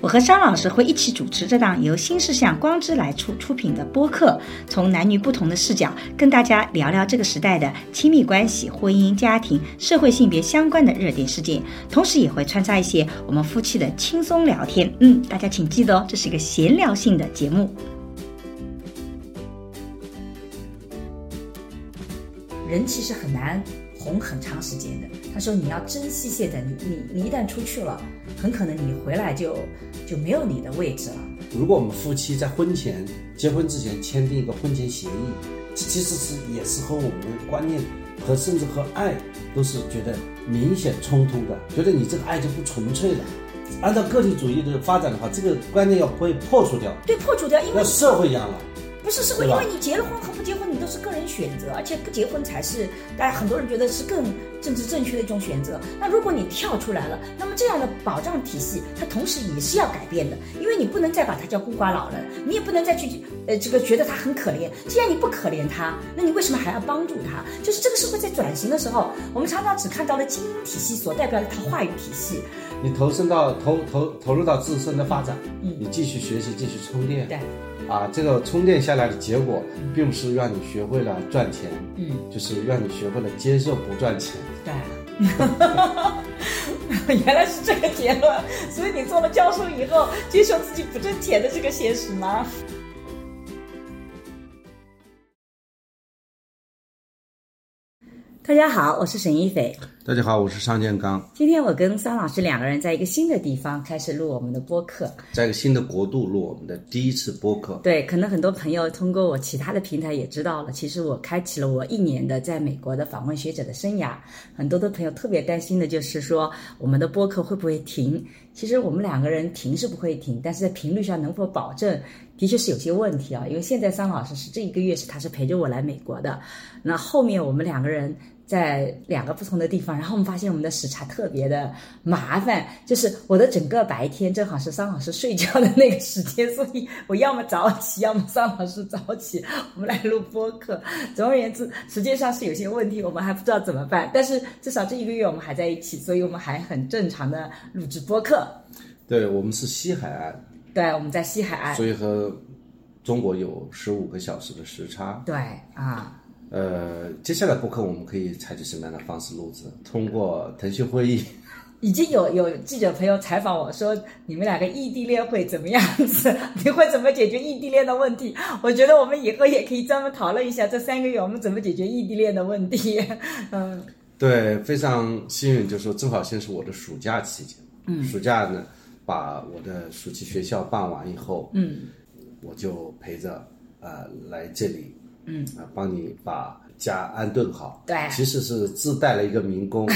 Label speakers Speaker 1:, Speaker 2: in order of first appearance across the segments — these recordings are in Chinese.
Speaker 1: 我和商老师会一起主持这档由新事项光之来出出品的播客，从男女不同的视角跟大家聊聊这个时代的亲密关系、婚姻、家庭、社会性别相关的热点事件，同时也会穿插一些我们夫妻的轻松聊天。嗯，大家请记得哦，这是一个闲聊性的节目。
Speaker 2: 人其实很难红很长时间的。他说你要珍惜些的，你你你一旦出去了，很可能你回来就就没有你的位置了。
Speaker 3: 如果我们夫妻在婚前结婚之前签订一个婚前协议，这其实是也是和我们的观念和甚至和爱都是觉得明显冲突的，觉得你这个爱就不纯粹了。按照个体主义的发展的话，这个观念要被破除掉，
Speaker 2: 对，破除掉，因为
Speaker 3: 要社会养老。
Speaker 2: 不是社会，
Speaker 3: 对
Speaker 2: 因
Speaker 3: 吧
Speaker 2: 为你结了婚和不结婚，你都是个人选择，而且不结婚才是大家很多人觉得是更政治正确的一种选择。那如果你跳出来了，那么呃这样的保障体系，它同时也是要改变的，因为你不能再把它叫孤寡老人，你也不能再去呃这个觉得他很可怜。既然你不可怜他，那你为什么还要帮助他？就是这个社会在转型的时候，我们常常只看到了精英体系所代表的它话语体系，
Speaker 3: 你投身到投投投入到自身的发展，
Speaker 2: 嗯
Speaker 3: 你继续学习，继续充电，
Speaker 2: 对，
Speaker 3: 啊，这个充电下来的结果，并不是让你学会了赚钱，
Speaker 2: 嗯，
Speaker 3: 就是让你学会了接受不赚钱。
Speaker 2: 对。 原来是这个结论，所以你做了教授以后，接受自己不挣钱的这个现实吗？
Speaker 1: 大家好，我是沈一斐，
Speaker 4: 大家好，我是商建刚，
Speaker 2: 今天我跟桑老师两个人在一个新的地方开始录我们的播客。
Speaker 4: 在一个新的国度录我们的第一次播客。
Speaker 2: 对，可能很多朋友通过我其他的平台也知道了，其实我开启了我一年的在美国的访问学者的生涯。很多的朋友特别担心的就是说，我们的播客会不会停？其实我们两个人停是不会停，但是在频率上能否保证，的确是有些问题啊。因为现在桑老师是这一个月是他是陪着我来美国的，那后面我们两个人在两个不同的地方，然后我们发现我们的时差特别的麻烦，就是我的整个白天正好是桑老师睡觉的那个时间，所以我要么早起，要么桑老师早起，我们来录播客。总而言之，时间上是有些问题，我们还不知道怎么办，但是至少这一个月我们还在一起，所以我们还很正常的录制播客。
Speaker 4: 对我们是西海岸，
Speaker 2: 对，我们在西海岸。
Speaker 4: 所以和中国有十五个小时的时差。
Speaker 2: 对啊，
Speaker 4: 呃，接下来播客我们可以采取什么样的方式录制？通过腾讯会议，
Speaker 2: 已经有有记者朋友采访我说，你们两个异地恋会怎么样子？ 你会怎么解决异地恋的问题？我觉得我们以后也可以专门讨论一下这三个月我们怎么解决异地恋的问题。 嗯，
Speaker 4: 对，非常幸运，就是说正好现在是我的暑假期间，嗯，暑假呢，把我的暑期学校办完以后，嗯，我就陪着呃来这里，嗯，啊、帮你把家安顿好，
Speaker 2: 对
Speaker 4: 其实是自带了一个民 工，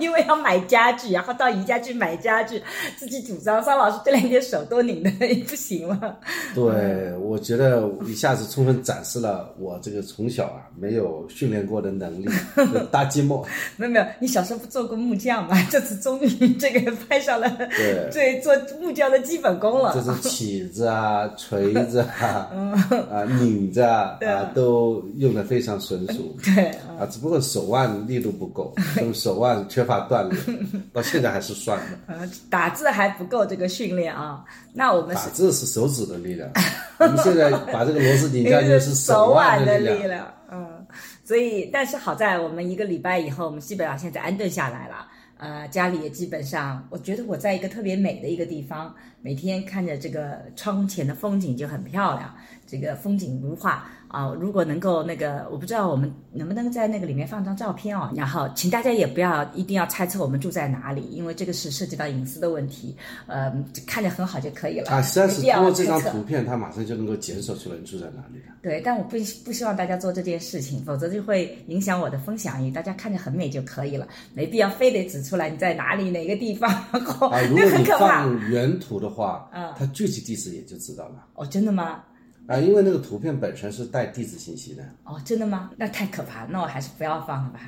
Speaker 2: 因为要买家具，然后到宜家去买家具，自己主张。桑老师这两天手都拧的不行了。
Speaker 4: 对，我觉得一下子充分展示了我这个从小啊没有训练过的能力，就搭积木，
Speaker 2: 没有没有，你小时候不做过木匠吗？这次终于这个派上了
Speaker 4: 对哦
Speaker 2: 对做木匠的基本功了。
Speaker 4: 这是起子啊、锤子 啊、
Speaker 2: 嗯
Speaker 4: 啊拧子啊，啊都用的非常纯熟。
Speaker 2: 对
Speaker 4: 啊，只不过手腕力度 不够，所以手腕缺乏锻炼，到现在还是酸的。
Speaker 2: 呃，打字还不够这个训练啊。那我们
Speaker 4: 打
Speaker 2: 是
Speaker 4: 字是手指的力量， 我们现在把这个螺丝拧下去 是
Speaker 2: 手
Speaker 4: 腕
Speaker 2: 哎的
Speaker 4: 力量。
Speaker 2: 量，嗯，所以但是好在我们一个礼拜以后，我们基本上现在安顿下来了。呃，家里也基本上，我觉得我在一个特别美的一个地方，每天看着这个窗前的风景就很漂亮，这个风景如画啊、如果能够那个，我不知道我们能不能在那个里面放张照片哦。然后，请大家也不要一定要猜测我们住在哪里，因为这个是涉及到隐私的问题。呃，看着很好就可以了。
Speaker 4: 啊，实际上
Speaker 2: 没
Speaker 4: 是
Speaker 2: 必要
Speaker 4: 通过这
Speaker 2: 猜
Speaker 4: 张
Speaker 2: 测
Speaker 4: 图片，它马上就能够检索出来你住在哪里了。
Speaker 2: 对，但我不不希望大家做这件事情，否则就会影响我的分享欲。大家看着很美就可以了，没必要非得指出来你在哪里哪个地方，然后
Speaker 4: 啊，
Speaker 2: 哦
Speaker 4: 如
Speaker 2: 那
Speaker 4: 果
Speaker 2: 很
Speaker 4: 你
Speaker 2: 可怕。
Speaker 4: 放原图的话
Speaker 2: 嗯，
Speaker 4: 它具体地址也就知道了。
Speaker 2: 哦，真的吗？
Speaker 4: 啊，因为那个图片本身是带地址信息的，
Speaker 2: 哦，真的吗？那太可怕了，那我还是不要放了吧。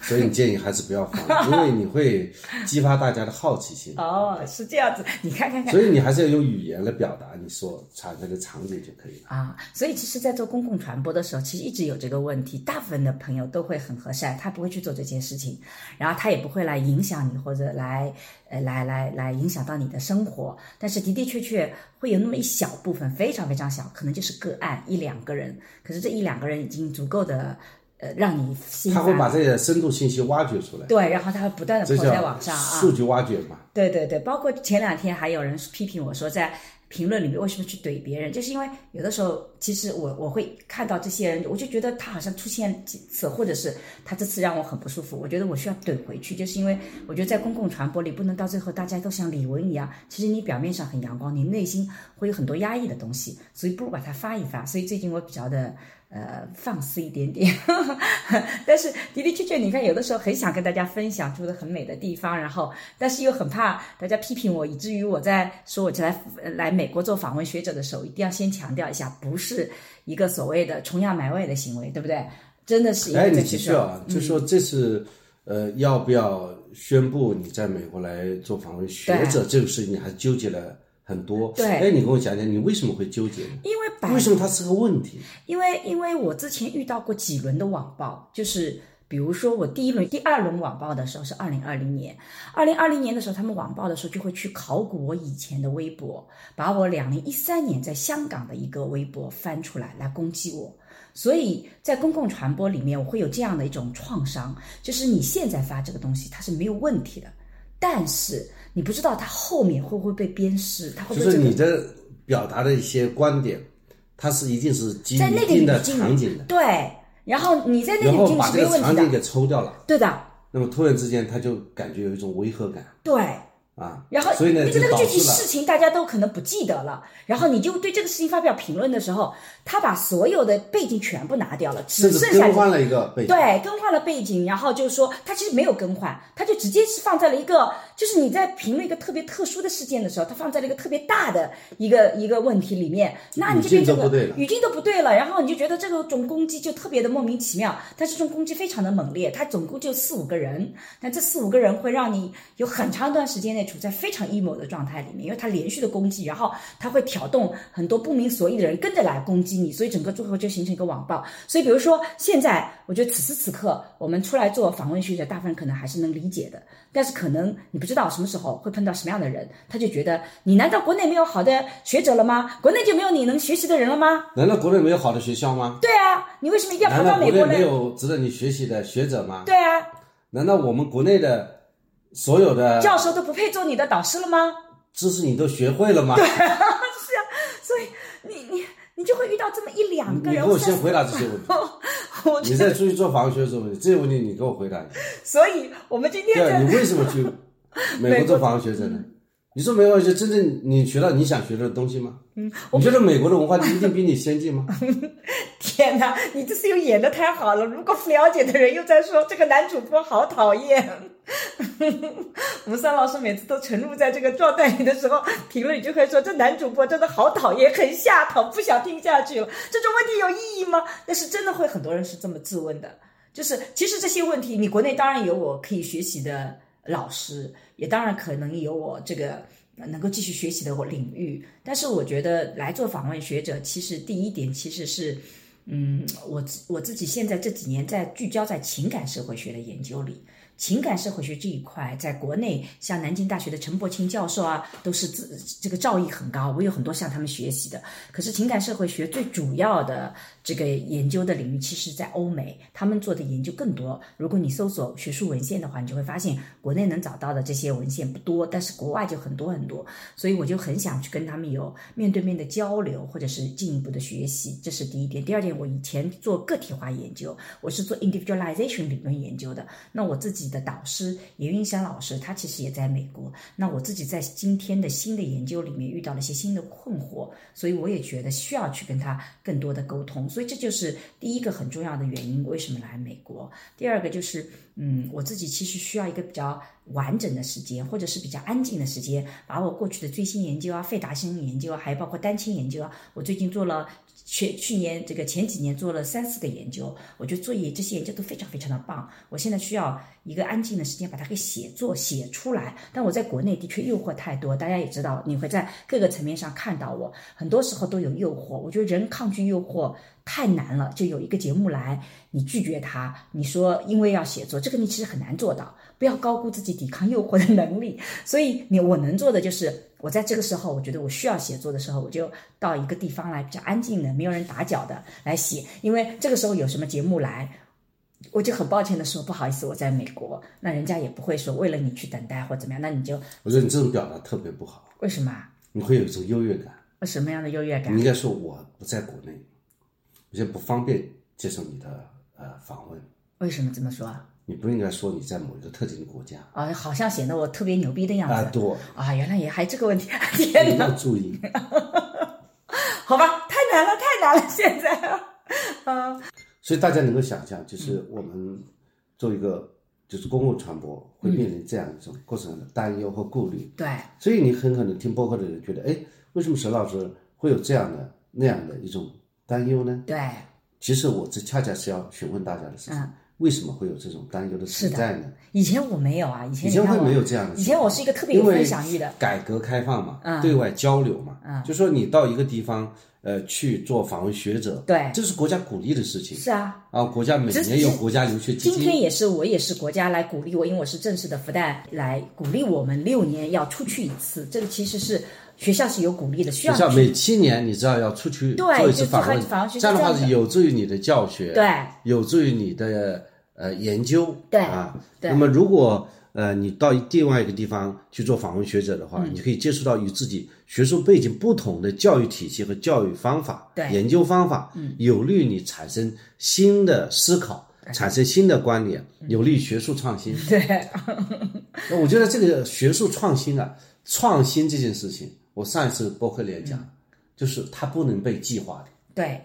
Speaker 4: 所以你建议还是不要放，因为你会激发大家的好奇 心。
Speaker 2: 哦，是这样子，你看看看
Speaker 4: 所以你还是要用语言来表达你所产生的场景就可以了。
Speaker 2: 啊，所以其实，在做公共传播的时候，其实一直有这个问题，大部分的朋友都会很和善，他不会去做这件事情，然后他也不会来影响你或者来呃来来来影响到你的生活，但是的的确确会有那么一小部分，非常非常小，可能就是个案一两个人，可是这一两个人已经足够的呃让你心
Speaker 4: 他会
Speaker 2: 烦
Speaker 4: 把这些深度信息挖掘出来，
Speaker 2: 对，然后他会不断的
Speaker 4: 这
Speaker 2: 抛在
Speaker 4: 叫
Speaker 2: 网上啊，
Speaker 4: 数据挖掘嘛。
Speaker 2: 对对对，包括前两天还有人批评我说，在评论里面为什么去怼别人，就是因为有的时候，其实我我会看到这些人，我就觉得他好像出现几次，或者是他这次让我很不舒服，我觉得我需要怼回去，就是因为我觉得在公共传播里不能到最后大家都像李玟一样，其实你表面上很阳光，你内心会有很多压抑的东西，所以不如把它发一发。所以最近我比较的。呃，放肆一点点， 但是的的确确，你看，有的时候很想跟大家分享住的很美的地方，然后，但是又很怕大家批评我，以至于我在说我来呃来美国做访问学者的时候，一定要先强调一下，不是一个所谓的崇洋买外的行为，对不对？真的是一个
Speaker 4: 哎，你
Speaker 2: 在
Speaker 4: 继
Speaker 2: 学
Speaker 4: 续
Speaker 2: 校
Speaker 4: 啊，就说这次呃，要不要宣布你在美国来做访问学者这个事情，你还纠结了很多。
Speaker 2: 对
Speaker 4: 哎，你跟我讲讲，你为什么会纠结呢？
Speaker 2: 因为百
Speaker 4: 为什么它是个问题？
Speaker 2: 因为因为我之前遇到过几轮的网暴，就是比如说我第一轮、第二轮网暴的时候是二零二零年，二零二零年的时候他们网暴的时候就会去考古我以前的微博，把我两零一三年在香港的一个微博翻出来来攻击我。所以在公共传播里面，我会有这样的一种创伤，就是你现在发这个东西它是没有问题的，但是你不知道它后面会不会被鞭尸，它会
Speaker 4: 就
Speaker 2: 不会、这
Speaker 4: 是
Speaker 2: 个、
Speaker 4: 你的表达的一些观点，它是一定是基于
Speaker 2: 在那个
Speaker 4: 一定
Speaker 2: 语
Speaker 4: 的
Speaker 2: 境
Speaker 4: 场景的，
Speaker 2: 对，然后你在那
Speaker 4: 然
Speaker 2: 个语
Speaker 4: 后
Speaker 2: 境
Speaker 4: 把
Speaker 2: 是
Speaker 4: 这
Speaker 2: 没有
Speaker 4: 个
Speaker 2: 问题
Speaker 4: 场景
Speaker 2: 的，
Speaker 4: 给抽掉了，
Speaker 2: 对的，
Speaker 4: 那么突然之间他就感觉有一种违和感
Speaker 2: 对。
Speaker 4: 啊。
Speaker 2: 然后
Speaker 4: 所以呢，
Speaker 2: 那个
Speaker 4: 就
Speaker 2: 那个
Speaker 4: 导
Speaker 2: 具体
Speaker 4: 致了
Speaker 2: 事情大家都可能不记得了，然后你就对这个事情发表评论的时候，他把所有的背景全部拿掉了，只
Speaker 4: 甚至
Speaker 2: 剩下
Speaker 4: 更换了一个背景。
Speaker 2: 对，更换了背景，然后就是说，他其实没有更换，他就直接是放在了一个，就是你在评论一个特别特殊的事件的时候，他放在了一个特别大的一个一个问题里面，那你就对
Speaker 4: 语境
Speaker 2: 这
Speaker 4: 都
Speaker 2: 个
Speaker 4: 不对了
Speaker 2: 语境都不对了，然后你就觉得这个种攻击就特别的莫名其妙，但是这种攻击非常的猛烈，他总共就四五个人，那这四五个人会让你有很长一段时间内处在非常 emo 的状态里面，因为他连续的攻击，然后他会挑动很多不明所以的人跟着来攻击你，所以整个最后就形成一个网暴。所以比如说现在，我觉得此时此刻我们出来做访问学者，大部分人可能还是能理解的，但是可能你不知道什么时候会碰到什么样的人，他就觉得你难道国内没有好的学者了吗？国内就没有你能学习的人了吗？
Speaker 4: 难道国内没有好的学校吗？
Speaker 2: 对啊，你为什么一定要跑
Speaker 4: 难
Speaker 2: 到
Speaker 4: 道
Speaker 2: 美
Speaker 4: 啊国
Speaker 2: 国
Speaker 4: 内
Speaker 2: 呢
Speaker 4: 没？有值得你学习的学者吗？
Speaker 2: 对啊，
Speaker 4: 难道我们国内的所有的
Speaker 2: 教授都不配做你的导师了吗？
Speaker 4: 知识你都学会了吗？
Speaker 2: 你你你就会遇到这么一两
Speaker 4: 你
Speaker 2: 个
Speaker 4: 你
Speaker 2: 人。
Speaker 4: 给我
Speaker 2: 三
Speaker 4: 先
Speaker 2: 四
Speaker 4: 回答这些 问题。
Speaker 2: 个我
Speaker 4: 你
Speaker 2: 觉
Speaker 4: 再
Speaker 2: 得，
Speaker 4: 出去做访学者问题，这些问题你给我回答。
Speaker 2: 所以我们今天
Speaker 4: 对啊，
Speaker 2: 在
Speaker 4: 你为什么 去美国做访学者
Speaker 2: 嗯
Speaker 4: 呢？你说美国就真正你学到你想学的东西吗？嗯，你觉得美国的文化就一定比你先进吗？
Speaker 2: 天哪，你这次又演的太好了。如果不了解的人又在说这个男主播好讨厌， 吴三老师每次都沉入在这个状态里的时候，评论里就会说这男主播真的好讨厌，很下头，不想听下去了。这种问题有意义吗？但是真的会很多人是这么质问的，就是其实这些问题，你国内当然有我可以学习的老师，也当然可能有我这个。呃能够继续学习的领域，但是我觉得来做访问学者，其实第一点其实是，嗯，我自我自己现在这几年在聚焦在情感社会学的研究里，情感社会学这一块，在国内像南京大学的陈伯清教授啊，都是自这个造诣很高，我有很多向他们学习的。可是情感社会学最主要的这个研究的领域，其实在欧美，他们做的研究更多。如果你搜索学术文献的话，你就会发现国内能找到的这些文献不多，但是国外就很多很多。所以我就很想去跟他们有面对面的交流，或者是进一步的学习，这是第一点。第二点，我以前做个体化研究，我是做 individualization 理论研究的。那我自己的导师严云山老师，他其实也在美国。那我自己在今天的新的研究里面遇到了一些新的困惑，所以我也觉得需要去跟他更多的沟通。所以这就是第一个很重要的原因，为什么来美国。第二个就是嗯，我自己其实需要一个比较完整的时间，或者是比较安静的时间，把我过去的最新研究啊、费达新研究啊，还有包括单亲研究啊，我最近做了去去年这个前几年做了三四个研究，我觉得做研这些研究都非常非常的棒。我现在需要一个安静的时间把它给写作写出来。但我在国内的确诱惑太多，大家也知道，你会在各个层面上看到我，很多时候都有诱惑。我觉得人抗拒诱惑。太难了，就有一个节目来，你拒绝他，你说因为要写作，这个你其实很难做到。不要高估自己抵抗诱惑的能力。所以你我能做的就是，我在这个时候，我觉得我需要写作的时候，我就到一个地方来，比较安静的，没有人打搅的来写。因为这个时候有什么节目来，我就很抱歉的说不好意思，我在美国，那人家也不会说为了你去等待或怎么样，那你就
Speaker 4: 我觉得你这种表达特别不好。
Speaker 2: 为什么？
Speaker 4: 你会有一种优越感。
Speaker 2: 什么样的优越感？
Speaker 4: 你应该说我不在国内。我就不方便接受你的呃访问。
Speaker 2: 为什么这么说啊？
Speaker 4: 你不应该说你在某一个特定的国家
Speaker 2: 啊、哦，好像显得我特别牛逼的样子
Speaker 4: 啊。对
Speaker 2: 啊，原来也还这个问题， 天哪！
Speaker 4: 要注意，
Speaker 2: 好吧，太难了，太难了，现在啊。
Speaker 4: 所以大家能够想象，就是我们做一个就是公共传播，会
Speaker 2: 嗯
Speaker 4: 面临这样一种各种的担忧和顾虑。
Speaker 2: 对，
Speaker 4: 所以你很可能听播客的人觉得，哎，为什么沈老师会有这样的那样的一种？担忧呢？
Speaker 2: 对，
Speaker 4: 其实我这恰恰是要询问大家的事情，
Speaker 2: 嗯、
Speaker 4: 为什么会有这种担忧的存在呢？
Speaker 2: 以前我没有啊，以前
Speaker 4: 以前
Speaker 2: 会
Speaker 4: 没有这样的。
Speaker 2: 以前我是一个特别有分享欲的。
Speaker 4: 改革开放嘛，嗯、对外交流嘛，
Speaker 2: 嗯、
Speaker 4: 就说你到一个地方，呃，去做访问学者，
Speaker 2: 对，
Speaker 4: 这是国家鼓励的事情。
Speaker 2: 是啊，
Speaker 4: 啊，国家每年有国家留学基金。
Speaker 2: 今天也是，我也是国家来鼓励我，因为我是正式的复旦来鼓励我们六年要出去一次，这个其实是。学校是有鼓励的，需要
Speaker 4: 学校每七年你知道要出去做一次访问，这样的话是有助于你的教学，
Speaker 2: 对，
Speaker 4: 有助于你的呃研究，
Speaker 2: 对
Speaker 4: 啊。
Speaker 2: 对
Speaker 4: 那么如果呃你到另外一个地方去做访问学者的话，嗯、你可以接触到与自己学术背景不同的教育体系和教育方法、研究方法，
Speaker 2: 嗯、
Speaker 4: 有利于你产生新的思考。产生新的观点，
Speaker 2: 嗯
Speaker 4: 有利于学术 创新。
Speaker 2: 对，
Speaker 4: 那我觉得这个学术创新啊，创新这件事情，我上一次博客里也
Speaker 2: 嗯
Speaker 4: 讲，就是它不能被计划的。
Speaker 2: 对，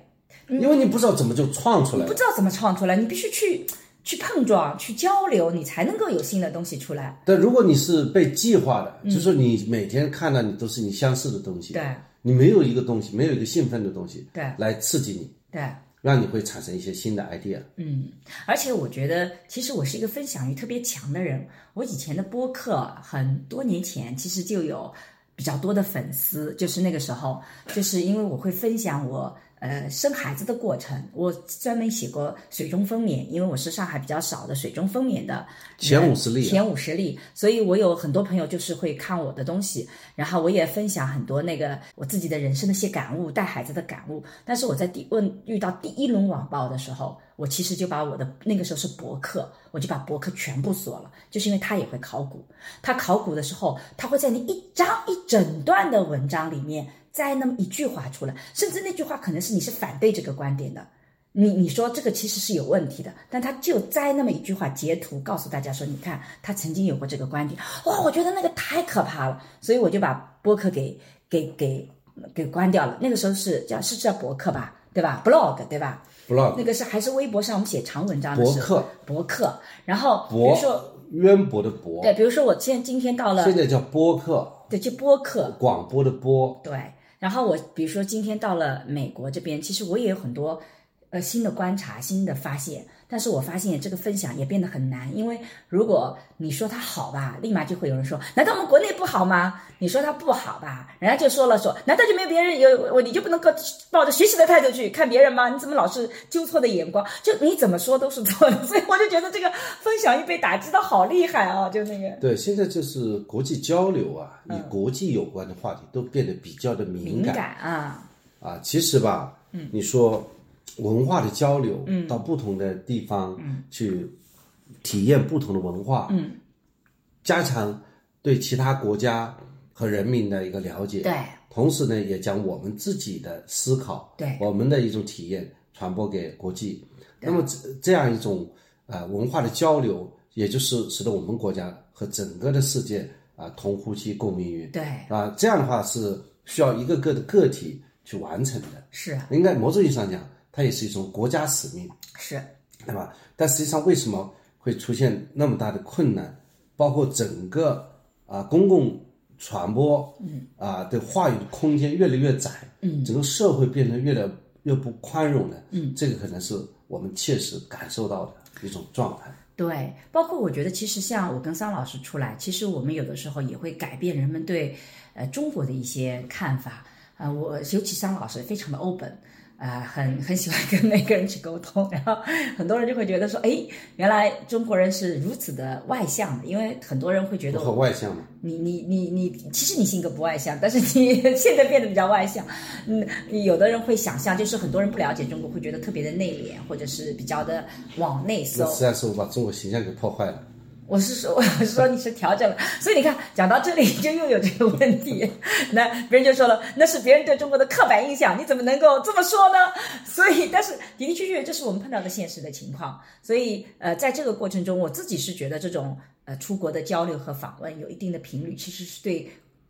Speaker 2: 嗯
Speaker 4: 因为你不知道怎么就创出来，
Speaker 2: 不知道怎么创出来，你必须去去碰撞、去交流，你才能够有新的东西出来。
Speaker 4: 但如果你是被计划的，就是说你每天看到你都是你相似的东西，
Speaker 2: 嗯对，
Speaker 4: 你没有一个东西，没有一个兴奋的东西，
Speaker 2: 对，
Speaker 4: 来刺激你，
Speaker 2: 对。
Speaker 4: 让你会产生一些新的 idea。
Speaker 2: 嗯，而且我觉得，其实我是一个分享欲特别强的人。我以前的播客很多年前其实就有比较多的粉丝，就是那个时候，就是因为我会分享我呃生孩子的过程。我专门写过水中分娩，因为我是上海比较少的水中分娩的
Speaker 4: 前五十例、啊，
Speaker 2: 前五十例，所以我有很多朋友就是会看我的东西，然后我也分享很多那个我自己的人生的一些感悟，带孩子的感悟。但是我在第问遇到第一轮网暴的时候，我其实就把我的那个时候是博客，我就把博客全部锁了，就是因为他也会考古，他考古的时候，他会在你一张一整段的文章里面摘那么一句话出来，甚至那句话可能是你是反对这个观点的。你你说这个其实是有问题的，但他就摘那么一句话截图告诉大家说，你看他曾经有过这个观点，哇，我觉得那个太可怕了，所以我就把播客给给给给关掉了。那个时候是叫是叫博客吧，对吧？blog 对吧
Speaker 4: ？blog
Speaker 2: 那个是还是微博上我们写长文章的
Speaker 4: 博
Speaker 2: 时候
Speaker 4: 客，
Speaker 2: 博客，然后比如
Speaker 4: 博
Speaker 2: 说
Speaker 4: 渊博的博，
Speaker 2: 对，比如说我现今天到了
Speaker 4: 现在叫播客，
Speaker 2: 对，就播客，
Speaker 4: 广播的播，
Speaker 2: 对，然后我比如说今天到了美国这边，其实我也有很多。呃，新的观察，新的发现，但是我发现这个分享也变得很难，因为如果你说它好吧，立马就会有人说，难道我们国内不好吗？你说它不好吧，人家就说了说，难道就没有别人有我，你就不能够抱着学习的态度去看别人吗？你怎么老是纠错的眼光？就你怎么说都是错的， 所以我就觉得这个分享欲被打击的好厉害啊！就那个
Speaker 4: 对，现在就是国际交流啊，与国际有关的话题都变得比较的敏
Speaker 2: 嗯敏感啊，
Speaker 4: 啊。其实吧，
Speaker 2: 嗯
Speaker 4: 你说。文化的交流，
Speaker 2: 嗯
Speaker 4: 到不同的地方
Speaker 2: 嗯
Speaker 4: 去体验不同的文化，
Speaker 2: 嗯，
Speaker 4: 加强对其他国家和人民的一个了解，
Speaker 2: 对，
Speaker 4: 同时呢，也将我们自己的思考，
Speaker 2: 对
Speaker 4: 我们的一种体验传播给国际。
Speaker 2: 对
Speaker 4: 那么这这样一种呃文化的交流，也就是使得我们国家和整个的世界啊、同呼吸共命运。
Speaker 2: 对，
Speaker 4: 啊，这样的话是需要一个个的个体去完成的。
Speaker 2: 是啊
Speaker 4: 应该某种意义上讲，它也是一种国家使命，
Speaker 2: 是，
Speaker 4: 对吧？但实际上，为什么会出现那么大的困难，包括整个啊、公共传播，嗯啊的话语空间越来越窄，嗯，整个社会变得越来越不宽容了，嗯，这个可能是我们切实感受到的一种状态。
Speaker 2: 对，包括我觉得，其实像我跟桑老师出来，其实我们有的时候也会改变人们对呃中国的一些看法。呃，我尤其桑老师非常的 open，呃，很很喜欢跟每个人去沟通，然后很多人就会觉得说，哎，原来中国人是如此的外向的，因为很多人会觉得
Speaker 4: 我很外向嘛，
Speaker 2: 你你你你，其实你性格不外向，但是你 现在变得比较外向。嗯，有的人会想象，就是很多人不了解中国，会觉得特别的内敛，或者是比较的往内
Speaker 4: 那
Speaker 2: 搜。
Speaker 4: 实在是我把中国形象给破坏了。
Speaker 2: 我是说，我是说你是调整了，所以你看，讲到这里就又有这个问题。 那别人就说了，那是别人对中国的刻板印象，你怎么能够这么说呢？所以，但是的的确确，这是我们碰到的现实的情况。所以，呃，在这个过程中，我自己是觉得这种呃出国的交流和访问有一定的频率，其实是对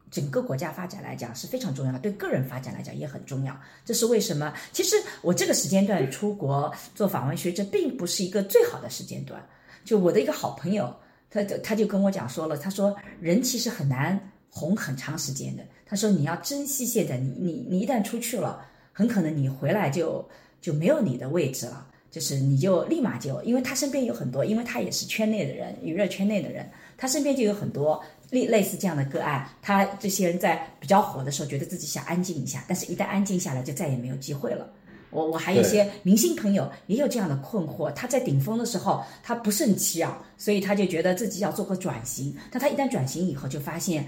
Speaker 2: 整个国家发展来讲是非常重要的，对个人发展来讲也很重要。这是为什么？其实我这个时间段出国做访问学者，并不是一个最好的时间段。就我的一个好朋友，他就他就跟我讲说了，他说人其实很难红很长时间的。他说你要珍惜现在，你你你一旦出去了，很可能你回来就就没有你的位置了，就是你就立马就，因为他身边有很多，因为他也是圈内的人，娱乐圈内的人，他身边就有很多类类似这样的个案。他这些人在比较火的时候，觉得自己想安静一下，但是一旦安静下来，就再也没有机会了。我我还有一些明星朋友也有这样的困惑，他在顶峰的时候他不胜其扰，所以他就觉得自己要做个转型。但他一旦转型以后，就发现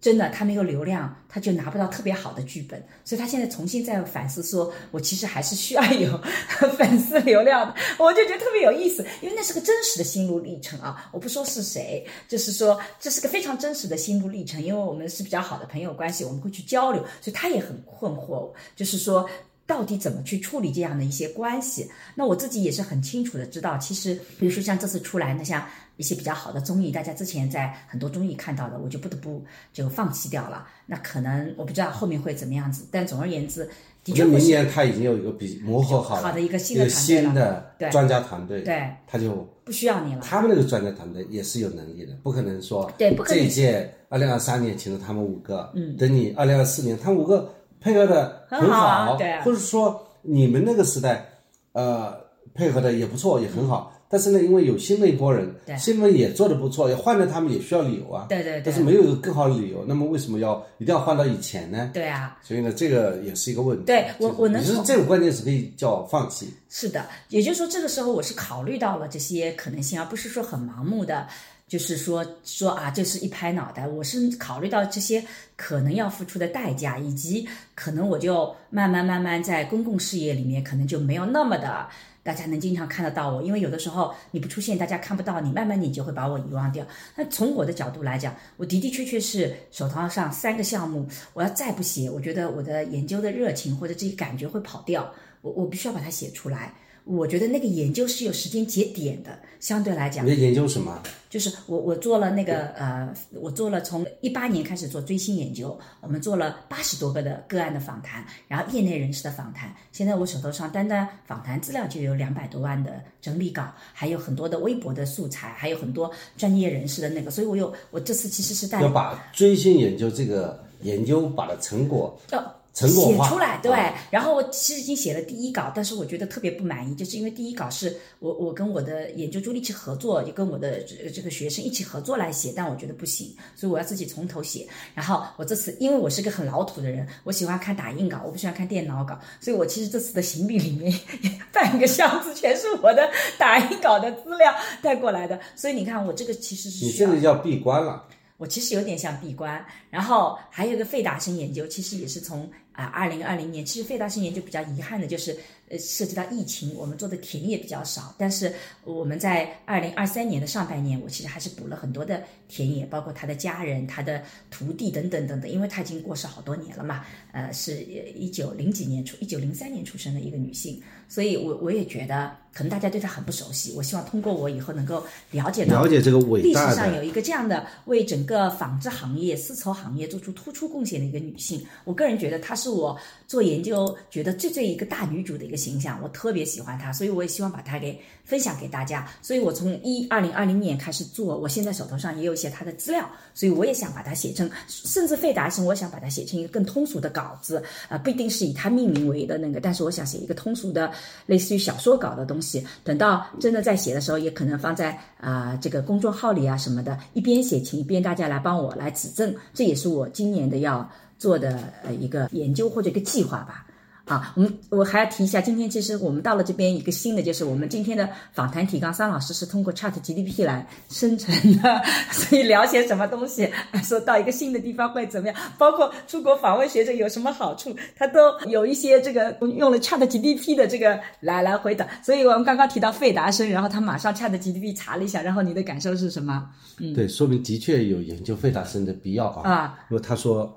Speaker 2: 真的他没有流量，他就拿不到特别好的剧本，所以他现在重新在反思说，我其实还是需要有 粉丝流量的。我就觉得特别有意思，因为那是个真实的心路历程啊！我不说是谁，就是说这是个非常真实的心路历程，因为我们是比较好的朋友关系，我们会去交流，所以他也很困惑，就是说到底怎么去处理这样的一些关系？那我自己也是很清楚的知道，其实比如说像这次出来，那像一些比较好的综艺，大家之前在很多综艺看到的，我就不得不就放弃掉了。那可能我不知道后面会怎么样子，但总而言之，的确
Speaker 4: 我觉得
Speaker 2: 会
Speaker 4: 明
Speaker 2: 是
Speaker 4: 年他已经有一个比磨合好
Speaker 2: 好的一个新
Speaker 4: 一
Speaker 2: 的
Speaker 4: 个
Speaker 2: 团队
Speaker 4: 新
Speaker 2: 了
Speaker 4: 的
Speaker 2: 对
Speaker 4: 专家团队，
Speaker 2: 对，
Speaker 4: 他就
Speaker 2: 不需要你了。
Speaker 4: 他们那个专家团队也是有能力的，不可能说
Speaker 2: 对不可能
Speaker 4: 这一届二零二三年请了他们五个，嗯，等你二零二四年，他们五个配合的
Speaker 2: 很
Speaker 4: 好，
Speaker 2: 好啊对啊
Speaker 4: 或者说你们那个时代，呃，配合的也不错，也很好。但是呢，因为有新的一波人
Speaker 2: 嗯对，
Speaker 4: 新的也做的不错，也换了他们也需要理由啊。
Speaker 2: 对对对
Speaker 4: 但是没有一个更好的理由，那么为什么要一定要换到以前呢？
Speaker 2: 对啊，
Speaker 4: 所以呢，这个也是一个问题。
Speaker 2: 对我
Speaker 4: 就是
Speaker 2: 我能
Speaker 4: 你是
Speaker 2: 懂
Speaker 4: 这种关键词可以叫放弃。
Speaker 2: 是的，也就是说，这个时候我是考虑到了这些可能性，而不是说很盲目的，就是说说啊，这是一拍脑袋。我是考虑到这些可能要付出的代价，以及可能我就慢慢慢慢在公共事业里面，可能就没有那么的。大家能经常看得到我，因为有的时候你不出现，大家看不到你，慢慢你就会把我遗忘掉。那从我的角度来讲，我的的确确是手头上三个项目，我要再不写，我觉得我的研究的热情或者这些感觉会跑掉，我我必须要把它写出来。我觉得那个研究是有时间节点的，相对来讲
Speaker 4: 你在，研究什么？
Speaker 2: 就是我我做了那个呃，我做了从一八年开始做追星研究，我们做了八十多个的个案的访谈，然后业内人士的访谈。现在我手头上单单访谈资料就有两百多万的整理稿，还有很多的微博的素材，还有很多专业人士的那个，所以我有我这次其实是带
Speaker 4: 要把追星研究这个研究把它成果
Speaker 2: 要
Speaker 4: 成果化
Speaker 2: 写出来，对
Speaker 4: 啊。
Speaker 2: 然后我其实已经写了第一稿，但是我觉得特别不满意，就是因为第一稿是我我跟我的研究助理一起合作，也跟我的这这个学生一起合作来写，但我觉得不行，所以我要自己从头写。然后我这次因为我是个很老土的人，我喜欢看打印稿，我不喜欢看电脑稿，所以我其实这次的行李里面 半个箱子全是我的打印稿的资料带过来的，所以你看我这个其实是
Speaker 4: 你
Speaker 2: 需要
Speaker 4: 现在叫闭关了，
Speaker 2: 我其实有点像闭关。然后还有一个费达生研究，其实也是从啊二零二零年，其实费达生研究比较遗憾的就是，呃，涉及到疫情，我们做的田野比较少，但是我们在二零二三年的上半年，我其实还是补了很多的田野，包括他的家人、他的徒弟等等等等，因为他已经过世好多年了嘛，呃，是一九零几年出，一九零三年出生的一个女性，所以我我也觉得可能大家对她很不熟悉，我希望通过我以后能够了解到
Speaker 4: 了解这个伟
Speaker 2: 历
Speaker 4: 大
Speaker 2: 史上有
Speaker 4: 的。
Speaker 2: 一个这样的为整个纺织行业、丝绸行业做出突出贡献的一个女性，我个人觉得她是我做研究觉得最最一个大女主的一个形象，我特别喜欢它，所以我也希望把它给分享给大家。所以我从一二零二零年开始做，我现在手头上也有一些它的资料，所以我也想把它写成，甚至费达生，我想把它写成一个更通俗的稿子啊、呃不一定是以它命名为的那个，但是我想写一个通俗的，类似于小说稿的东西。等到真的在写的时候，也可能放在啊、呃这个公众号里啊什么的，一边写请一边大家来帮我来指正，这也是我今年的要做的呃一个研究或者一个计划吧。啊，我们我还要提一下，今天其实我们到了这边一个新的，就是我们今天的访谈提纲，桑老师是通过 Chat GDP 来生成的， 所以聊些什么东西，说到一个新的地方会怎么样，包括出国访问学者有什么好处，他都有一些这个用了 Chat GDP 的这个来来回答。所以我们刚刚提到费达生，然后他马上 Chat GDP 查了一下，然后你的感受是什么？
Speaker 4: 对，说明的确有研究费达森的必要啊。
Speaker 2: 嗯啊
Speaker 4: 因为他说，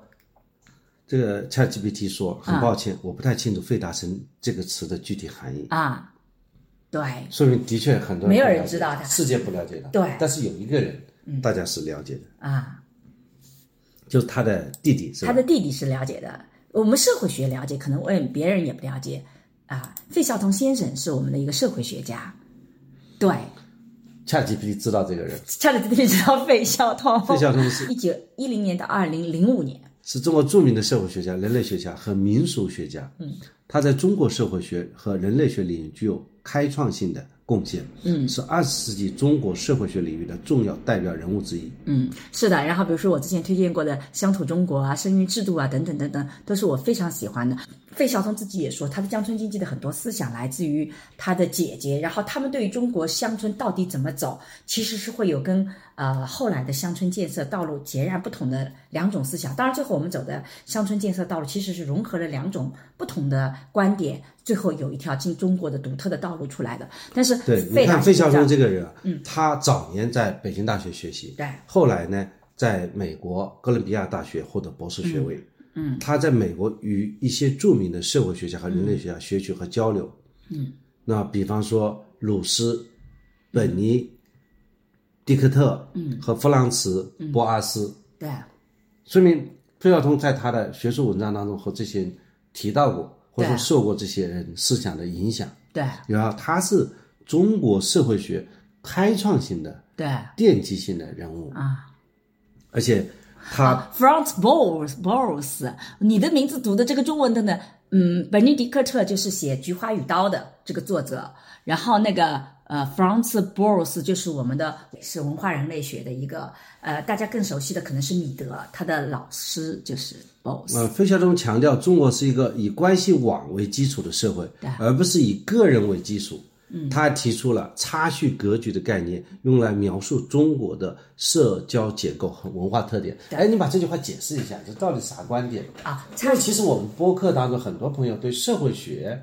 Speaker 4: 这个 ChatGPT 说，很
Speaker 2: 啊
Speaker 4: 抱歉，我不太清楚费达森这个词的具体含义，
Speaker 2: 啊，对
Speaker 4: 说明的确很多
Speaker 2: 没有
Speaker 4: 不
Speaker 2: 人
Speaker 4: 了解
Speaker 2: 知道它
Speaker 4: 世界不了解他，
Speaker 2: 对嗯
Speaker 4: 但是有一个人，大家是了解的，
Speaker 2: 啊。
Speaker 4: 就是他的弟弟是
Speaker 2: 他
Speaker 4: 吧
Speaker 2: 的？弟弟是了解的，我们社会学了解，可能我也别人也不了解啊。费孝通先生是我们的一个社会学家，对，
Speaker 4: ChatGPT 知道这个人，
Speaker 2: 差点弟弟知道费孝通，
Speaker 4: 费孝通是
Speaker 2: 一九一零年到二零零五年，
Speaker 4: 是中国著名的社会学家、人类学家和民俗学家。嗯，他在中国社会学和人类学领域具有开创性的贡献。嗯，是二十世纪中国社会学领域的重要代表人物之一。
Speaker 2: 嗯，是的。然后比如说我之前推荐过的《乡土中国》啊、生育制度啊等等等等，都是我非常喜欢的。费孝通自己也说，他的乡村经济的很多思想来自于他的姐姐，然后他们对于中国乡村到底怎么走，其实是会有跟呃后来的乡村建设道路截然不同的两种思想。当然，最后我们走的乡村建设道路其实是融合了两种不同的观点，最后有一条进中国的独特的道路出来的。但是
Speaker 4: 对，你
Speaker 2: 费达
Speaker 4: 看费孝
Speaker 2: 这样
Speaker 4: 通这个人，嗯，他早年在北京大学学习，
Speaker 2: 对
Speaker 4: 后来呢，在美国哥伦比亚大学获得博士学位。嗯，他在美国与一些著名的社会学家和人类学家学习和交流。
Speaker 2: 嗯，
Speaker 4: 那比方说鲁斯、本尼、迪克特，嗯，和弗朗茨、博阿斯，
Speaker 2: 对
Speaker 4: 说明费孝通在他的学术文章当中和这些人提到过，或者说
Speaker 2: 对
Speaker 4: 受过这些人思想的影响。
Speaker 2: 对
Speaker 4: 然后他是中国社会学开创性的、
Speaker 2: 对
Speaker 4: 奠基性的人物，
Speaker 2: 啊。
Speaker 4: 而且他
Speaker 2: Front Bowles Bowles，你的名字读的这个中文的呢？嗯，本尼迪克特就是写《菊花与刀》的这个作者，然后那个呃，Front Bowles 就是我们的是文化人类学的一个呃，大家更熟悉的可能是米德，他的老师就是 Bowles。
Speaker 4: 呃，费孝通强调中国是一个以关系网为基础的社会
Speaker 2: 对，嗯
Speaker 4: 而不是以个人为基础。他还提出了差序格局的概念，用来描述中国的社交结构和文化特点。
Speaker 2: 对
Speaker 4: 哎，你把这句话解释一下，这到底啥观点？
Speaker 2: 啊，
Speaker 4: 因为其实我们播客当中很多朋友对社会学，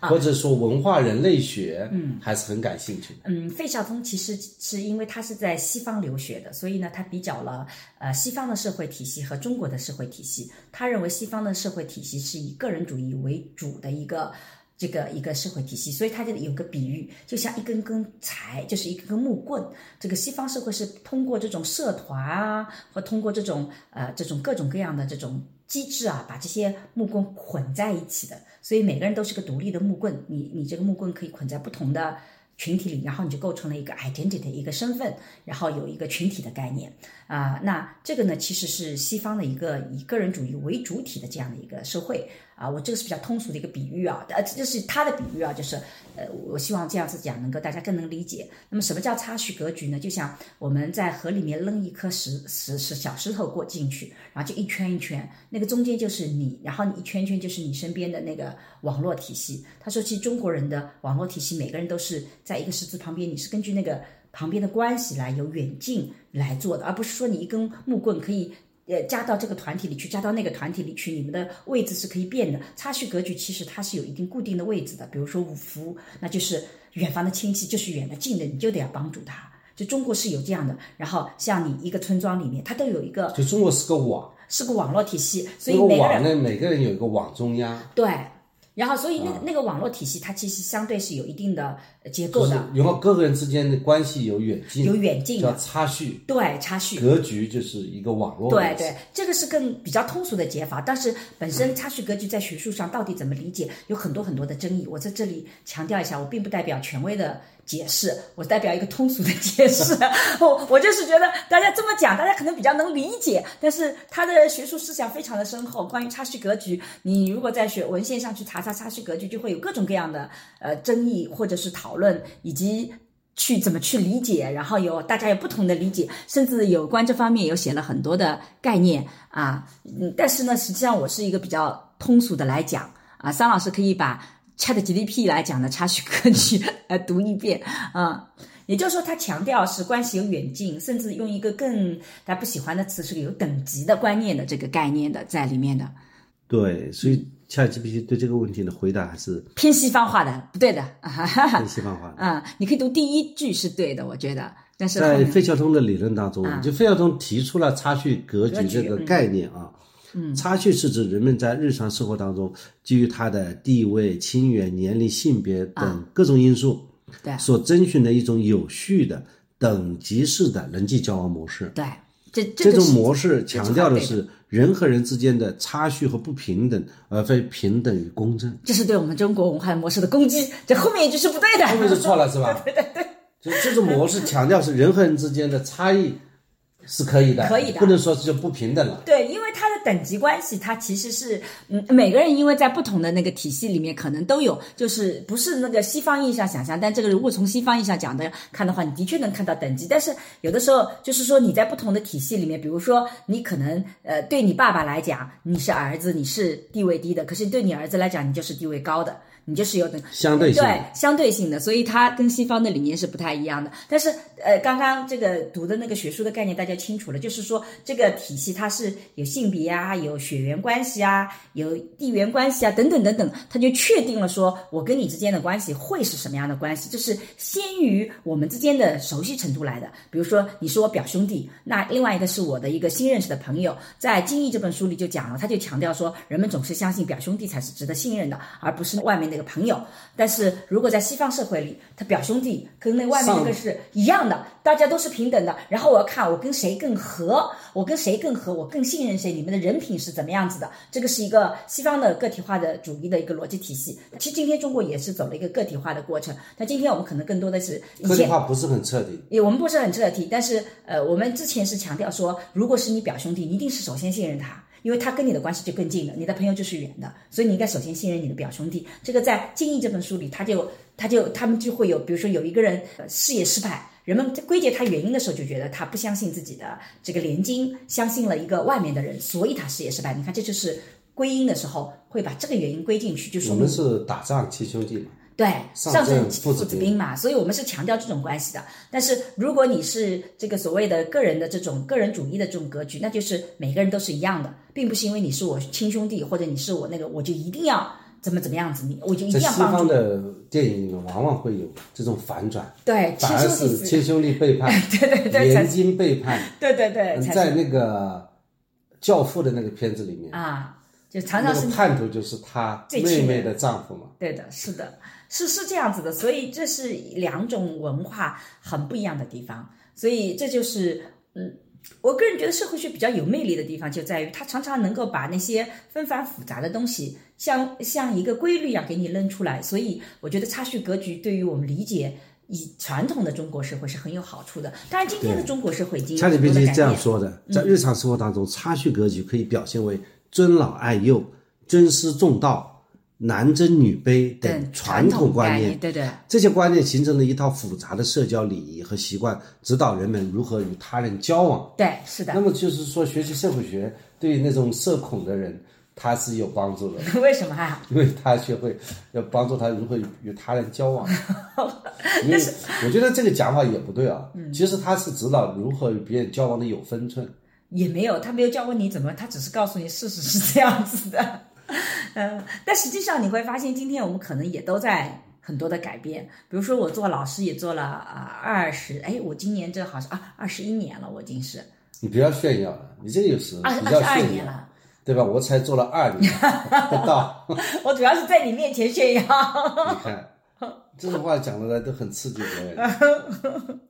Speaker 2: 啊
Speaker 4: 或者说文化人类学，嗯，还是很感兴趣的。
Speaker 2: 嗯，费孝通其实是因为他是在西方留学的，所以呢，他比较了呃西方的社会体系和中国的社会体系。他认为西方的社会体系是以个人主义为主的一个这个一个社会体系，所以他就有个比喻，就像一根根柴，就是一根根木棍。这个西方社会是通过这种社团啊，或通过这种呃这种各种各样的这种机制啊，把这些木棍捆在一起的。所以每个人都是个独立的木棍，你你这个木棍可以捆在不同的。群体里，然后你就构成了一个 identity 一个身份，然后有一个群体的概念啊、那这个呢，其实是西方的一个以个人主义为主体的这样的一个社会啊、我这个是比较通俗的一个比喻啊，呃，这就是他的比喻啊，就是呃，我希望这样子讲能够大家更能理解。那么什么叫差序格局呢？就像我们在河里面扔一颗石石石小石头过进去，然后就一圈一圈，那个中间就是你，然后你一圈一圈就是你身边的那个网络体系。他说，其实中国人的网络体系，每个人都是在一个十字旁边，你是根据那个旁边的关系来有远近来做的，而不是说你一根木棍可以。呃，加到这个团体里去，加到那个团体里去，你们的位置是可以变的。差序格局其实它是有一定固定的位置的，比如说五福，那就是远方的亲戚，就是远的近的，你就得要帮助他。就中国是有这样的，然后像你一个村庄里面，它都有一个
Speaker 4: 就中国是个网，
Speaker 2: 是个网络体系，所
Speaker 4: 这
Speaker 2: 以
Speaker 4: 个
Speaker 2: 每个
Speaker 4: 网
Speaker 2: 人
Speaker 4: 呢，每个人有一个网中央，
Speaker 2: 对，然后所以那个、那个网络体系它其实相对是有一定的呃结构
Speaker 3: 就是
Speaker 2: 的，
Speaker 3: 然后各个人之间的关系有远近，
Speaker 2: 有远近的
Speaker 3: 叫差序，
Speaker 2: 对差序。
Speaker 3: 格局就是一个网络
Speaker 2: 对
Speaker 3: 关系
Speaker 2: 对，这个是更比较通俗的解法，但是本身差序格局在学术上到底怎么理解，有很多很多的争议。我在这里强调一下，我并不代表权威的解释，我代表一个通俗的解释。我我就是觉得大家这么讲，大家可能比较能理解，但是他的学术思想非常的深厚。关于差序格局，你如果在学文献上去查查差序格局，就会有各种各样的呃争议或者是讨论，以及去怎么去理解，然后有大家有不同的理解，甚至有关这方面有写了很多的概念啊。嗯，但是呢，实际上我是一个比较通俗的来讲啊，桑老师可以把 Chat GDP 来讲的插叙歌曲来读一遍啊。也就是说，他强调是关系有远近，甚至用一个更大家不喜欢的词是有等级的观念的这个概念的在里面的，
Speaker 4: 对，所以 ChatGPT 对这个问题的回答还是
Speaker 2: 偏西方化的，不对的啊哈哈哈
Speaker 4: 很西方化的。
Speaker 2: 啊。你可以读第一句是对的，我觉得，但是后
Speaker 4: 在
Speaker 2: 面
Speaker 4: 费孝通的理论当中，就费孝通提出了差序格
Speaker 2: 格
Speaker 4: 局
Speaker 2: 局
Speaker 4: 这个概念啊。嗯，差序是指人们在日常生活当中，基于他的地位、亲缘、年龄、性别等各种因素，
Speaker 2: 对
Speaker 4: 所遵循的一种有序的等级式的人际交往模式。
Speaker 2: 对，这
Speaker 4: 这
Speaker 2: 个
Speaker 4: 种
Speaker 2: 是
Speaker 4: 模式强调的
Speaker 2: 这句话对
Speaker 4: 是人和人之间的差序和不平等，而非平等与公正。
Speaker 2: 这是对我们中国文化模式的攻击。这后面一句是不对的，
Speaker 3: 后面就错了是 吧？对对对，就这种模式强调是人和人之间的差异是可以的，
Speaker 2: 可以的
Speaker 3: 不能说是就不平等了。
Speaker 2: 对，因为它的等级关系，它其实是，嗯，每个人因为在不同的那个体系里面，可能都有，就是不是那个西方意义上想象，但这个如果从西方意义上讲的看的话，你的确能看到等级，但是有的时候就是说你在不同的体系里面，比如说你可能呃对你爸爸来讲你是儿子，你是地位低的，可是对你儿子来讲你就是地位高的，你就是有等
Speaker 4: 相对性的
Speaker 2: 对相对性的，所以它跟西方的理念是不太一样的。但是，呃，刚刚这个读的那个学术的概念大家清楚了，就是说这个体系它是有性别啊，有血缘关系啊，有地缘关系啊，等等等等，它就确定了说我跟你之间的关系会是什么样的关系，就是先于我们之间的熟悉程度来的。比如说你是我表兄弟，那另外一个是我的一个新认识的朋友，在《精益》这本书里就讲了，他就强调说，人们总是相信表兄弟才是值得信任的，而不是外面那个朋友。但是如果在西方社会里，他表兄弟跟那外面那个是一样的，大家都是平等的。然后我要看我跟谁更合，我跟谁更合，我更信任谁，你们的人品是怎么样子的？这个是一个西方的个体化的主义的一个逻辑体系。其实今天中国也是走了一个个体化的过程，但今天我们可能更多的是以
Speaker 3: 个体
Speaker 2: 前
Speaker 3: 化不是很彻底，
Speaker 2: 也我们不是很彻底，但是呃，我们之前是强调说，如果是你表兄弟，你一定是首先信任他，因为他跟你的关系就更近了，你的朋友就是远的，所以你应该首先信任你的表兄弟。这个在《精益》这本书里，他就他就他们就会有，比如说有一个人呃事业失败。人们在归结他原因的时候，就觉得他不相信自己的这个连襟，相信了一个外面的人，所以他事业失败。你看，这就是归因的时候会把这个原因归进去，就说
Speaker 3: 我
Speaker 2: 明
Speaker 3: 们是打仗七兄弟嘛，
Speaker 2: 对，
Speaker 3: 上
Speaker 2: 上
Speaker 3: 阵
Speaker 2: 阵
Speaker 3: 父子
Speaker 2: 子
Speaker 3: 兵
Speaker 2: 兵嘛，所以我们是强调这种关系的。但是如果你是这个所谓的个人的这种个人主义的这种格局，那就是每个人都是一样的，并不是因为你是我亲兄弟或者你是我那个，我就一定要怎么怎么样子，你我就一
Speaker 3: 在
Speaker 2: 定要
Speaker 3: 西
Speaker 2: 帮
Speaker 3: 方
Speaker 2: 助。
Speaker 3: 的电影里面往往会有这种反转，
Speaker 2: 对，亲
Speaker 3: 反而
Speaker 2: 兄弟
Speaker 3: 是
Speaker 2: 之
Speaker 3: 亲兄弟背叛，
Speaker 2: 对对对才
Speaker 3: 连襟背叛。
Speaker 2: 对对对，才
Speaker 3: 在
Speaker 2: 是
Speaker 3: 那个《教父》的那个片子里面，
Speaker 2: 啊，就常
Speaker 3: 那
Speaker 2: 常是
Speaker 3: 个叛徒就是他
Speaker 2: 最
Speaker 3: 妹
Speaker 2: 亲
Speaker 3: 妹
Speaker 2: 的
Speaker 3: 的丈夫嘛。
Speaker 2: 对的，是的，是是这样子的，所以这是两种文化很不一样的地方，所以这就是嗯，我个人觉得社会学比较有魅力的地方就在于它常常能够把那些纷繁复杂的东西像像一个规律一啊样给你扔出来，所以我觉得差序格局对于我们理解。以传统的中国社会是很有好处的，当然今天的中国社会已经有
Speaker 4: 恰
Speaker 2: 很
Speaker 4: 里
Speaker 2: 多
Speaker 4: 皮
Speaker 2: 的
Speaker 4: 是
Speaker 2: 改
Speaker 4: 这样
Speaker 2: 变。
Speaker 4: 说的，在日常生活当中，差序格局可以表现为尊老爱幼、尊师重道、男尊女卑等
Speaker 2: 嗯，
Speaker 4: 传统观
Speaker 2: 概
Speaker 4: 念。
Speaker 2: 对对
Speaker 4: 这些观念形成了一套复杂的社交礼仪和习惯，指导人们如何与他人交往。
Speaker 2: 对，是的
Speaker 3: 那。么就是说，学习社会学对于那种社恐的人，他是有帮助的，
Speaker 2: 为什么啊？
Speaker 3: 因为他学会要帮助他如何与他人交往。因为我觉得这个讲法也不对啊，其实他是指导如何与别人交往的有分寸。
Speaker 2: 也没有，他没有教过你怎么，他只是告诉你事实是这样子的。嗯，但实际上你会发现，今天我们可能也都在很多的改变。比如说，我做老师也做了啊二十，哎，我今年这好像啊二十一年了，我已经是
Speaker 3: 你不要炫耀了，你这个有时
Speaker 2: 二
Speaker 3: 比
Speaker 2: 二
Speaker 3: 较
Speaker 2: 十二
Speaker 3: 炫
Speaker 2: 年
Speaker 3: 耀。
Speaker 2: 了。
Speaker 4: 对吧？我才做了二年不到，
Speaker 2: 我主要是在你面前炫耀。
Speaker 4: 你看这种话讲出来都很刺激别人。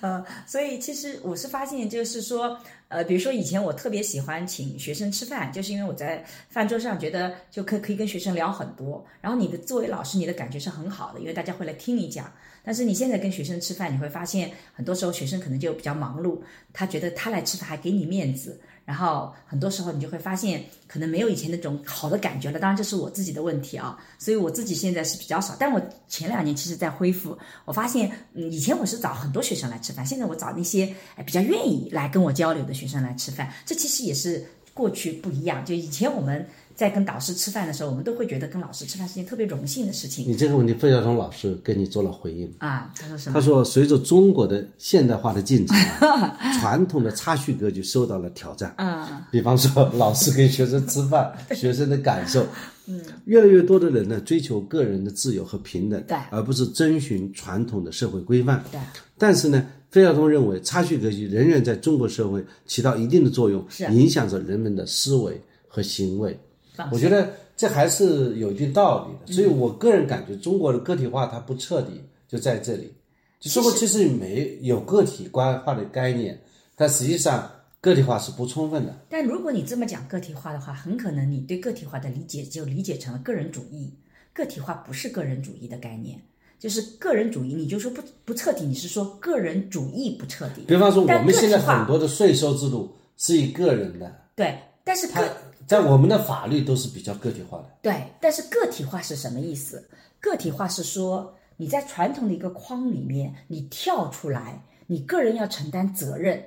Speaker 2: 呃，所以其实我是发现，就是说，呃，比如说以前我特别喜欢请学生吃饭，就是因为我在饭桌上觉得就可可以跟学生聊很多，然后你的作为老师，你的感觉是很好的，因为大家会来听你讲。但是你现在跟学生吃饭，你会发现很多时候学生可能就比较忙碌，他觉得他来吃饭还给你面子，然后很多时候你就会发现可能没有以前那种好的感觉了。当然这是我自己的问题啊，所以我自己现在是比较少。但我前两年其实在恢复，我发现嗯，以前我是找很多学生来吃饭，现在我找那些哎比较愿意来跟我交流的学生来吃饭，这其实也是过去不一样。就以前我们在跟导师吃饭的时候，我们都会觉得跟老师吃饭是件特别荣幸的事情
Speaker 4: 你这个问题，费孝通老师跟你做了回应。
Speaker 2: 啊。他说什么？
Speaker 4: 他说，随着中国的现代化的进程啊， 传统的差序格局受到了挑战。
Speaker 2: 嗯，
Speaker 4: 比方说，老师跟学生吃 饭，学生的感受。嗯，越来越多的人呢，追求个人的自由和平等，
Speaker 2: 对
Speaker 4: 而不是遵循传统的社会规范。
Speaker 2: 对，
Speaker 4: 但是呢，费孝通认为，差序格局仍然在中国社会起到一定的作用，
Speaker 2: 是
Speaker 4: 影响着人们的思维和行为。
Speaker 2: 放嗯
Speaker 4: 我觉得这还是有一定道理的。所以我个人感觉，中国的个体化它不彻底，就在这里。就中国其实没有个体化的概念，但实际上个体化是不充分的。
Speaker 2: 但如果你这么讲个体化的话，很可能你对个体化的理解就理解成了个人主义。个体化不是个人主义的概念，就是个人主义，你就说不不彻底，你是说个人主义不彻底。
Speaker 4: 比方说，我
Speaker 2: 但
Speaker 4: 们现在
Speaker 2: 个体化
Speaker 4: 很多的税收制度是以个人的，
Speaker 2: 对，但是
Speaker 4: 它
Speaker 2: 个
Speaker 4: 在我们的法律都是比较个体化的。
Speaker 2: 对，但是个体化是什么意思？个体化是说你在传统的一个框里面，你跳出来，你个人要承担责任，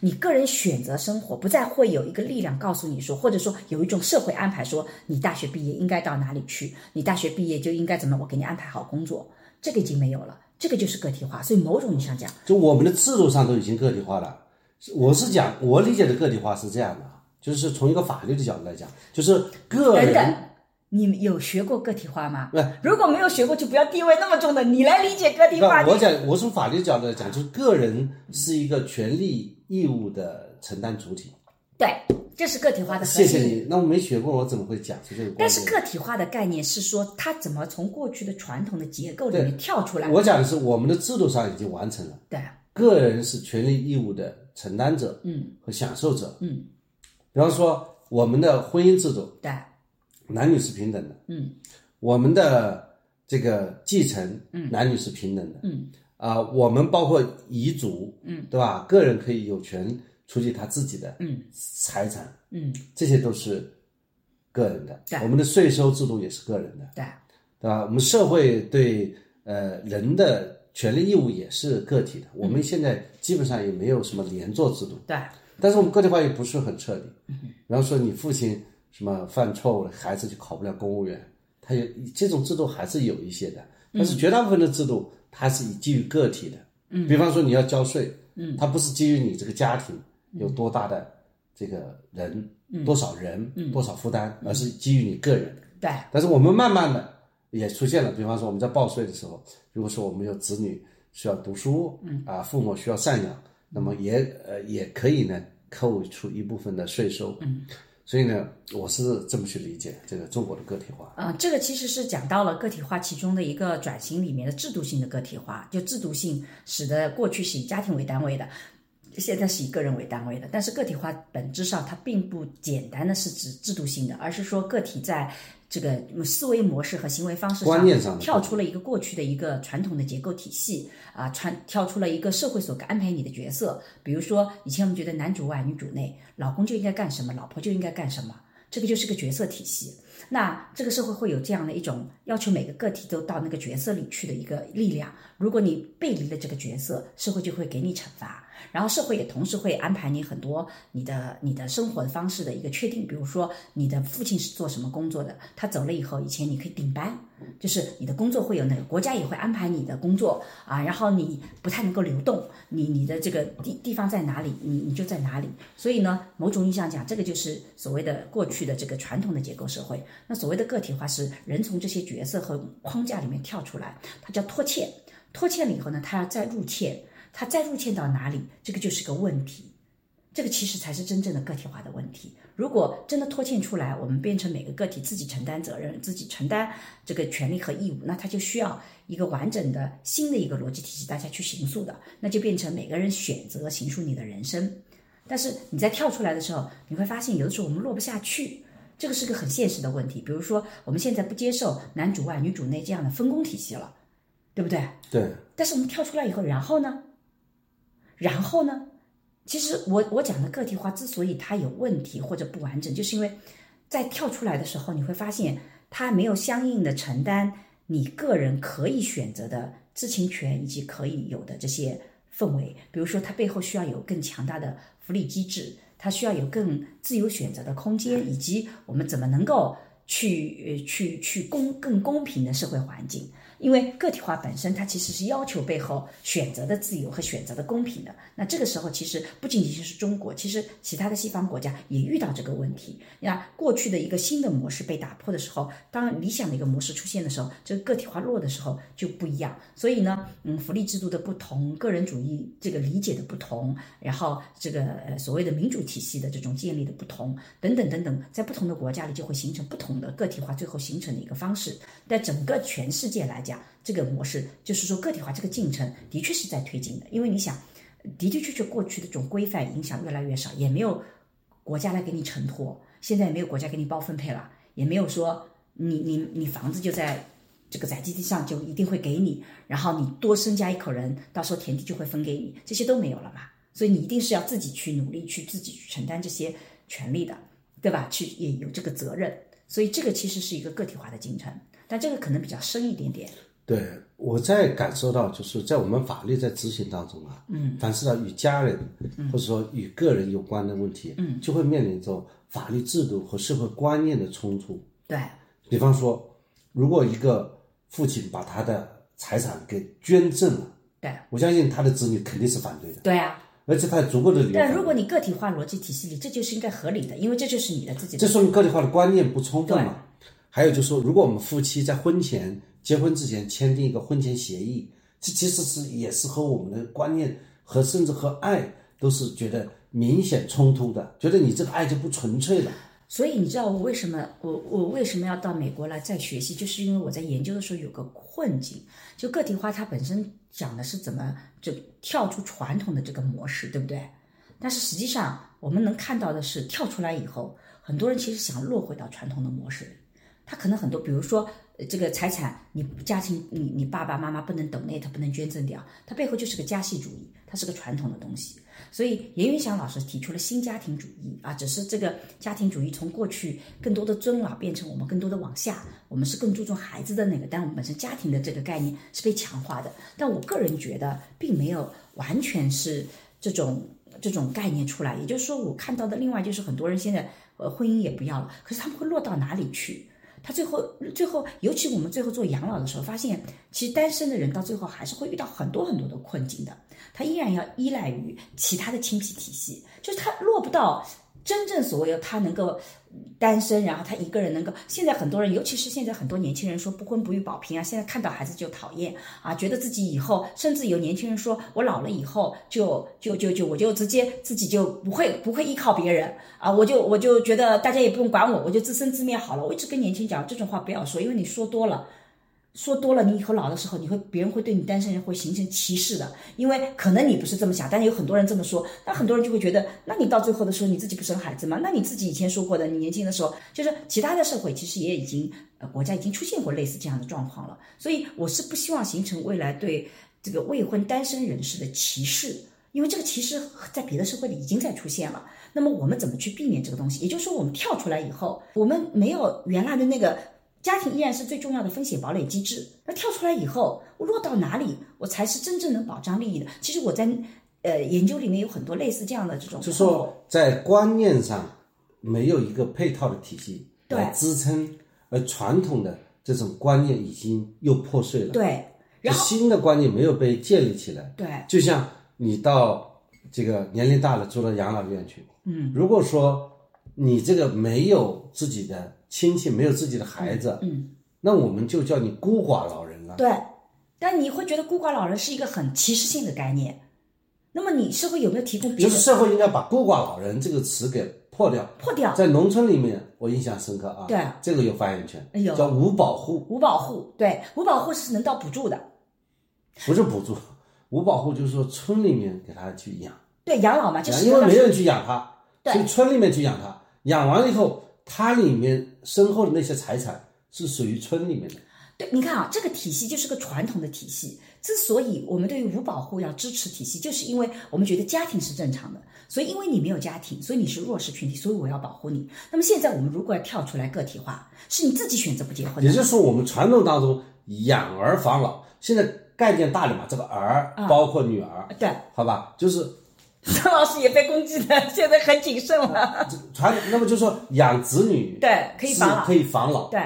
Speaker 2: 你个人选择生活，不再会有一个力量告诉你说，或者说有一种社会安排说，你大学毕业应该到哪里去，你大学毕业就应该怎么，我给你安排好工作，这个已经没有了，这个就是个体化。所以某种意义上讲，
Speaker 4: 就我们的制度上都已经个体化了。我是讲，我理解的个体化是这样的啊，就是从一个法律的角度来讲，就是个
Speaker 2: 等等
Speaker 4: 人。。
Speaker 2: 你有学过个体化吗
Speaker 4: 不？
Speaker 2: 如果没有学过，就不要地位那么重的，你来理解个体
Speaker 4: 不，
Speaker 2: 化。
Speaker 4: 我讲，我从法律角度来讲，就是个人是一个权利义务的承担主体。
Speaker 2: 对，这是个体化的核
Speaker 4: 谢
Speaker 2: 心。
Speaker 4: 谢你，那我没学过，我怎么会讲出这个观点？
Speaker 2: 但是个体化的概念是说，它怎么从过去的传统的结构里面跳出来？
Speaker 4: 我讲的是我们的制度上已经完成了，
Speaker 2: 对，
Speaker 4: 个人是权利义务的承担者
Speaker 2: 嗯
Speaker 4: 和享受者。
Speaker 2: 嗯，
Speaker 4: 比方说，我们的婚姻制度，
Speaker 2: 对，
Speaker 4: 男女是平等的；
Speaker 2: 嗯
Speaker 4: 我们的这个继承，男女是平等的。
Speaker 2: 嗯
Speaker 4: 啊、我们包括遗嘱，
Speaker 2: 嗯，
Speaker 4: 对吧？个人可以有权处理他自己的
Speaker 2: 嗯
Speaker 4: 财产。
Speaker 2: 嗯，
Speaker 4: 这些都是个人的
Speaker 2: 对。
Speaker 4: 我们的税收制度也是个人的，
Speaker 2: 对
Speaker 4: 对吧？我们社会对呃人的权利义务也是个体的。我
Speaker 2: 嗯
Speaker 4: 们现在基本上也没有什么连坐制度，
Speaker 2: 对，
Speaker 4: 但是我们个体化也不是很彻底。比方说，你父亲什么犯错误了，孩子就考不了公务员，他有这种制度还是有一些的，但是绝大部分的制度它是以基于个体的。嗯，比方说你要交税，嗯，它不是基于你这个家庭有多大的这个人、多少人、多少负担，而是基于你个人。
Speaker 2: 对，
Speaker 4: 但是我们慢慢的也出现了，比方说我们在报税的时候，如果说我们有子女需要读书，嗯啊，父母需要赡养，那么也呃也可以呢扣除一部分的税收，嗯，所以呢，我是这么去理解这个中国的个体化，
Speaker 2: 呃，这个其实是讲到了个体化其中的一个转型里面的制度性的个体化，就制度性使得过去是以家庭为单位的，现在是以个人为单位的。但是个体化本质上它并不简单的是指制度性的，而是说个体在这个思维模式和行为方式
Speaker 4: 观念上的
Speaker 2: 跳出了一个过去的一个传统的结构体系啊，传跳出了一个社会所安排你的角色。比如说以前我们觉得男主外女主内，老公就应该干什么，老婆就应该干什么，这个就是个角色体系。那这个社会会有这样的一种要求，每个个体都到那个角色里去的一个力量。如果你背离了这个角色，社会就会给你惩罚，然后社会也同时会安排你很多你的你的生活方式的一个确定。比如说，你的父亲是做什么工作的，他走了以后，以前你可以顶班，就是你的工作会有那个国家也会安排你的工作啊，然后你不太能够流动，你你的这个地地方在哪里，你你就在哪里。所以呢，某种意义上讲，这个就是所谓的过去的这个传统的结构社会。那所谓的个体化是人从这些角色和框架里面跳出来，它叫脱嵌。脱嵌了以后呢，它要再入嵌，它再入嵌到哪里，这个就是个问题。这个其实才是真正的个体化的问题。如果真的拖欠出来，我们变成每个个体自己承担责任、自己承担这个权利和义务，那他就需要一个完整的新的一个逻辑体系，大家去刑诉的，那就变成每个人选择刑诉你的人生。但是你在跳出来的时候，你会发现有的时候我们落不下去，这个是个很现实的问题。比如说，我们现在不接受男主外女主内这样的分工体系了，对不对？
Speaker 4: 对，
Speaker 2: 但是我们跳出来以后，然后呢？然后呢？其实我我讲的个体化之所以它有问题或者不完整，就是因为在跳出来的时候，你会发现它没有相应的承担你个人可以选择的知情权以及可以有的这些氛围。比如说，它背后需要有更强大的福利机制，它需要有更自由选择的空间，以及我们怎么能够去呃去去公更公平的社会环境。因为个体化本身，它其实是要求背后选择的自由和选择的公平的。那这个时候，其实不仅仅是中国，其实其他的西方国家也遇到这个问题。那过去的一个新的模式被打破的时候，当理想的一个模式出现的时候，这个个体化落的时候就不一样。所以呢，嗯，福利制度的不同，个人主义这个理解的不同，然后这个呃所谓的民主体系的这种建立的不同，等等等等，在不同的国家里就会形成不同的个体化最后形成的一个方式。在整个全世界来讲，这个模式就是说个体化这个进程的确是在推进的，因为你想，的的确确过去的这种规范影响越来越少，也没有国家来给你承托，现在也没有国家给你包分配了，也没有说你你你房子就在这个宅基地上就一定会给你，然后你多生加一口人，到时候田地就会分给你，这些都没有了嘛，所以你一定是要自己去努力去自己去承担这些权利的，对吧？去也有这个责任，所以这个其实是一个个体化的进程。但这个可能比较深一点点。
Speaker 4: 对，我在感受到，就是在我们法律在执行当中啊，嗯，凡是到与家人、嗯、或者说与个人有关的问题，嗯，就会面临着法律制度和社会观念的冲突。
Speaker 2: 对，
Speaker 4: 比方说，如果一个父亲把他的财产给捐赠了，
Speaker 2: 对，
Speaker 4: 我相信他的子女肯定是反对的。
Speaker 2: 对啊，
Speaker 4: 而且他有足够的理由。
Speaker 2: 但如果你个体化逻辑体系里，这就是应该合理的，因为这就是你的自己的。
Speaker 4: 这说明个体化的观念不充分嘛。还有就是说，如果我们夫妻在婚前结婚之前签订一个婚前协议，这其实是也是和我们的观念和甚至和爱都是觉得明显冲突的，觉得你这个爱就不纯粹了。
Speaker 2: 所以你知道我为什么我我为什么要到美国来再学习，就是因为我在研究的时候有个困境，就个体化它本身讲的是怎么就跳出传统的这个模式，对不对？但是实际上我们能看到的是，跳出来以后，很多人其实想落回到传统的模式里。他可能很多，比如说呃这个财产，你家庭，你你爸爸妈妈不能 donate，不能捐赠掉，它背后就是个家系主义，它是个传统的东西。所以严云祥老师提出了新家庭主义啊，只是这个家庭主义从过去更多的尊老变成我们更多的往下，我们是更注重孩子的那个，但我们本身家庭的这个概念是被强化的。但我个人觉得，并没有完全是这种这种概念出来。也就是说，我看到的另外就是很多人现在呃婚姻也不要了，可是他们会落到哪里去？他最后，最后，尤其我们最后做养老的时候，发现其实单身的人到最后还是会遇到很多很多的困境的。他依然要依赖于其他的亲戚体系，就是他落不到真正所谓的他能够单身，然后他一个人能够。现在很多人，尤其是现在很多年轻人说不婚不育保平安，啊现在看到孩子就讨厌啊，觉得自己以后，甚至有年轻人说我老了以后就就就就我就直接自己就不会不会依靠别人啊，我就我就觉得大家也不用管我，我就自生自灭好了。我一直跟年轻人讲这种话不要说，因为你说多了。说多了，你以后老的时候，你会别人会对你单身人会形成歧视的，因为可能你不是这么想，但是有很多人这么说，那很多人就会觉得，那你到最后的时候，你自己不生孩子吗？那你自己以前说过的，你年轻的时候，就是其他的社会其实也已经，呃，国家已经出现过类似这样的状况了，所以我是不希望形成未来对这个未婚单身人士的歧视，因为这个歧视在别的社会里已经在出现了。那么我们怎么去避免这个东西？也就是说，我们跳出来以后，我们没有原来的那个。家庭依然是最重要的风险堡垒机制。那跳出来以后，我落到哪里，我才是真正能保障利益的？其实我在呃研究里面有很多类似这样的这种，
Speaker 4: 就说在观念上没有一个配套的体系来支撑，而传统的这种观念已经又破碎了。
Speaker 2: 对，然后
Speaker 4: 新的观念没有被建立起来。
Speaker 2: 对，
Speaker 4: 就像你到这个年龄大了住到养老院去，
Speaker 2: 嗯，
Speaker 4: 如果说你这个没有自己的。亲戚没有自己的孩子，
Speaker 2: 嗯，
Speaker 4: 那我们就叫你孤寡老人了。
Speaker 2: 对，但你会觉得孤寡老人是一个很歧视性的概念。那么你社会有没有提供别
Speaker 4: 就
Speaker 2: 的
Speaker 4: 是社会应该把孤寡老人这个词给破掉。
Speaker 2: 破掉？
Speaker 4: 在农村里面，我印象深刻啊，
Speaker 2: 对
Speaker 4: 这个有发言权，
Speaker 2: 哎呦
Speaker 4: 叫无保户，
Speaker 2: 五保户对，五保户是能到补助的，
Speaker 4: 不是补助，无保户就是说村里面给他去养，
Speaker 2: 对养老嘛，就
Speaker 4: 养
Speaker 2: 是
Speaker 4: 因为没
Speaker 2: 有
Speaker 4: 人去养他，
Speaker 2: 对
Speaker 4: 所以村里面去养他，养完了以后，他里面身后的那些财产是属于村里面的。
Speaker 2: 对，你看啊，这个体系就是个传统的体系。之所以我们对于五保户要支持体系，就是因为我们觉得家庭是正常的，所以因为你没有家庭，所以你是弱势群体，所以我要保护你。那么现在我们如果要跳出来个体化，是你自己选择不结婚
Speaker 4: 也
Speaker 2: 的，
Speaker 4: 就是说，我们传统当中养儿防老，现在概念大了嘛，这个儿
Speaker 2: 啊
Speaker 4: 包括女儿，
Speaker 2: 对，
Speaker 4: 好吧，就是
Speaker 5: 张老师也被攻击了，现在很谨慎了。
Speaker 4: 传，那么就是说养子女，
Speaker 2: 对可以防老
Speaker 4: 是可以防老。
Speaker 2: 对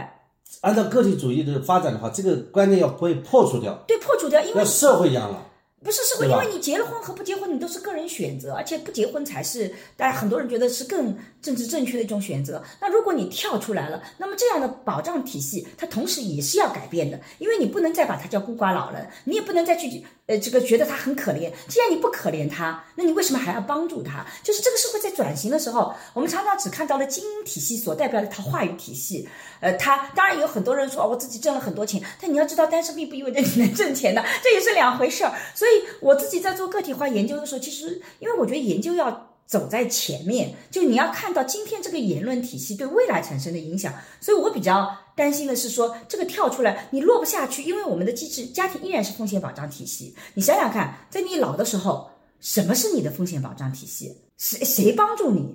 Speaker 4: 按照个体主义的发展的话，这个观念要被破除掉，
Speaker 2: 对，破除掉，因为
Speaker 4: 要社会养老。
Speaker 2: 不是社会，
Speaker 4: 对
Speaker 2: 因
Speaker 4: 吧
Speaker 2: 为你结了婚和不结婚，你都是个人选择，而且不结婚才是大家很多人觉得是更政治正确的一种选择。那如果你跳出来了，那么这样的保障体系，它同时也是要改变的，因为你不能再把它叫孤寡老人，你也不能再去呃这个觉得他很可怜。既然你不可怜他，那你为什么还要帮助他？就是这个社会在转型的时候，我们常常只看到了精英体系所代表的一套话语体系，呃，他当然有很多人说、哦、我自己挣了很多钱，但你要知道，单身并不意味着你能挣钱的，这也是两回事儿。所以我自己在做个体化研究的时候，其实因为我觉得研究要。走在前面，就你要看到今天这个言论体系对未来产生的影响，所以我比较担心的是说，这个跳出来你落不下去，因为我们的机制家庭依然是风险保障体系。你想想看，在你老的时候，什么是你的风险保障体系？谁谁帮助你？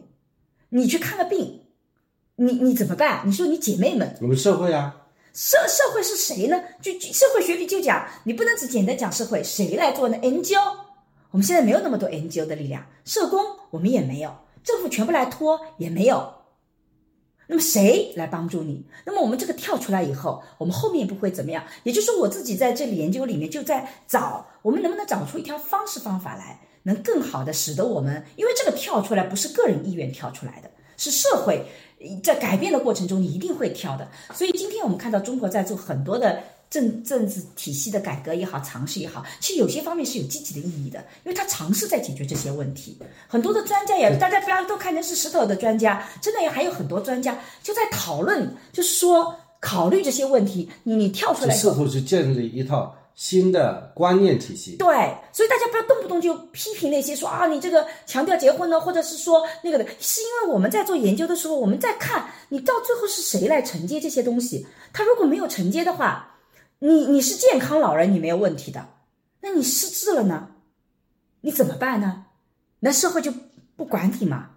Speaker 2: 你去看个病，你你怎么办？你说你姐妹们，
Speaker 4: 我们社会啊，
Speaker 2: 社社会是谁呢？就就社会学里就讲，你不能只简单讲社会，谁来做呢？NGO，我们现在没有那么多 NGO 的力量，社工我们也没有，政府全部来拖也没有。那么谁来帮助你？那么我们这个跳出来以后，我们后面不会怎么样？也就是我自己在这里研究里面就在找，我们能不能找出一条方式方法来，能更好的使得我们，因为这个跳出来不是个人意愿跳出来的，是社会在改变的过程中你一定会跳的。所以今天我们看到中国在做很多的。政政治体系的改革也好，尝试也好，其实有些方面是有积极的意义的，因为它尝试在解决这些问题。很多的专家也，大家不要都看成是石头的专家，真的也还有很多专家就在讨论，就是说考虑这些问题，你你跳出
Speaker 4: 是
Speaker 2: 来以后
Speaker 4: 试图去建立一套新的观念体系。
Speaker 2: 对，所以大家不要动不动就批评那些说啊，你这个强调结婚呢，或者是说那个的，是因为我们在做研究的时候，我们在看你到最后是谁来承接这些东西。他如果没有承接的话，你你是健康老人，你没有问题的，那你失智了呢，你怎么办呢？那社会就不管你嘛。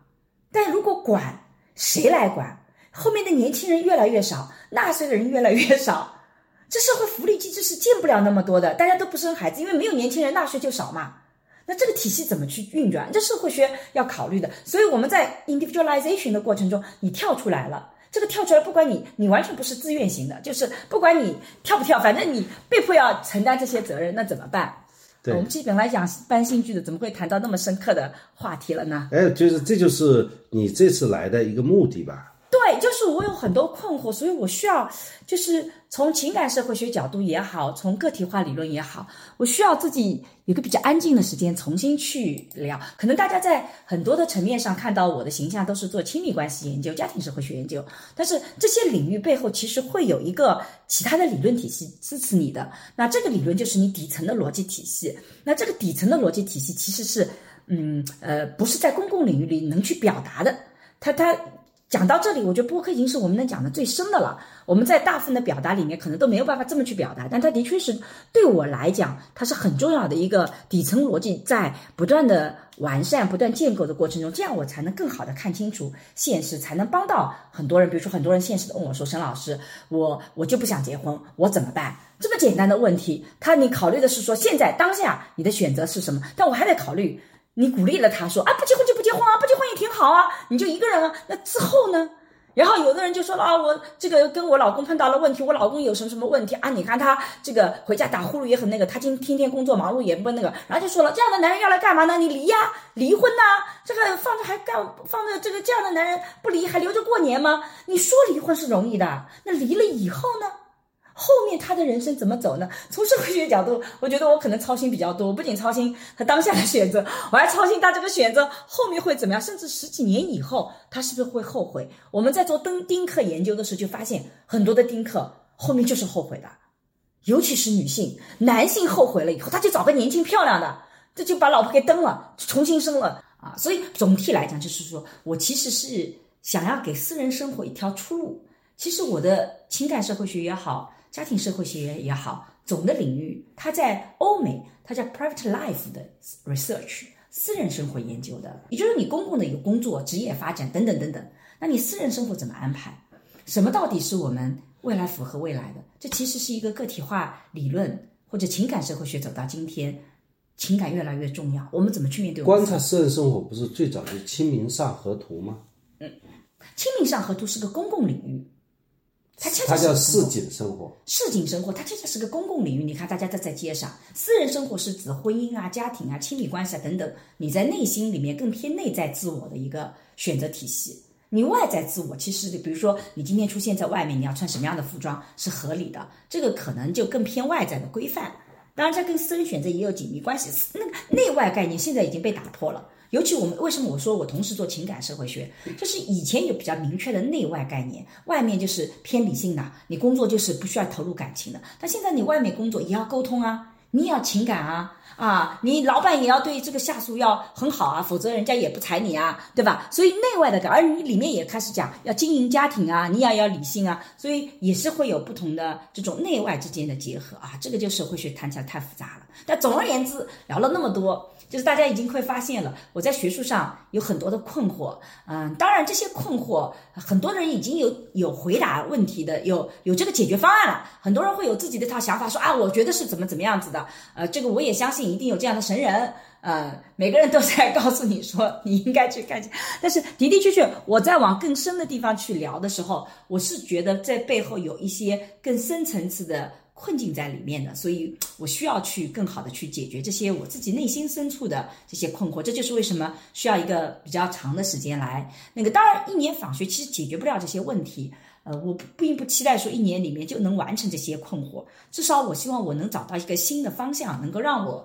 Speaker 2: 但如果管，谁来管？后面的年轻人越来越少，纳税的人越来越少，这社会福利机制是建不了那么多的，大家都不生孩子，因为没有年轻人纳税就少嘛。那这个体系怎么去运转？这社会学要考虑的。所以我们在 individualization 的过程中，你跳出来了。这个跳出来，不管你，你完全不是自愿型的，就是不管你跳不跳，反正你被迫要承担这些责任，那怎么办？
Speaker 4: 对
Speaker 2: 我们这本来讲搬新剧的，怎么会谈到那么深刻的话题了呢？
Speaker 4: 哎，就是这就是你这次来的一个目的吧？
Speaker 2: 对，就是我有很多困惑，所以我需要就是从情感社会学角度也好，从个体化理论也好，我需要自己有个比较安静的时间重新去聊。可能大家在很多的层面上看到我的形象都是做亲密关系研究、家庭社会学研究，但是这些领域背后其实会有一个其他的理论体系支持你的。那这个理论就是你底层的逻辑体系。那这个底层的逻辑体系其实是，嗯呃，不是在公共领域里能去表达的。它它讲到这里，我觉得播客已经是我们能讲的最深的了。我们在大部分的表达里面，可能都没有办法这么去表达，但它的确是对我来讲，它是很重要的一个底层逻辑，在不断的完善、不断建构的过程中，这样我才能更好的看清楚现实，才能帮到很多人。比如说，很多人现实的问我说：“沈老师，我我就不想结婚，我怎么办？”这么简单的问题，他你考虑的是说现在当下你的选择是什么，但我还得考虑你鼓励了他说啊，不结婚就不结婚啊，不结婚也挺好啊，你就一个人啊。那之后呢？然后有的人就说了啊，我这个跟我老公碰到了问题，我老公有什么什么问题啊？你看他这个回家打呼噜也很那个，他今天天工作忙碌也不那个，然后就说了这样的男人要来干嘛呢？你离呀、离婚呐、这个放着还干放着这个这样的男人不离还留着过年吗？你说离婚是容易的，那离了以后呢？后面他的人生怎么走呢？ 从社会学角度，我觉得我可能操心比较多。我不仅操心他当下的选择， 我还操心他这个选择后面会怎么样，甚至十几年以后他是不是会后悔。我们在做丁丁克研究的时候，就发现很多的丁克后面就是后悔的，尤其是女性，男性后悔了以后，他就找个年轻漂亮的，这就把老婆给蹬了，重新生了啊。所以总体来讲，就是说我其实是想要给私人生活一条出路。其实我的情感社会学也好，家庭社会学也好，总的领域，它在欧美，它叫 private life 的 research，私人生活研究的，也就是你公共的有工作、职业发展等等等等，那你私人生活怎么安排？什么到底是我们未来符合未来的？这其实是一个个体化理论或者情感社会学走到今天，情感越来越重要，我们怎么去面对我
Speaker 3: 观
Speaker 2: 们？
Speaker 3: 察私人生活不是最早就《清明上河图》吗？
Speaker 2: 清明上河图是个公共领域，它恰恰
Speaker 3: 它
Speaker 2: 是
Speaker 3: 叫
Speaker 2: 个公
Speaker 3: 市
Speaker 2: 共
Speaker 3: 井生活，
Speaker 2: 市井生活，它恰恰是个公共领域。你看，大家都在街上；私人生活是指婚姻啊、家庭啊、亲密关系啊等等。你在内心里面更偏内在自我的一个选择体系。你外在自我其实，比如说你今天出现在外面，你要穿什么样的服装是合理的，这个可能就更偏外在的规范。当然，这跟私人选择也有紧密关系。那个内外概念现在已经被打破了。尤其我们为什么我说我同时做情感社会学，就是以前有比较明确的内外概念，外面就是偏理性的，你工作就是不需要投入感情的。但现在你外面工作也要沟通啊，你也要情感啊，啊，你老板也要对这个下属要很好啊，否则人家也不裁你啊，对吧？所以内外的感，而你里面也开始讲要经营家庭啊，你也要理性啊，所以也是会有不同的这种内外之间的结合啊，这个就社会学谈起来太复杂了。但总而言之，聊了那么多，就是大家已经会发现了，我在学术上有很多的困惑，嗯，当然这些困惑，很多人已经有有回答问题的，有有这个解决方案了。很多人会有自己的一套想法，说啊，我觉得是怎么怎么样子的，呃，这个我也相信一定有这样的神人，呃，每个人都在告诉你说你应该去干。但是的的确确，我在往更深的地方去聊的时候，我是觉得在背后有一些更深层次的困境在里面的，所以我需要去更好的去解决这些我自己内心深处的这些困惑。这就是为什么需要一个比较长的时间来那个。当然，一年访学其实解决不了这些问题。呃，我不并不期待说一年里面就能完成这些困惑，至少我希望我能找到一个新的方向，能够让我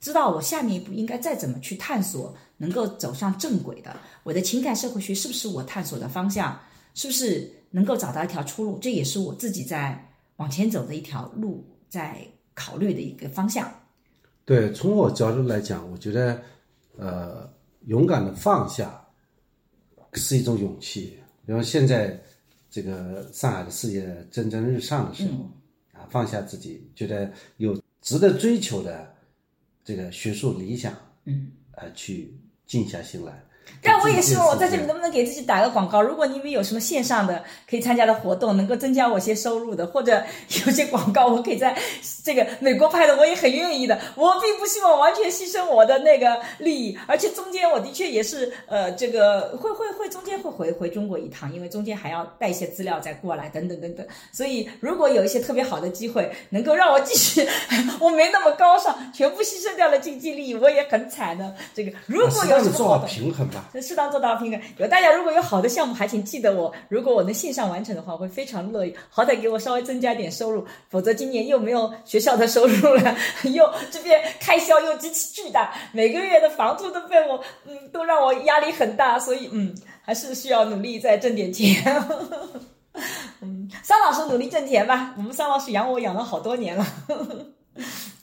Speaker 2: 知道我下面一步应该再怎么去探索，能够走上正轨的。我的情感社会学是不是我探索的方向？是不是能够找到一条出路？这也是我自己在往前走的一条路，在考虑的一个方向。
Speaker 4: 对，从我角度来讲，我觉得，呃，勇敢的放下是一种勇气。比方现在这个上海的事业蒸蒸日上的时候，啊，放下自己觉得有值得追求的这个学术理想，
Speaker 2: 嗯，
Speaker 4: 呃，去静下心来。
Speaker 2: 但我也希望我在这里
Speaker 4: 给自己一些时间
Speaker 2: 能不能给自己打个广告？如果你们有什么线上的可以参加的活动，能够增加我些收入的，或者有些广告我可以在这个美国拍的，我也很愿意的。我并不希望完全牺牲我的那个利益，而且中间我的确也是呃，这个会会会中间会回回中国一趟，因为中间还要带一些资料再过来，等等等等。所以如果有一些特别好的机会，能够让我继续， 我没那么高尚，全部牺牲掉了经济利益，我也很惨的。这个如果
Speaker 4: 啊适
Speaker 2: 有
Speaker 4: 当
Speaker 2: 什
Speaker 4: 的
Speaker 2: 么
Speaker 4: 做
Speaker 2: 活
Speaker 4: 好
Speaker 2: 动。
Speaker 4: 平衡吧。
Speaker 2: 适当做到平衡。有大家如果有好的项目，还请记得我。如果我能线上完成的话，我会非常乐意。好歹给我稍微增加点收入，否则今年又没有学校的收入了，又这边开销又极其巨大，每个月的房租都被我嗯都让我压力很大，所以嗯还是需要努力再挣点钱。嗯，桑老师努力挣钱吧。我们桑老师养我养了好多年了。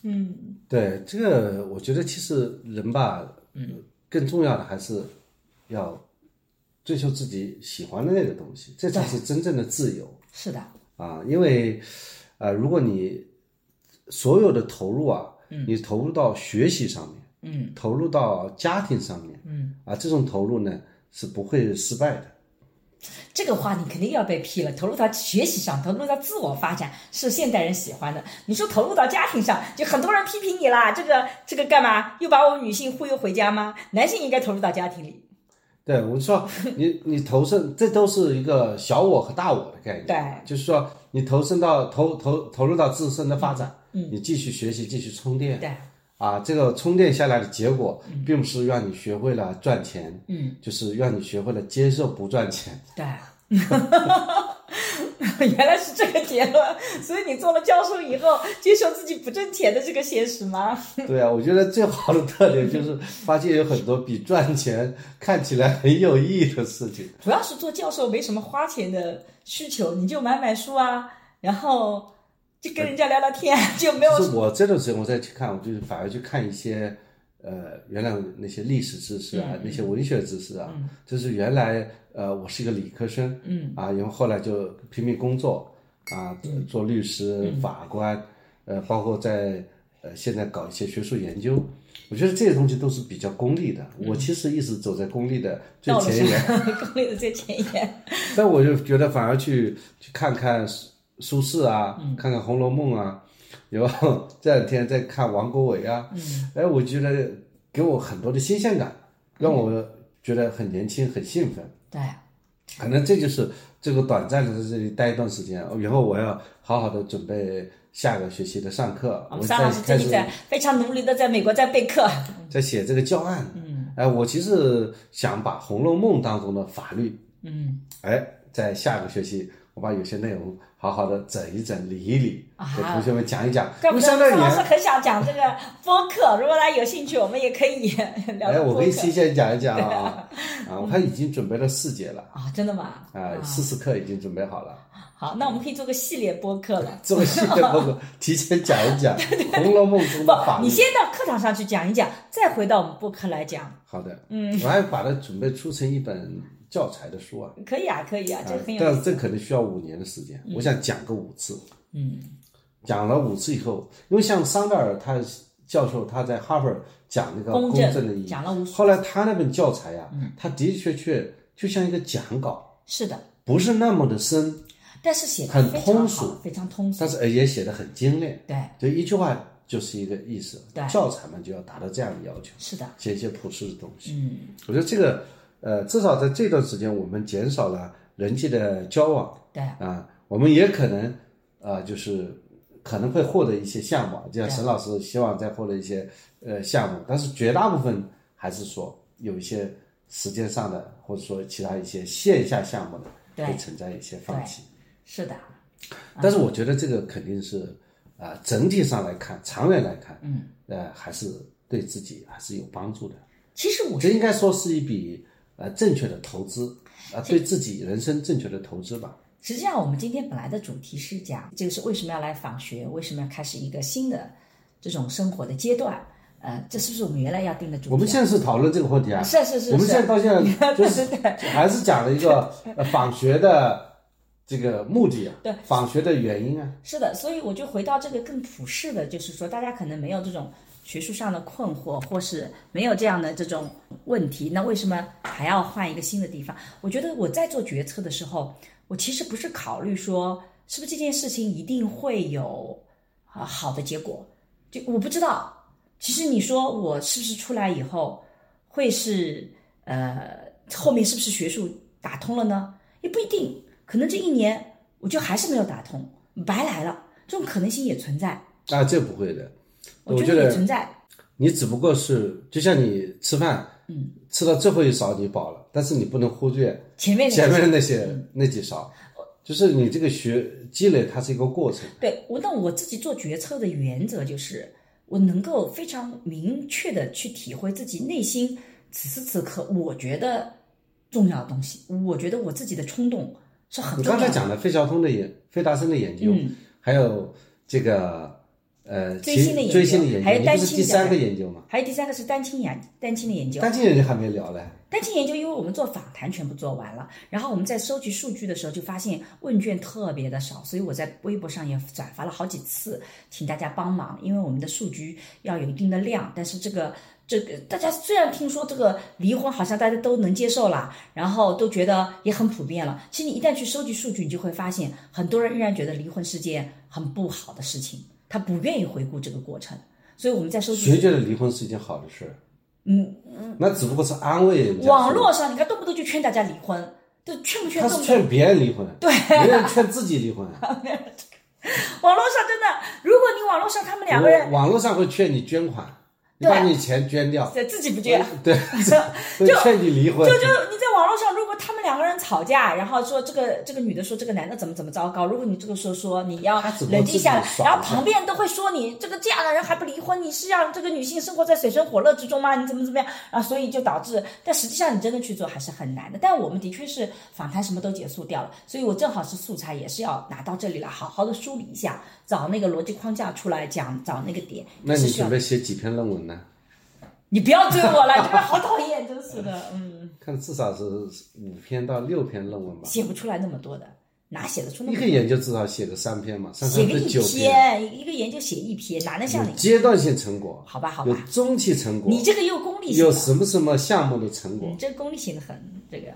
Speaker 2: 嗯
Speaker 4: 对，这个我觉得其实人吧，嗯，更重要的还是要追求自己喜欢的那个东西，这才是真正的自由。
Speaker 2: 是的，
Speaker 4: 啊，因为呃，如果你所有的投入啊，你投入到学习上面，
Speaker 2: 嗯，
Speaker 4: 投入到家庭上面，
Speaker 2: 嗯，
Speaker 4: 啊，这种投入呢是不会失败的。
Speaker 2: 这个话你肯定要被批了。投入到学习上，投入到自我发展是现代人喜欢的。你说投入到家庭上，就很多人批评你啦。这个这个干嘛？又把我们女性忽悠回家吗？男性应该投入到家庭里。
Speaker 4: 对，我说你你投身，这都是一个小我和大我的概念，
Speaker 2: 对，
Speaker 4: 就是说你投身到投投投入到自身的发展，嗯，你继续学习，继续充电，
Speaker 2: 对，
Speaker 4: 啊，这个充电下来的结果，并不是让你学会了赚钱，
Speaker 2: 嗯，
Speaker 4: 就是让你学会了接受不赚钱，
Speaker 2: 对。 原来是这个结论，所以你做了教授以后，接受自己不挣钱的这个现实吗？
Speaker 4: 对啊，我觉得最好的特点就是发现有很多比赚钱看起来很有意义的事情。
Speaker 2: 主要是做教授没什么花钱的需求，你就买买书啊，然后就跟人家聊聊天，就没有
Speaker 4: 就是我这段时间我再去看，我就是反而去看一些呃原来那些历史知识啊，
Speaker 2: 嗯
Speaker 4: 那些文学知识啊，就是原来呃我是一个理科生，
Speaker 2: 嗯
Speaker 4: 啊，然后后来就拼命工作啊，做律师、
Speaker 2: 嗯
Speaker 4: 法官，呃，包括在呃现在搞一些学术研究。我觉得这些东西都是比较功利的，我其实一直走在功利的最
Speaker 2: 嗯道路
Speaker 4: 前沿，
Speaker 2: 上，功利的最前沿。
Speaker 4: 但我就觉得反而去去看看苏苏轼啊，
Speaker 2: 嗯
Speaker 4: 看看《红楼梦》啊，然后这两天再看王国维啊，
Speaker 2: 嗯
Speaker 4: 哎，我觉得给我很多的新鲜感，让我觉得很年轻、很兴奋。
Speaker 2: 对，
Speaker 4: 可能这就是这个短暂的在这里待一段时间，以后我要好好的准备下个学期的上课，
Speaker 2: 我
Speaker 4: 我
Speaker 2: 们
Speaker 4: 再
Speaker 2: 哦沙老师
Speaker 4: 开
Speaker 2: 最
Speaker 4: 始
Speaker 2: 近在嗯非常努力的在美国在备课。
Speaker 4: 在写这个教案。嗯，哎，我其实想把《红楼梦》当中的法律，
Speaker 2: 嗯
Speaker 4: 哎，在下个学期我把有些内容好好的整一整、理一理，
Speaker 2: 啊
Speaker 4: 给同学们讲一讲。
Speaker 2: 怪
Speaker 4: 因
Speaker 2: 不得
Speaker 4: 为相
Speaker 2: 张
Speaker 4: 当于
Speaker 2: 老师很想讲这个播客，如果大家有兴趣，我们也可以聊
Speaker 4: 哎，
Speaker 2: 聊
Speaker 4: 我
Speaker 2: 播
Speaker 4: 可以
Speaker 2: 客
Speaker 4: 提前讲一讲啊啊！我看已经准备了四节了
Speaker 2: 啊，真的吗？
Speaker 4: 啊，四次课已经准备好了。
Speaker 2: 好，那我们可以做个系列播客 了。
Speaker 4: 这个系列包括提前讲 一讲《红楼梦》中的法
Speaker 2: 不，
Speaker 4: 律。
Speaker 2: 你先到课堂上去讲一讲，再回到我们播客来讲，
Speaker 4: 好的，嗯，我还把它准备出成一本教材的书啊，
Speaker 2: 可以啊，可以啊，
Speaker 4: 啊
Speaker 2: 这个很有
Speaker 4: 但
Speaker 2: 意
Speaker 4: 是
Speaker 2: 思。
Speaker 4: 这可能需要五年的时间，我想讲个五次，
Speaker 2: 嗯
Speaker 4: 讲了五次以后，因为像桑德尔他教授他在哈佛讲那个
Speaker 2: 公
Speaker 4: 公
Speaker 2: 正
Speaker 4: 正的意义，
Speaker 2: 讲了嗯无数
Speaker 4: 后来他那本教材呀、他的确确就像一个讲稿，
Speaker 2: 是的，
Speaker 4: 不是那么的深，
Speaker 2: 但是写的
Speaker 4: 很
Speaker 2: 非常
Speaker 4: 通
Speaker 2: 好
Speaker 4: 俗
Speaker 2: 非常通俗
Speaker 4: 但。是呃也写的很精炼，
Speaker 2: 对，
Speaker 4: 就一句话就是一个意思
Speaker 2: 对，
Speaker 4: 教材嘛就要达到这样的要求，
Speaker 2: 是的，
Speaker 4: 写一些普世的东西。
Speaker 2: 嗯，
Speaker 4: 我觉得这个，呃，至少在这段时间，我们减少了人际的交往
Speaker 2: 对，
Speaker 4: 啊、我们也可能，啊，就是可能会获得一些项目，就像
Speaker 2: 对
Speaker 4: 沈老师希望再获得一些呃项目，但是绝大部分还是说有一些时间上的，或者说其他一些线下项目
Speaker 2: 对嗯
Speaker 4: 的，会存在一些放弃。
Speaker 2: 是的，
Speaker 4: 但是我觉得这个肯定是，啊、整体上来看，长远来看，
Speaker 2: 嗯，
Speaker 4: 呃，还是对自己还是有帮助的。
Speaker 2: 其实我
Speaker 4: 这应该说是一笔呃正确的投资，啊、对自己人生正确的投资吧。
Speaker 2: 实际上，我们今天本来的主题是讲，这个是为什么要来访学，为什么要开始一个新的这种生活的阶段。呃，这是不是我们原来要定的主题啊？
Speaker 4: 我们现在是讨论这个问题啊，
Speaker 2: 是是是
Speaker 4: 我们现在
Speaker 2: 是
Speaker 4: 到现 在就是还是讲了一个呃访学的这个目的啊，
Speaker 2: 对
Speaker 4: 访学的原因啊，
Speaker 2: 是的，所以我就回到这个更普世的，就是说大家可能没有这种学术上的困惑，或是没有这样的这种问题，那为什么还要换一个新的地方？我觉得我在做决策的时候，我其实不是考虑说是不是这件事情一定会有啊、呃好的结果，就我不知道。其实你说我是不是出来以后会是呃后面是不是学术打通了呢？也不一定，可能这一年我就还是没有打通，白来了，这种可能性也存在。
Speaker 4: 啊，这不会的，
Speaker 2: 我
Speaker 4: 我
Speaker 2: 觉
Speaker 4: 觉
Speaker 2: 得也
Speaker 4: 得
Speaker 2: 存在，
Speaker 4: 你只不过是就像你吃饭，
Speaker 2: 嗯，
Speaker 4: 吃到最后一勺你饱了，但是你不能忽略
Speaker 2: 前面那个嗯
Speaker 4: 前面的那些那几勺，就是你这个学积累它是一个过程。
Speaker 2: 对我，那我自己做决策的原则就是，我能够非常明确的去体会自己内心此时此刻我觉得重要的东西，我觉得我自己的冲动是很
Speaker 4: 你
Speaker 2: 重要
Speaker 4: 刚
Speaker 2: 的。
Speaker 4: 才讲的费孝通的研、费达生的研究，
Speaker 2: 嗯
Speaker 4: 还有这个呃
Speaker 2: 追星的研
Speaker 4: 其
Speaker 2: 究
Speaker 4: 追星的研究，
Speaker 2: 还有
Speaker 4: 你
Speaker 2: 单
Speaker 4: 不是
Speaker 2: 亲
Speaker 4: 第
Speaker 2: 的
Speaker 4: 三个研究吗？
Speaker 2: 还有第三个是单亲研单亲的研究，
Speaker 4: 单亲研究还没聊嘞，
Speaker 2: 单亲研究，因为我们做访谈全部做完了，然后我们在收集数据的时候就发现问卷特别的少，所以我在微博上也转发了好几次，请大家帮忙，因为我们的数据要有一定的量，但是这个。这个大家虽然听说这个离婚好像大家都能接受了，然后都觉得也很普遍了，其实你一旦去收集数据，你就会发现很多人仍然觉得离婚是件很不好的事情，他不愿意回顾这个过程，所以我们在收集
Speaker 4: 谁觉得离婚是一件好的事儿？嗯，那只不过是安慰人家。
Speaker 2: 网络上，你看动不动就劝大家离婚，就劝不劝
Speaker 4: 他
Speaker 2: 动
Speaker 4: 是
Speaker 2: 不动。
Speaker 4: 劝别人离婚，对，没人劝自己离婚。
Speaker 2: 网络上真的，如果你网络上他 们两个人
Speaker 4: 我网络上会劝你捐款，你
Speaker 2: 对
Speaker 4: 把你钱捐掉，
Speaker 2: 自己不捐，
Speaker 4: 对，
Speaker 2: 就
Speaker 4: 会劝你离婚。
Speaker 2: 就就你在网络上，如果他们两个人人吵架，然后说这个这个女的说这个男的怎么怎么糟糕。如果你这个时候说你要
Speaker 6: 他只不过
Speaker 2: 冷静下来
Speaker 6: 自，己爽一下
Speaker 2: 然后旁边都会说你这个这样的人还不离婚，你是让这个女性生活在水深火热之中吗？你怎么怎么样啊？所以就导致，但实际上你真的去做还是很难的。但我们的确是访谈什么都结束掉了，所以我正好是素材也是要拿到这里来，好好的梳理一下，找那个逻辑框架出来讲，找那个点。
Speaker 4: 那
Speaker 2: 是
Speaker 4: 你
Speaker 2: 需要
Speaker 4: 准备写几篇论文呢？
Speaker 2: 你不要追我了，这边好讨厌，真是的，嗯，
Speaker 4: 看至少是五篇到六篇论文吧。
Speaker 2: 写不出来那么多的，哪写得出那
Speaker 4: 一
Speaker 2: 么
Speaker 4: 个
Speaker 2: 多？
Speaker 4: 研究至少写个三篇嘛，三
Speaker 2: 写
Speaker 4: 篇
Speaker 2: 个
Speaker 4: 是
Speaker 2: 一
Speaker 4: 九篇，
Speaker 2: 篇，一个研究写一篇，哪能像
Speaker 4: 有
Speaker 2: 你？
Speaker 4: 阶段性成果，
Speaker 2: 好吧，好
Speaker 4: 有
Speaker 2: 吧，
Speaker 4: 中期成果，
Speaker 2: 你这个又功利性
Speaker 4: 有
Speaker 2: 了，
Speaker 4: 什么什么项目的成果
Speaker 2: 你，嗯这功利性的很，这个。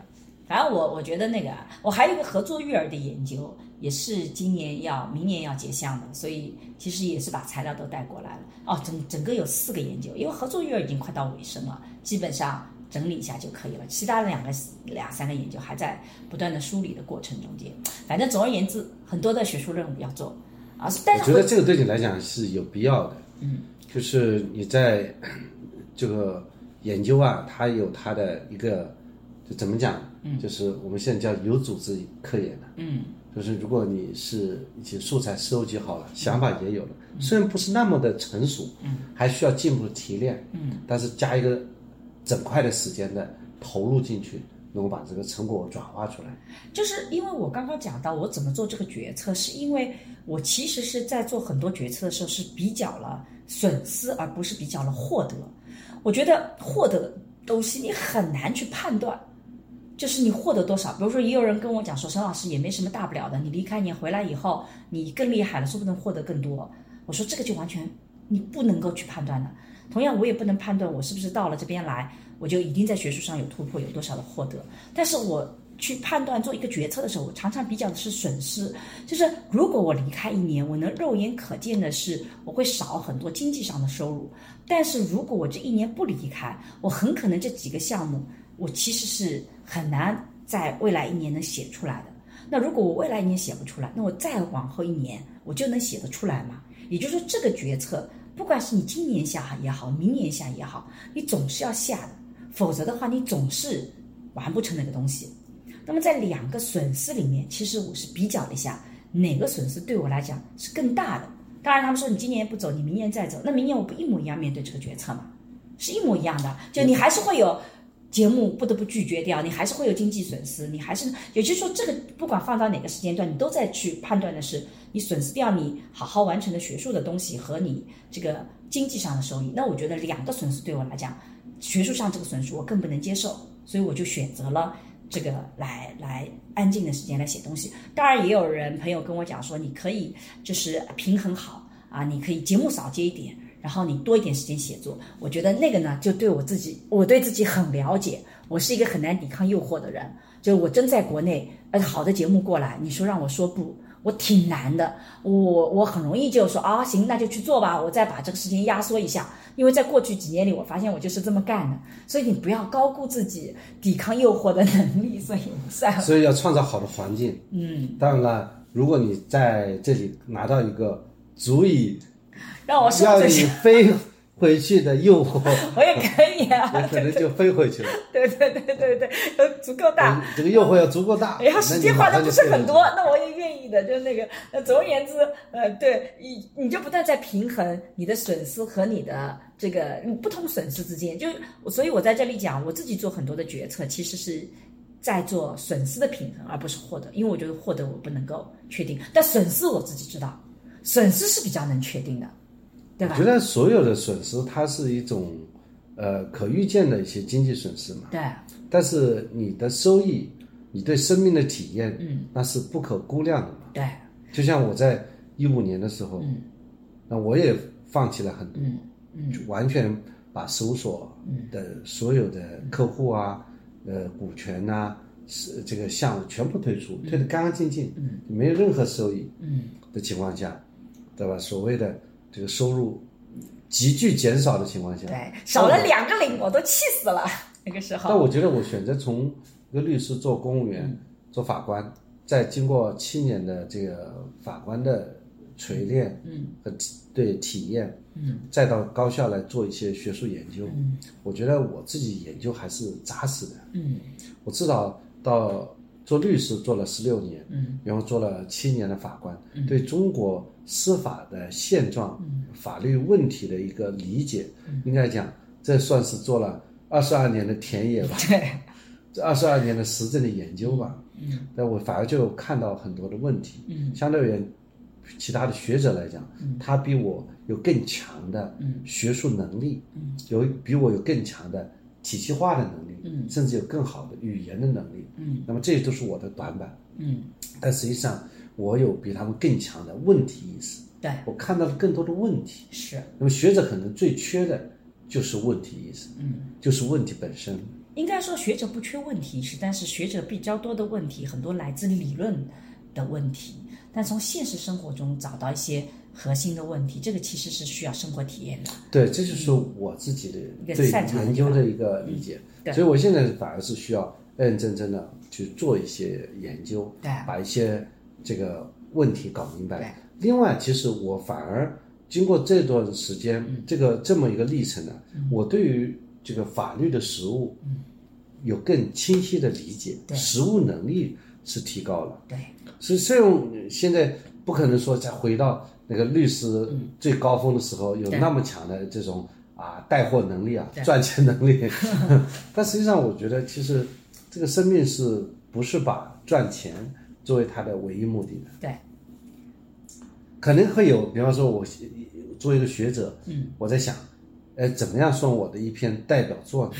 Speaker 2: 反正我我觉得那个啊，我还有一个合作育儿的研究，也是今年要明年要结项的，所以其实也是把材料都带过来了。哦，整整个有四个研究，因为合作育儿已经快到尾声了，基本上整理一下就可以了。其他的两个两三个研究还在不断的梳理的过程中间。反正总而言之，很多的学术任务要做啊，但是
Speaker 4: 我觉得
Speaker 2: 会
Speaker 4: 这个对你来讲是有必要的。嗯，就是你在 这个研究啊，它有它的一个，就怎么讲？嗯，就是我们现在叫有组织科研的。嗯，就是如果你是已经素材收集好
Speaker 2: 嗯
Speaker 4: 了，想法也有了，虽然不是那么的成熟，嗯，还需要进一步的提炼，嗯，但是加一个整块的时间的投入进去，能够把这个成果转化出来。
Speaker 2: 就是因为我刚刚讲到我怎么做这个决策，是因为我其实是在做很多决策的时候是比较了损失，而不是比较了获得。我觉得获得的东西你很难去判断，就是你获得多少。比如说，也有人跟我讲说，沈老师也没什么大不了的，你离开你回来以后，你更厉害了，说不定获得更多。我说这个就完全你不能够去判断的。同样，我也不能判断我是不是到了这边来，我就一定在学术上有突破，有多少的获得。但是我去判断做一个决策的时候，我常常比较的是损失，就是如果我离开一年，我能肉眼可见的是我会少很多经济上的收入，但是如果我这一年不离开，我很可能这几个项目我其实是很难在未来一年能写出来的。那如果我未来一年写不出来，那我再往后一年我就能写得出来嘛？也就是说，这个决策，不管是你今年下也好，明年下也好，你总是要下的，否则的话，你总是完不成那个东西。那么在两个损失里面，其实我是比较了一下哪个损失对我来讲是更大的。当然，他们说你今年不走，你明年再走，那明年我不一模一样面对这个决策吗？是一模一样的，就你还是会有节目不得不拒绝掉，你还是会有经济损失，你还是，也就是说，这个不管放到哪个时间段，你都在去判断的是你损失掉你好好完成的学术的东西和你这个经济上的收益。那我觉得两个损失对我来讲，学术上这个损失我更不能接受，所以我就选择了。这个来来安静的时间来写东西，当然也有人朋友跟我讲说，你可以就是平衡好啊，你可以节目少接一点，然后你多一点时间写作。我觉得那个呢，就对我自己，我对自己很了解，我是一个很难抵抗诱惑的人。就是我真在国内，呃，好的节目过来，你说让我说不，我挺难的。我我很容易就说啊，行，那就去做吧，我再把这个时间压缩一下。因为在过去几年里，我发现我就是这么干的，所以你不要高估自己抵抗诱惑的能力。所以算了，
Speaker 4: 所以要创造好的环境。
Speaker 2: 嗯，
Speaker 4: 当然了，如果你在这里拿到一个足以
Speaker 2: 让我说
Speaker 4: 要
Speaker 2: 这
Speaker 4: 你
Speaker 2: 些，
Speaker 4: 飞回去的 诱惑，
Speaker 2: 我也可以啊。
Speaker 4: 也可能就飞回去了。嗯
Speaker 2: 对对对对对，呃，足够大。
Speaker 4: 这个诱惑要足够大，
Speaker 2: 然后哎时间花的不是很多，
Speaker 4: 啊那你马上就飞回去了。
Speaker 2: 那我也愿意的，就是那个。呃，总而言之，呃，对，你你就不断在平衡你的损失和你的这个嗯不同损失之间。就是，所以我在这里讲，我自己做很多的决策，其实是在做损失的平衡，而不是获得，因为我觉得获得我不能够确定，但损失我自己知道，损失是比较能确定的，对
Speaker 4: 我
Speaker 2: 吧
Speaker 4: 觉？得所有的损失，它是一种呃可预见的一些经济损失嘛，
Speaker 2: 对，
Speaker 4: 但是你的收益，你对生命的体验，
Speaker 2: 嗯，
Speaker 4: 那是不可估量的嘛。
Speaker 2: 对，
Speaker 4: 就像我在一五年的时候，
Speaker 2: 嗯
Speaker 4: 那我也放弃了很多。
Speaker 2: 嗯嗯
Speaker 4: 就完全把搜索的所有的客户啊、呃股权呐、是这个项目全部退出，退得干干净净，没有任何收益
Speaker 2: 嗯
Speaker 4: 的情况下，对吧？所谓的这个收入急剧减少的情况下，
Speaker 2: 对，少了两个零，我都气死了。那个时候，
Speaker 4: 但我觉得我选择从一个律师做公务员、做法官，在经过七年的这个法官的锤炼，嗯，和体对体验，嗯，再到高校来做一些学术研究，嗯，我觉得我自己研究还是扎实的，
Speaker 2: 嗯
Speaker 4: 我至少到做律师做了十六年，嗯，然后做了七年的法官，对中国司法的现状、法律问题的一个理解，应该讲这算是做了二十二年的田野吧，
Speaker 2: 对，
Speaker 4: 这二十二年的实证的研究吧，嗯，但我反而就看到很多的问题，嗯，相对于其他的学者来讲，他比我有更强的学术能力，嗯，有比我有更强的体系化的能力，嗯，甚至有更好的语言的能力，嗯，那么这些都是我的短板，
Speaker 2: 嗯，
Speaker 4: 但实际上我有比他们更强的问题意识，
Speaker 2: 对，
Speaker 4: 我看到了更多的问题，
Speaker 2: 是
Speaker 4: 那么学者可能最缺的就是问题意识，嗯，就是问题本身，
Speaker 2: 应该说学者不缺问题是，但是学者比较多的问题，很多来自理论的问题，但从现实生活中找到一些核心的问题，这个其实是需要生活体验的。
Speaker 4: 对，这就是我自己
Speaker 2: 嗯一个
Speaker 4: 的对
Speaker 2: 擅长的
Speaker 4: 研
Speaker 2: 地方嗯
Speaker 4: 究的一个理解
Speaker 2: 对，
Speaker 4: 所以我现在反而是需要认认真真的去做一些研究，
Speaker 2: 对
Speaker 4: 把一些这个问题搞明
Speaker 2: 对
Speaker 4: 白。另外，其实我反而经过这段时间，
Speaker 2: 嗯
Speaker 4: 这个这么一个历程呢，我对于这个法律的实务有更清晰的理解，
Speaker 2: 嗯对
Speaker 4: 实务能力是提高了。
Speaker 2: 对，
Speaker 4: 所以虽然我们现在不可能说再回到那个律师最高峰的时候，有
Speaker 2: 嗯对
Speaker 4: 那么强的这种啊带货能力啊
Speaker 2: 对、
Speaker 4: 赚钱能力，但实际上我觉得，其实这个生命是不是把赚钱作为他的唯一目的的？
Speaker 2: 对，
Speaker 4: 可能会有，比方说我学作为一个学者，嗯，我在想。呃，怎么样算我的一篇代表 作呢？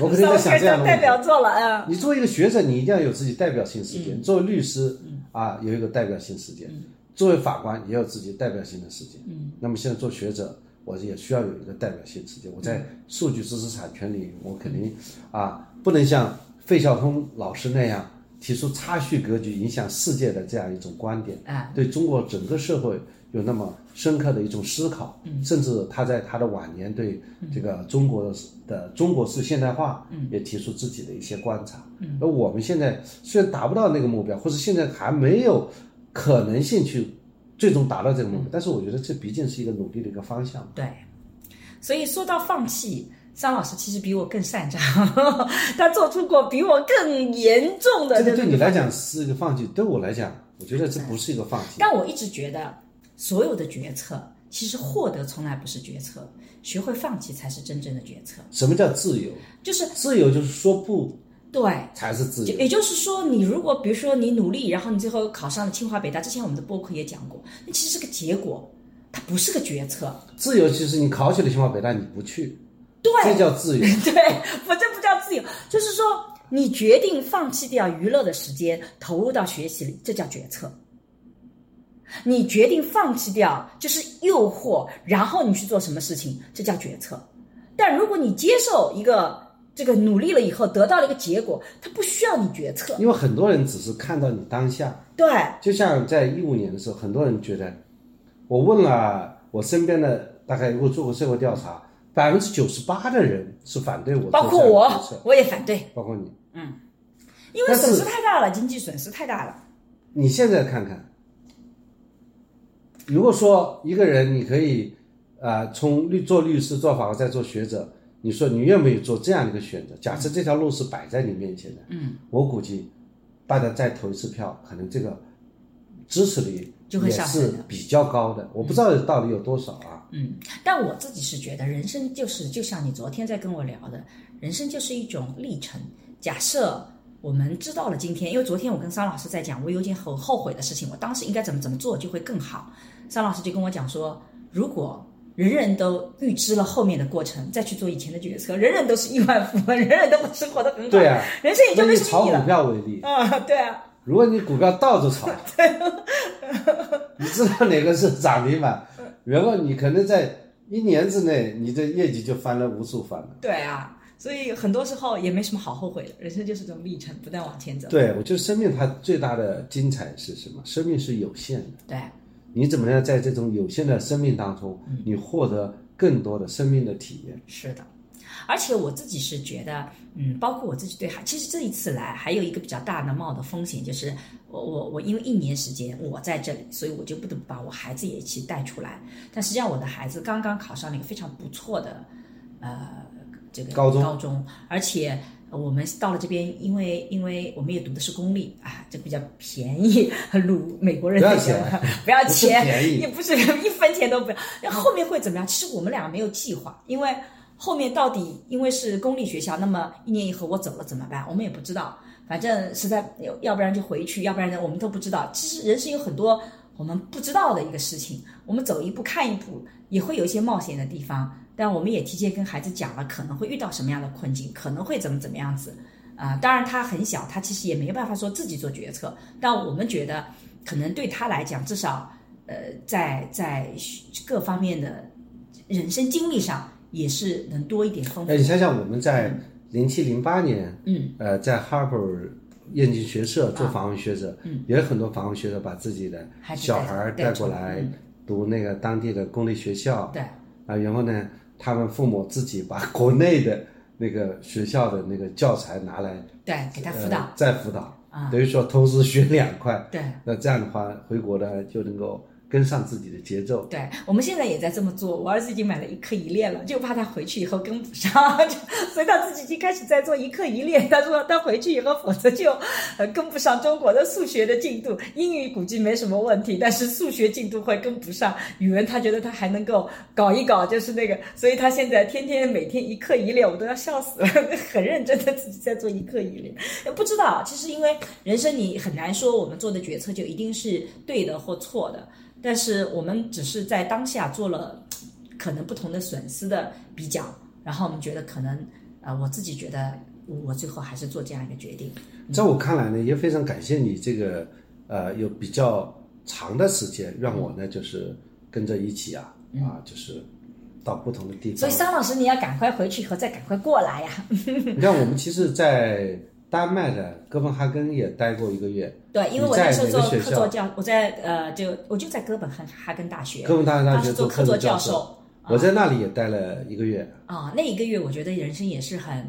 Speaker 4: 我可能在想这样的问题。
Speaker 2: 代表作了，嗯，
Speaker 4: 你作为一个学者，你一定要有自己代表性事件；作为律师，啊，有一个代表性事件；作为法官，也有自己代表性的事件。嗯，那么现在做学者，我也需要有一个代表性事件。我在数据知识产权领域，我肯定啊，不能像费孝通老师那样提出差序格局影响世界的这样一种观点。
Speaker 2: 啊，
Speaker 4: 对中国整个社会有那么深刻的一种思考，甚至他在他的晚年对这个中国的中国式现代化，也提出自己的一些观察。而我们现在虽然达不到那个目标，或者现在还没有可能性去最终达到这个目标，但是我觉得这毕竟是一个努力的一个方向。
Speaker 2: 对，所以说到放弃，张老师其实比我更擅长，他做出过比我更严重的
Speaker 4: 这个
Speaker 2: 那
Speaker 4: 对你来讲是一个放弃，对我来讲，我觉得这不是一个放弃。
Speaker 2: 但我一直觉得，所有的决策其实获得从来不是决策，学会放弃才是真正的决策。
Speaker 4: 什么叫自由？
Speaker 2: 就是
Speaker 4: 自由就是说不
Speaker 2: 对，
Speaker 4: 才是自
Speaker 2: 就
Speaker 4: 由。
Speaker 2: 也就是说，你如果比如说你努力，然后你最后考上了清华北大，之前我们的播客也讲过，那其实是个结果，它不是个决策。
Speaker 4: 自由其实你考取了清华北大，你不去，
Speaker 2: 对，
Speaker 4: 这叫自由。
Speaker 2: 对，我这不叫自由，就是说你决定放弃掉娱乐的时间，投入到学习里，这叫决策。你决定放弃掉就是诱惑，然后你去做什么事情，这叫决策。但如果你接受一个这个努力了以后得到了一个结果，它不需要你决策。
Speaker 4: 因为很多人只是看到你当下，
Speaker 2: 对
Speaker 4: 就像在一五年的时候，很多人觉得，我问了我身边的大概如果做过社会调查，百分之九十八的人是反对我做
Speaker 2: 包括
Speaker 4: 这样的
Speaker 2: 我
Speaker 4: 决策，
Speaker 2: 我也反对，
Speaker 4: 包括你。
Speaker 2: 因为
Speaker 4: 但是
Speaker 2: 损失太大了，经济损失太大了。
Speaker 4: 你现在看看，如果说一个人你可以，呃，从律做律师、做法官再做学者，你说你愿不愿意做这样一个选择？假设这条路是摆在你面前的，嗯，我估计大家再投一次票，可能这个支持率
Speaker 2: 就会
Speaker 4: 也
Speaker 2: 上
Speaker 4: 是
Speaker 2: 升的
Speaker 4: 比较高的。我不知道到底有多少啊，
Speaker 2: 嗯，但我自己是觉得，人生就是就像你昨天在跟我聊的，人生就是一种历程。假设我们知道了今天，因为昨天我跟桑老师在讲，我有一件很后悔的事情，我当时应该怎么怎么做就会更好。桑老师就跟我讲说，如果人人都预知了后面的过程，再去做以前的决策，人人都是亿万富翁，人人都生活的很好，
Speaker 4: 对啊，
Speaker 2: 人嗯生也就
Speaker 4: 那
Speaker 2: 没
Speaker 4: 以
Speaker 2: 什么
Speaker 4: 炒
Speaker 2: 意义
Speaker 4: 股
Speaker 2: 了。
Speaker 4: 票为例，
Speaker 2: 啊，对啊，
Speaker 4: 如果你股票倒着炒，你知道哪个是涨停板，然后你可能在一年之内，你的业绩就翻了无数番了。
Speaker 2: 对啊，所以很多时候也没什么好后悔的，人生就是这种历程，不断往前走。
Speaker 4: 对，我觉得生命它最大的精彩是什么？生命是有限的，
Speaker 2: 对
Speaker 4: 你怎么样在这种有限的生命当中，你获得更多的生命的体验？
Speaker 2: 是的，而且我自己是觉得，嗯，包括我自己对海，其实这一次来还有一个比较大的冒的风险，就是我我我因为一年时间我在这里，所以我就不得不把我孩子也一起带出来。但实际上我的孩子刚刚考上了一个非常不错的，呃，这个
Speaker 4: 高中
Speaker 2: 高中，而且我们到了这边，因为因为我们也读的是公立啊，这比较便宜， 鲁美国人
Speaker 4: 不要钱
Speaker 2: 那种不要钱，
Speaker 4: 不是便宜
Speaker 2: 也不是一分钱都不要。然后后面会怎么样？其实我们两个没有计划，因为后面到底因为是公立学校，那么一年以后我走了怎么办？我们也不知道，反正实在要要不然就回去，要不然呢我们都不知道。其实人生有很多我们不知道的一个事情，我们走一步看一步，也会有一些冒险的地方。但我们也提前跟孩子讲了，可能会遇到什么样的困境，可能会怎么怎么样子。啊、当然他很小，他其实也没办法说自己做决策，但我们觉得可能对他来讲，至少呃，在在各方面的人生经历上也是能多一点丰富
Speaker 4: 哎，。你想想我们在零七零八年，
Speaker 2: 嗯，
Speaker 4: 呃，在哈佛燕京学社做访问学者，
Speaker 2: 嗯
Speaker 4: 也有很多访问学者把自己的
Speaker 2: 孩子带
Speaker 4: 小孩儿
Speaker 2: 带
Speaker 4: 带
Speaker 2: 出
Speaker 4: 过
Speaker 2: 来
Speaker 4: 来
Speaker 2: 嗯
Speaker 4: 读那个当地的公立学校，
Speaker 2: 对，
Speaker 4: 啊，然后呢，他们父母自己把国内的那个学校的那个教材拿来
Speaker 2: 对，给他辅导
Speaker 4: 呃、再辅导，
Speaker 2: 啊，
Speaker 4: 等于说同时学两块。
Speaker 2: 对。
Speaker 4: 那这样的话，回国呢就能够跟上自己的节奏。
Speaker 2: 对，我们现在也在这么做。我儿子已经买了一课一练了，就怕他回去以后跟不上，所以他自己已经开始在做一课一练。他说他回去以后，否则就呃跟不上中国的数学的进度。英语估计没什么问题，但是数学进度会跟不上。语文他觉得他还能够搞一搞，就是那个，所以他现在天天每天一课一练，我都要笑死了， 很认真的自己在做一课一练。不知道，其实因为人生你很难说我们做的决策就一定是对的或错的。但是我们只是在当下做了可能不同的损失的比较，然后我们觉得可能呃，我自己觉得我最后还是做这样一个决定。
Speaker 4: 在我看来呢，也非常感谢你这个呃有比较长的时间让我呢就是跟着一起啊、啊就是到不同的地方。
Speaker 2: 嗯所以桑老师，你要赶快回去以后再赶快过来啊呀、
Speaker 4: 你看，我们其实，在丹麦的哥本哈根也待过一个月，
Speaker 2: 对，因为我
Speaker 4: 你在
Speaker 2: 那时候做
Speaker 4: 哪个学
Speaker 2: 客
Speaker 4: 校
Speaker 2: 座教，我在呃就我就在哥本哈哈根大学，
Speaker 4: 哥本哈根大
Speaker 2: 当
Speaker 4: 学
Speaker 2: 时做
Speaker 4: 客
Speaker 2: 座
Speaker 4: 教
Speaker 2: 授。
Speaker 4: 我在那里也待了一个月。
Speaker 2: 啊，那一个月我觉得人生也是很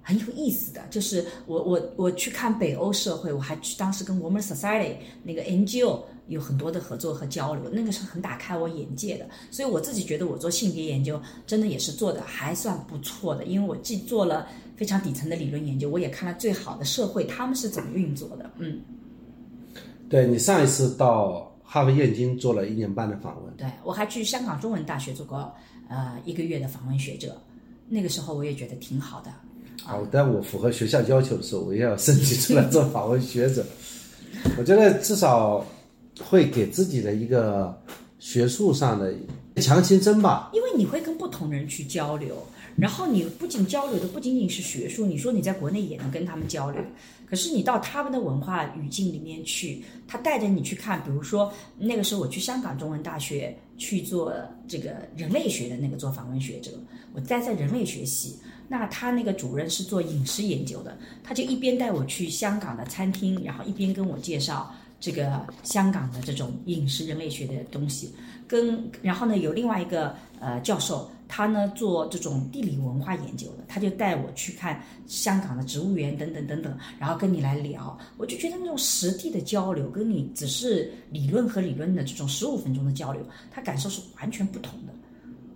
Speaker 2: 很有意思的。就是我我我去看北欧社会，我还去当时跟 Women Society 那个 NGO 有很多的合作和交流，那个是很打开我眼界的。所以我自己觉得我做性别研究真的也是做的还算不错的，因为我既做了非常底层的理论研究，我也看了最好的社会他们是怎么运作的。嗯，
Speaker 4: 对你上一次到哈佛燕京做了一年半的访问，
Speaker 2: 对我还去香港中文大学做过呃一个月的访问学者，那个时候我也觉得挺好的。
Speaker 4: 好，但我符合学校要求的时候，我也要申请出来做访问学者。 我觉得至少会给自己的一个学术上的强心针吧。
Speaker 2: 因为你会跟不同人去交流，然后你不仅交流的不仅仅是学术，你说你在国内也能跟他们交流，可是你到他们的文化语境里面去，他带着你去看，比如说那个时候我去香港中文大学去做这个人类学的那个做访问学者，我待在人类学系，那他那个主任是做饮食研究的，他就一边带我去香港的餐厅，然后一边跟我介绍。这个香港的这种饮食人类学的东西，跟然后呢有另外一个呃教授，他呢做这种地理文化研究的，他就带我去看香港的植物园等等等等，然后跟你来聊，我就觉得那种实地的交流，跟你只是理论和理论的这种十五分钟的交流，他感受是完全不同的。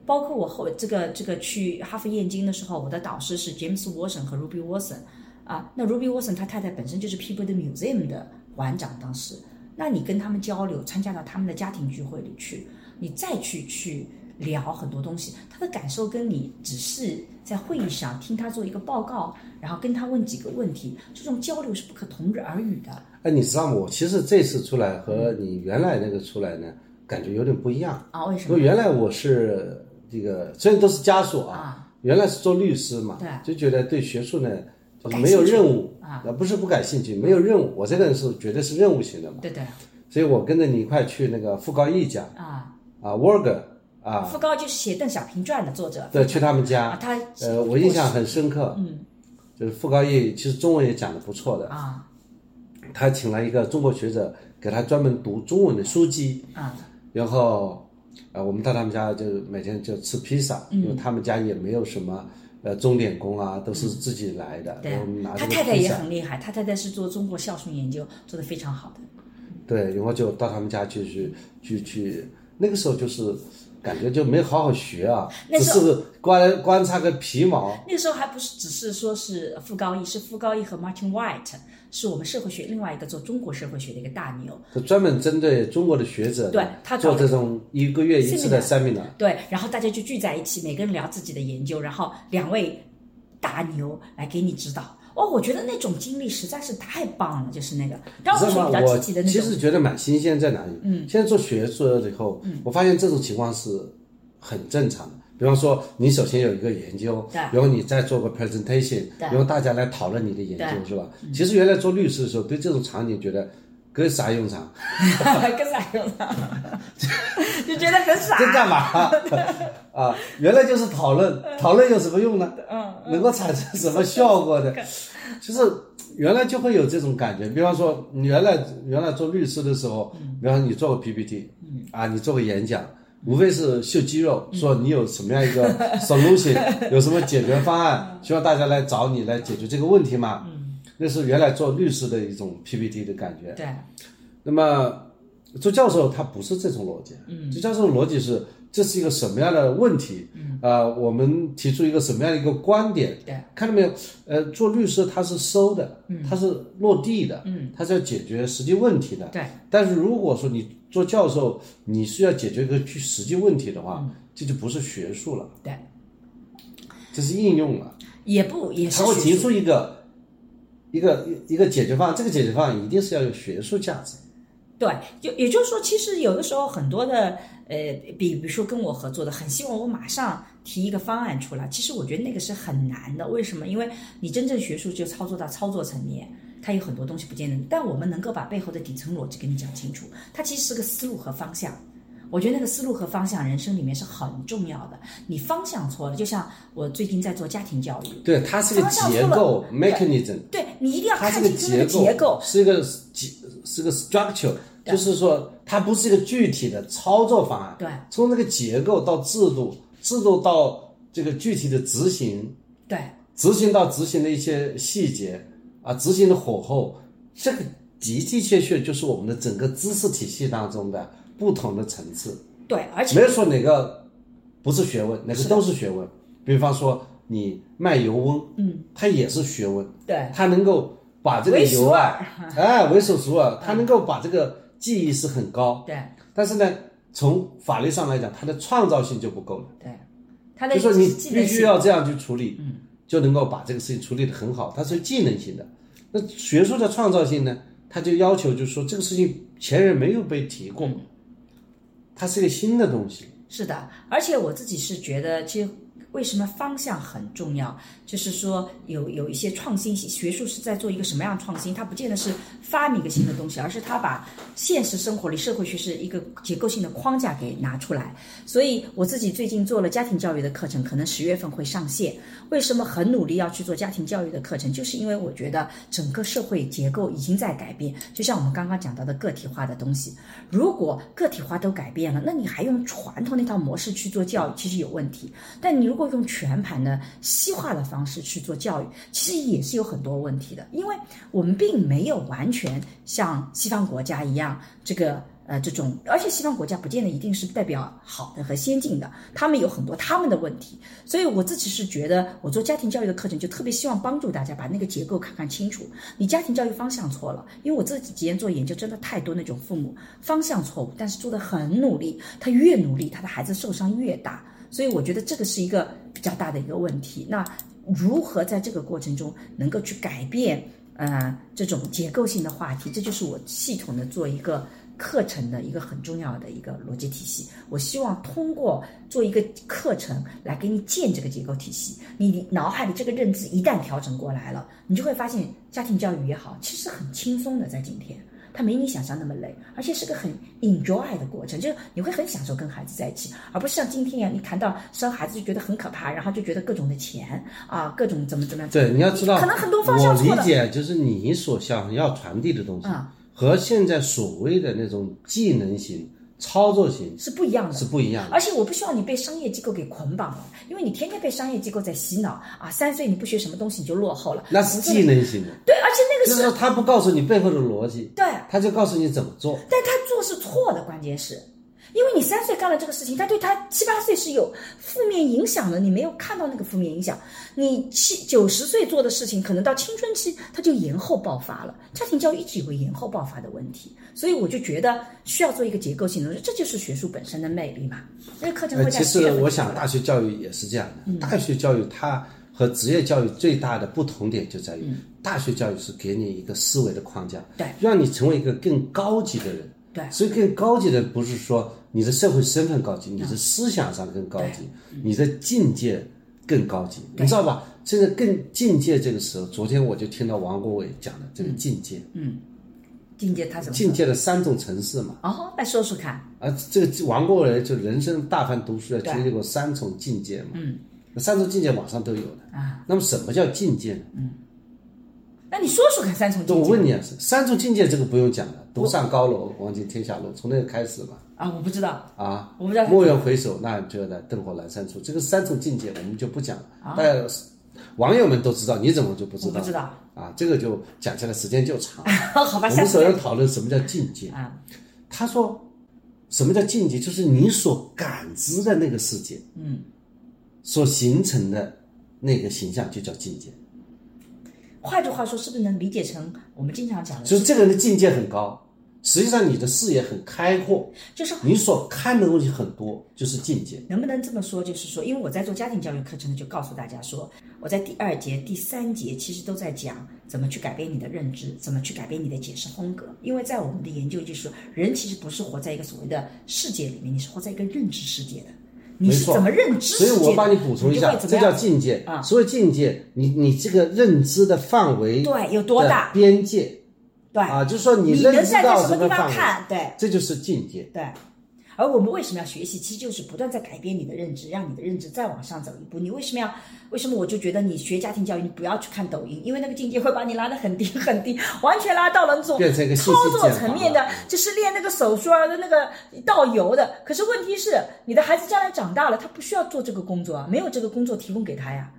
Speaker 2: 包括我后这个这个去哈佛燕京的时候，我的导师是 James Watson 和 Ruby Watson，啊，那 Ruby Watson 他太太本身就是 Peabody Museum 的馆长，当时，那你跟他们交流，参加到他们的家庭聚会里去，你再去去聊很多东西，他的感受跟你只是在会议上听他做一个报告，然后跟他问几个问题，这种交流是不可同日而语的
Speaker 4: 哎，你知道吗？我其实这次出来和你原来那个出来呢，感觉有点不一样。
Speaker 2: 啊。为什
Speaker 4: 因为
Speaker 2: 么？
Speaker 4: 原来我是这个，虽然都是家属啊，
Speaker 2: 啊
Speaker 4: 原来是做律师嘛，
Speaker 2: 对
Speaker 4: 就觉得对学术呢就是
Speaker 2: 感
Speaker 4: 没有
Speaker 2: 兴趣
Speaker 4: 任务
Speaker 2: 啊，
Speaker 4: 呃不是不感兴趣，没有任务。我这个人是绝对是任务型的嘛，
Speaker 2: 对对
Speaker 4: 所以我跟着你一块去那个傅高义家
Speaker 2: 啊，
Speaker 4: 啊，Warger 啊，
Speaker 2: 傅高就是写《邓小平传》的作者
Speaker 4: 对，去他们
Speaker 2: 啊，
Speaker 4: 家，
Speaker 2: 他
Speaker 4: 呃，我印象很深刻，
Speaker 2: 嗯
Speaker 4: 就是傅高义其实中文也讲得不错的，
Speaker 2: 啊
Speaker 4: 他请了一个中国学者给他专门读中文的书籍，
Speaker 2: 啊
Speaker 4: 然后，呃，我们到他们家就是每天就吃披萨，
Speaker 2: 嗯
Speaker 4: 因为他们家也没有什么呃钟点工啊，都是自己来的。
Speaker 2: 嗯对啊
Speaker 4: 我们拿，
Speaker 2: 他
Speaker 4: 这个
Speaker 2: 太太
Speaker 4: 披
Speaker 2: 也
Speaker 4: 萨，
Speaker 2: 很厉害，他太太是做中国孝顺研究做得非常好的。
Speaker 4: 对，然后就到他们家去去去去，那个时候就是感觉就没好好学啊，
Speaker 2: 那
Speaker 4: 只
Speaker 2: 时候
Speaker 4: 是观观察个皮毛。
Speaker 2: 那个时候还不是只是说是傅高义，是傅高义和 Martin White，是我们社会学另外一个做中国社会学的一个大牛。
Speaker 4: 就专门针对中国的学者，
Speaker 2: 对他搞
Speaker 4: 做
Speaker 2: 了
Speaker 4: 这种一个月一次的 seminar，
Speaker 2: 对，然后大家就聚在一起，每个人聊自己的研究，然后两位大牛来给你指导。哦，我觉得那种经历实在是太棒了，就是那个让
Speaker 4: 你
Speaker 2: 我
Speaker 4: 知
Speaker 2: 说
Speaker 4: 道
Speaker 2: 比
Speaker 4: 吗？
Speaker 2: 较
Speaker 4: 我
Speaker 2: 积极的那
Speaker 4: 其实
Speaker 2: 种。
Speaker 4: 觉得蛮新鲜，在哪里？嗯，现在做学做了以后，
Speaker 2: 嗯
Speaker 4: 我发现这种情况是很正常的。比方说，你首先有一个研究，
Speaker 2: 对
Speaker 4: 然后你再做个 presentation，
Speaker 2: 对
Speaker 4: 然后大家来讨论你的研究，
Speaker 2: 对嗯
Speaker 4: 是吧？其实原来做律师的时候，对这种场景觉得搁啥用场？
Speaker 2: 跟啥用啊？ 就觉得很傻。
Speaker 4: 这干 嘛啊？原来就是讨论，讨论有什么用呢？嗯，能够产生什么效果 呢？就是原来就会有这种感觉。比方说，你原来原来做律师的时候，比方说你做个 PPT，啊，你做个演讲。无非是秀肌肉，说你有什么样一 个 solution，有什么解决方案，希望大家来找你来解决这个问题嘛。那是原来做律师的一种 PPT 的感觉。
Speaker 2: 对，
Speaker 4: 那么，周教授他不是这种逻辑，嗯，周教授的逻辑是这是一个什么样的问题，嗯，呃，我们提出一个什么样的一个观点，
Speaker 2: 对，
Speaker 4: 看到没有？呃，做律师他是收的，嗯，他是落地的，嗯，他是要解决实际问题的，
Speaker 2: 对。
Speaker 4: 但是如果说你做教授，你是要解决一个具实际问题的话，这就不是学术了，
Speaker 2: 对，
Speaker 4: 这是应用了。
Speaker 2: 也不也是
Speaker 4: 他会
Speaker 2: 学
Speaker 4: 提
Speaker 2: 术
Speaker 4: 出一个一个一个解决方案，这个解决方案一定是要有学术价值的。
Speaker 2: 对，就也就是说，其实有的时候很多的呃，比比如说跟我合作的，很希望我马上提一个方案出来。其实我觉得那个是很难的，为什么？因为你真正学术就操作到操作层面，它有很多东西不见得。但我们能够把背后的底层逻辑跟你讲清楚，它其实是个思路和方向。我觉得那个思路和方向，人生里面是很重要的。你方向错了，就像我最近在做家庭教育，
Speaker 4: 对，它是个
Speaker 2: 方向
Speaker 4: 结
Speaker 2: 错了
Speaker 4: 构
Speaker 2: 对
Speaker 4: mechanism，
Speaker 2: 对你一定要
Speaker 4: 它
Speaker 2: 看
Speaker 4: 是个
Speaker 2: 清楚那
Speaker 4: 结
Speaker 2: 个结
Speaker 4: 构，
Speaker 2: 构，
Speaker 4: 是一个结是个 structure，就是说它不是一个具体的操作方案。
Speaker 2: 对
Speaker 4: 从这个结构到制度，制度到这个具体的执行，
Speaker 2: 对。
Speaker 4: 执行到执行的一些细节啊，执行的火候，这个的的确确就是我们的整个知识体系当中的不同的层次。
Speaker 2: 对，而且
Speaker 4: 没有说哪个不是学问，哪个都是学问。比方说你卖油翁，嗯，它也是学问，
Speaker 2: 对
Speaker 4: 它能够把这个
Speaker 2: 为
Speaker 4: 油
Speaker 2: 所
Speaker 4: 啊，哎，为所熟啊，它能够把这个技艺是很高，
Speaker 2: 对
Speaker 4: 但是呢，从法律上来讲，它的创造性就不够了，
Speaker 2: 对，它的
Speaker 4: 就说你
Speaker 2: 技能
Speaker 4: 必须
Speaker 2: 性
Speaker 4: 要这样去处理，嗯，就能够把这个事情处理得很好，它是技能性的。那学术的创造性呢，它就要求就是说这个事情前人没有被提过，
Speaker 2: 嗯
Speaker 4: 它是一个新的东西。
Speaker 2: 是的，而且我自己是觉得，其实为什么方向很重要，就是说有有一些创新性学术是在做一个什么样的创新，它不见得是发明一个新的东西，而是它把现实生活里社会学是一个结构性的框架给拿出来。所以我自己最近做了家庭教育的课程，可能十月份会上线。为什么很努力要去做家庭教育的课程？就是因为我觉得整个社会结构已经在改变，就像我们刚刚讲到的个体化的东西，如果个体化都改变了，那你还用传统那套模式去做教育，其实有问题。但你如果用全盘的西化的方式去做教育，其实也是有很多问题的，因为我们并没有完全像西方国家一样，这个呃这种，而且西方国家不见得一定是代表好的和先进的，他们有很多他们的问题。所以我自己是觉得，我做家庭教育的课程就特别希望帮助大家把那个结构看看清楚。你家庭教育方向错了，因为我这几年做研究，真的太多那种父母方向错误，但是做的很努力，他越努力，他的孩子受伤越大。所以我觉得这个是一个比较大的一个问题。那如何在这个过程中能够去改变呃这种结构性的话题，这就是我系统的做一个课程的一个很重要的一个逻辑体系。我希望通过做一个课程来给你建这个结构体系，你脑海里这个认知一旦调整过来了，你就会发现家庭教育也好，其实很轻松的，在今天。它没你想象那么累，而且是个很 enjoy 的过程，就是你会很享受跟孩子在一起，而不是像今天一样，你谈到生孩子就觉得很可怕，然后就觉得各种的钱啊，各种怎么怎么样。
Speaker 4: 对，你要知道，
Speaker 2: 可能很多方向
Speaker 4: 我
Speaker 2: 错
Speaker 4: 理
Speaker 2: 了。
Speaker 4: 解就是你所想要传递的东西，
Speaker 2: 嗯
Speaker 4: 和现在所谓的那种技能型、操作型
Speaker 2: 是不一样的，
Speaker 4: 是不一样的。
Speaker 2: 而且我不希望你被商业机构给捆绑了，因为你天天被商业机构在洗脑啊，三岁你不学什么东西你就落后了。
Speaker 4: 那是技能型的，
Speaker 2: 对，而且那个
Speaker 4: 就是
Speaker 2: 是
Speaker 4: 说他不告诉你背后的逻辑，
Speaker 2: 对，
Speaker 4: 他就告诉你怎么做。
Speaker 2: 但他做是错的，关键是。因为你三岁干了这个事情，他对他七八岁是有负面影响的，你没有看到那个负面影响。你七九十岁做的事情，可能到青春期他就延后爆发了。家庭教育一直有个延后爆发的问题，所以我就觉得需要做一个结构性的，这就是学术本身的魅力嘛。那个课程
Speaker 4: 呃，
Speaker 2: 会在
Speaker 4: 其
Speaker 2: 七
Speaker 4: 实
Speaker 2: 月份
Speaker 4: 我
Speaker 2: 出来
Speaker 4: 想大学教育也是这样的，
Speaker 2: 嗯
Speaker 4: 大学教育它和职业教育最大的不同点就在于，大学教育是给你一个思维的框架，
Speaker 2: 嗯对
Speaker 4: 让你成为一个更高级的人。
Speaker 2: 对
Speaker 4: 所以更高级的不是说你的社会身份高级，
Speaker 2: 嗯
Speaker 4: 你的思想上更高级，你的境界更高级，你知道吧？现在更境界这个词，昨天我就听到王国伟讲的这个
Speaker 2: 嗯
Speaker 4: 境界，
Speaker 2: 境界他怎么说
Speaker 4: 境界的三种层次嘛。
Speaker 2: 哦，来说说看，
Speaker 4: 啊，这个王国维就人生大范读书啊，
Speaker 2: 对
Speaker 4: 经历过三重境界嘛。
Speaker 2: 嗯，
Speaker 4: 三重境界网上都有的
Speaker 2: 啊。
Speaker 4: 那么什么叫境界呢？
Speaker 2: 那你说说看三重境
Speaker 4: 那
Speaker 2: 界。
Speaker 4: 我问你啊，三重境界这个不用讲了，独上高楼，望尽天下路，从那个开始嘛。
Speaker 2: 啊，我不知道，
Speaker 4: 啊，
Speaker 2: 我不知道
Speaker 4: 蓦然回首，那就来灯火阑珊处。这个三重境界我们就不讲了，但网友们都知道，你怎么就不知
Speaker 2: 啊我
Speaker 4: 道？
Speaker 2: 不知道。
Speaker 4: 啊，这个就讲起来时间就长。
Speaker 2: 好吧，
Speaker 4: 我
Speaker 2: 下
Speaker 4: 们
Speaker 2: 次
Speaker 4: 首
Speaker 2: 再
Speaker 4: 先讨论什么叫境界。
Speaker 2: 啊，
Speaker 4: 他说，什么叫境界？就是你所感知的那个世界，嗯，所形成的那个形象就叫境界。
Speaker 2: 换句话说，是不是能理解成我们经常讲的，
Speaker 4: 所以这个人的境界很高，实际上你的视野很开阔，
Speaker 2: 就是
Speaker 4: 你所看的东西很多，就是境界。
Speaker 2: 能不能这么说？就是说，因为我在做家庭教育课程呢，就告诉大家说，我在第二节、第三节其实都在讲怎么去改变你的认知，怎么去改变你的解释风格。因为在我们的研究就是，人其实不是活在一个所谓的世界里面，你是活在一个认知世界的。你是
Speaker 4: 没错
Speaker 2: 怎么认知世
Speaker 4: 所
Speaker 2: 界
Speaker 4: 以
Speaker 2: 的？
Speaker 4: 我帮你补充一下
Speaker 2: 你就，会
Speaker 4: 这
Speaker 2: 怎么
Speaker 4: 叫
Speaker 2: 样
Speaker 4: 境界
Speaker 2: 啊
Speaker 4: 所谓境界，你你这个认知的范围
Speaker 2: 对有多大
Speaker 4: 的边界
Speaker 2: 对
Speaker 4: 啊，就是说你
Speaker 2: 你
Speaker 4: 认
Speaker 2: 能
Speaker 4: 知
Speaker 2: 站在
Speaker 4: 到
Speaker 2: 什么地
Speaker 4: 范
Speaker 2: 方
Speaker 4: 围，
Speaker 2: 看？对。
Speaker 4: 这就是境界。
Speaker 2: 对。而我们为什么要学习？其实就是不断在改变你的认知，让你的认知再往上走一步。你为什么要？为什么我就觉得你学家庭教育，你不要去看抖音，因为那个境界会把你拉得很低很低，完全拉到了那种
Speaker 4: 变成一个信
Speaker 2: 操
Speaker 4: 息
Speaker 2: 作
Speaker 4: 茧
Speaker 2: 层
Speaker 4: 房
Speaker 2: 面
Speaker 4: 了
Speaker 2: 的，就是练那个手刷的那个倒油的。可是问题是，你的孩子将来长大了，他不需要做这个工作啊，没有这个工作提供给他呀。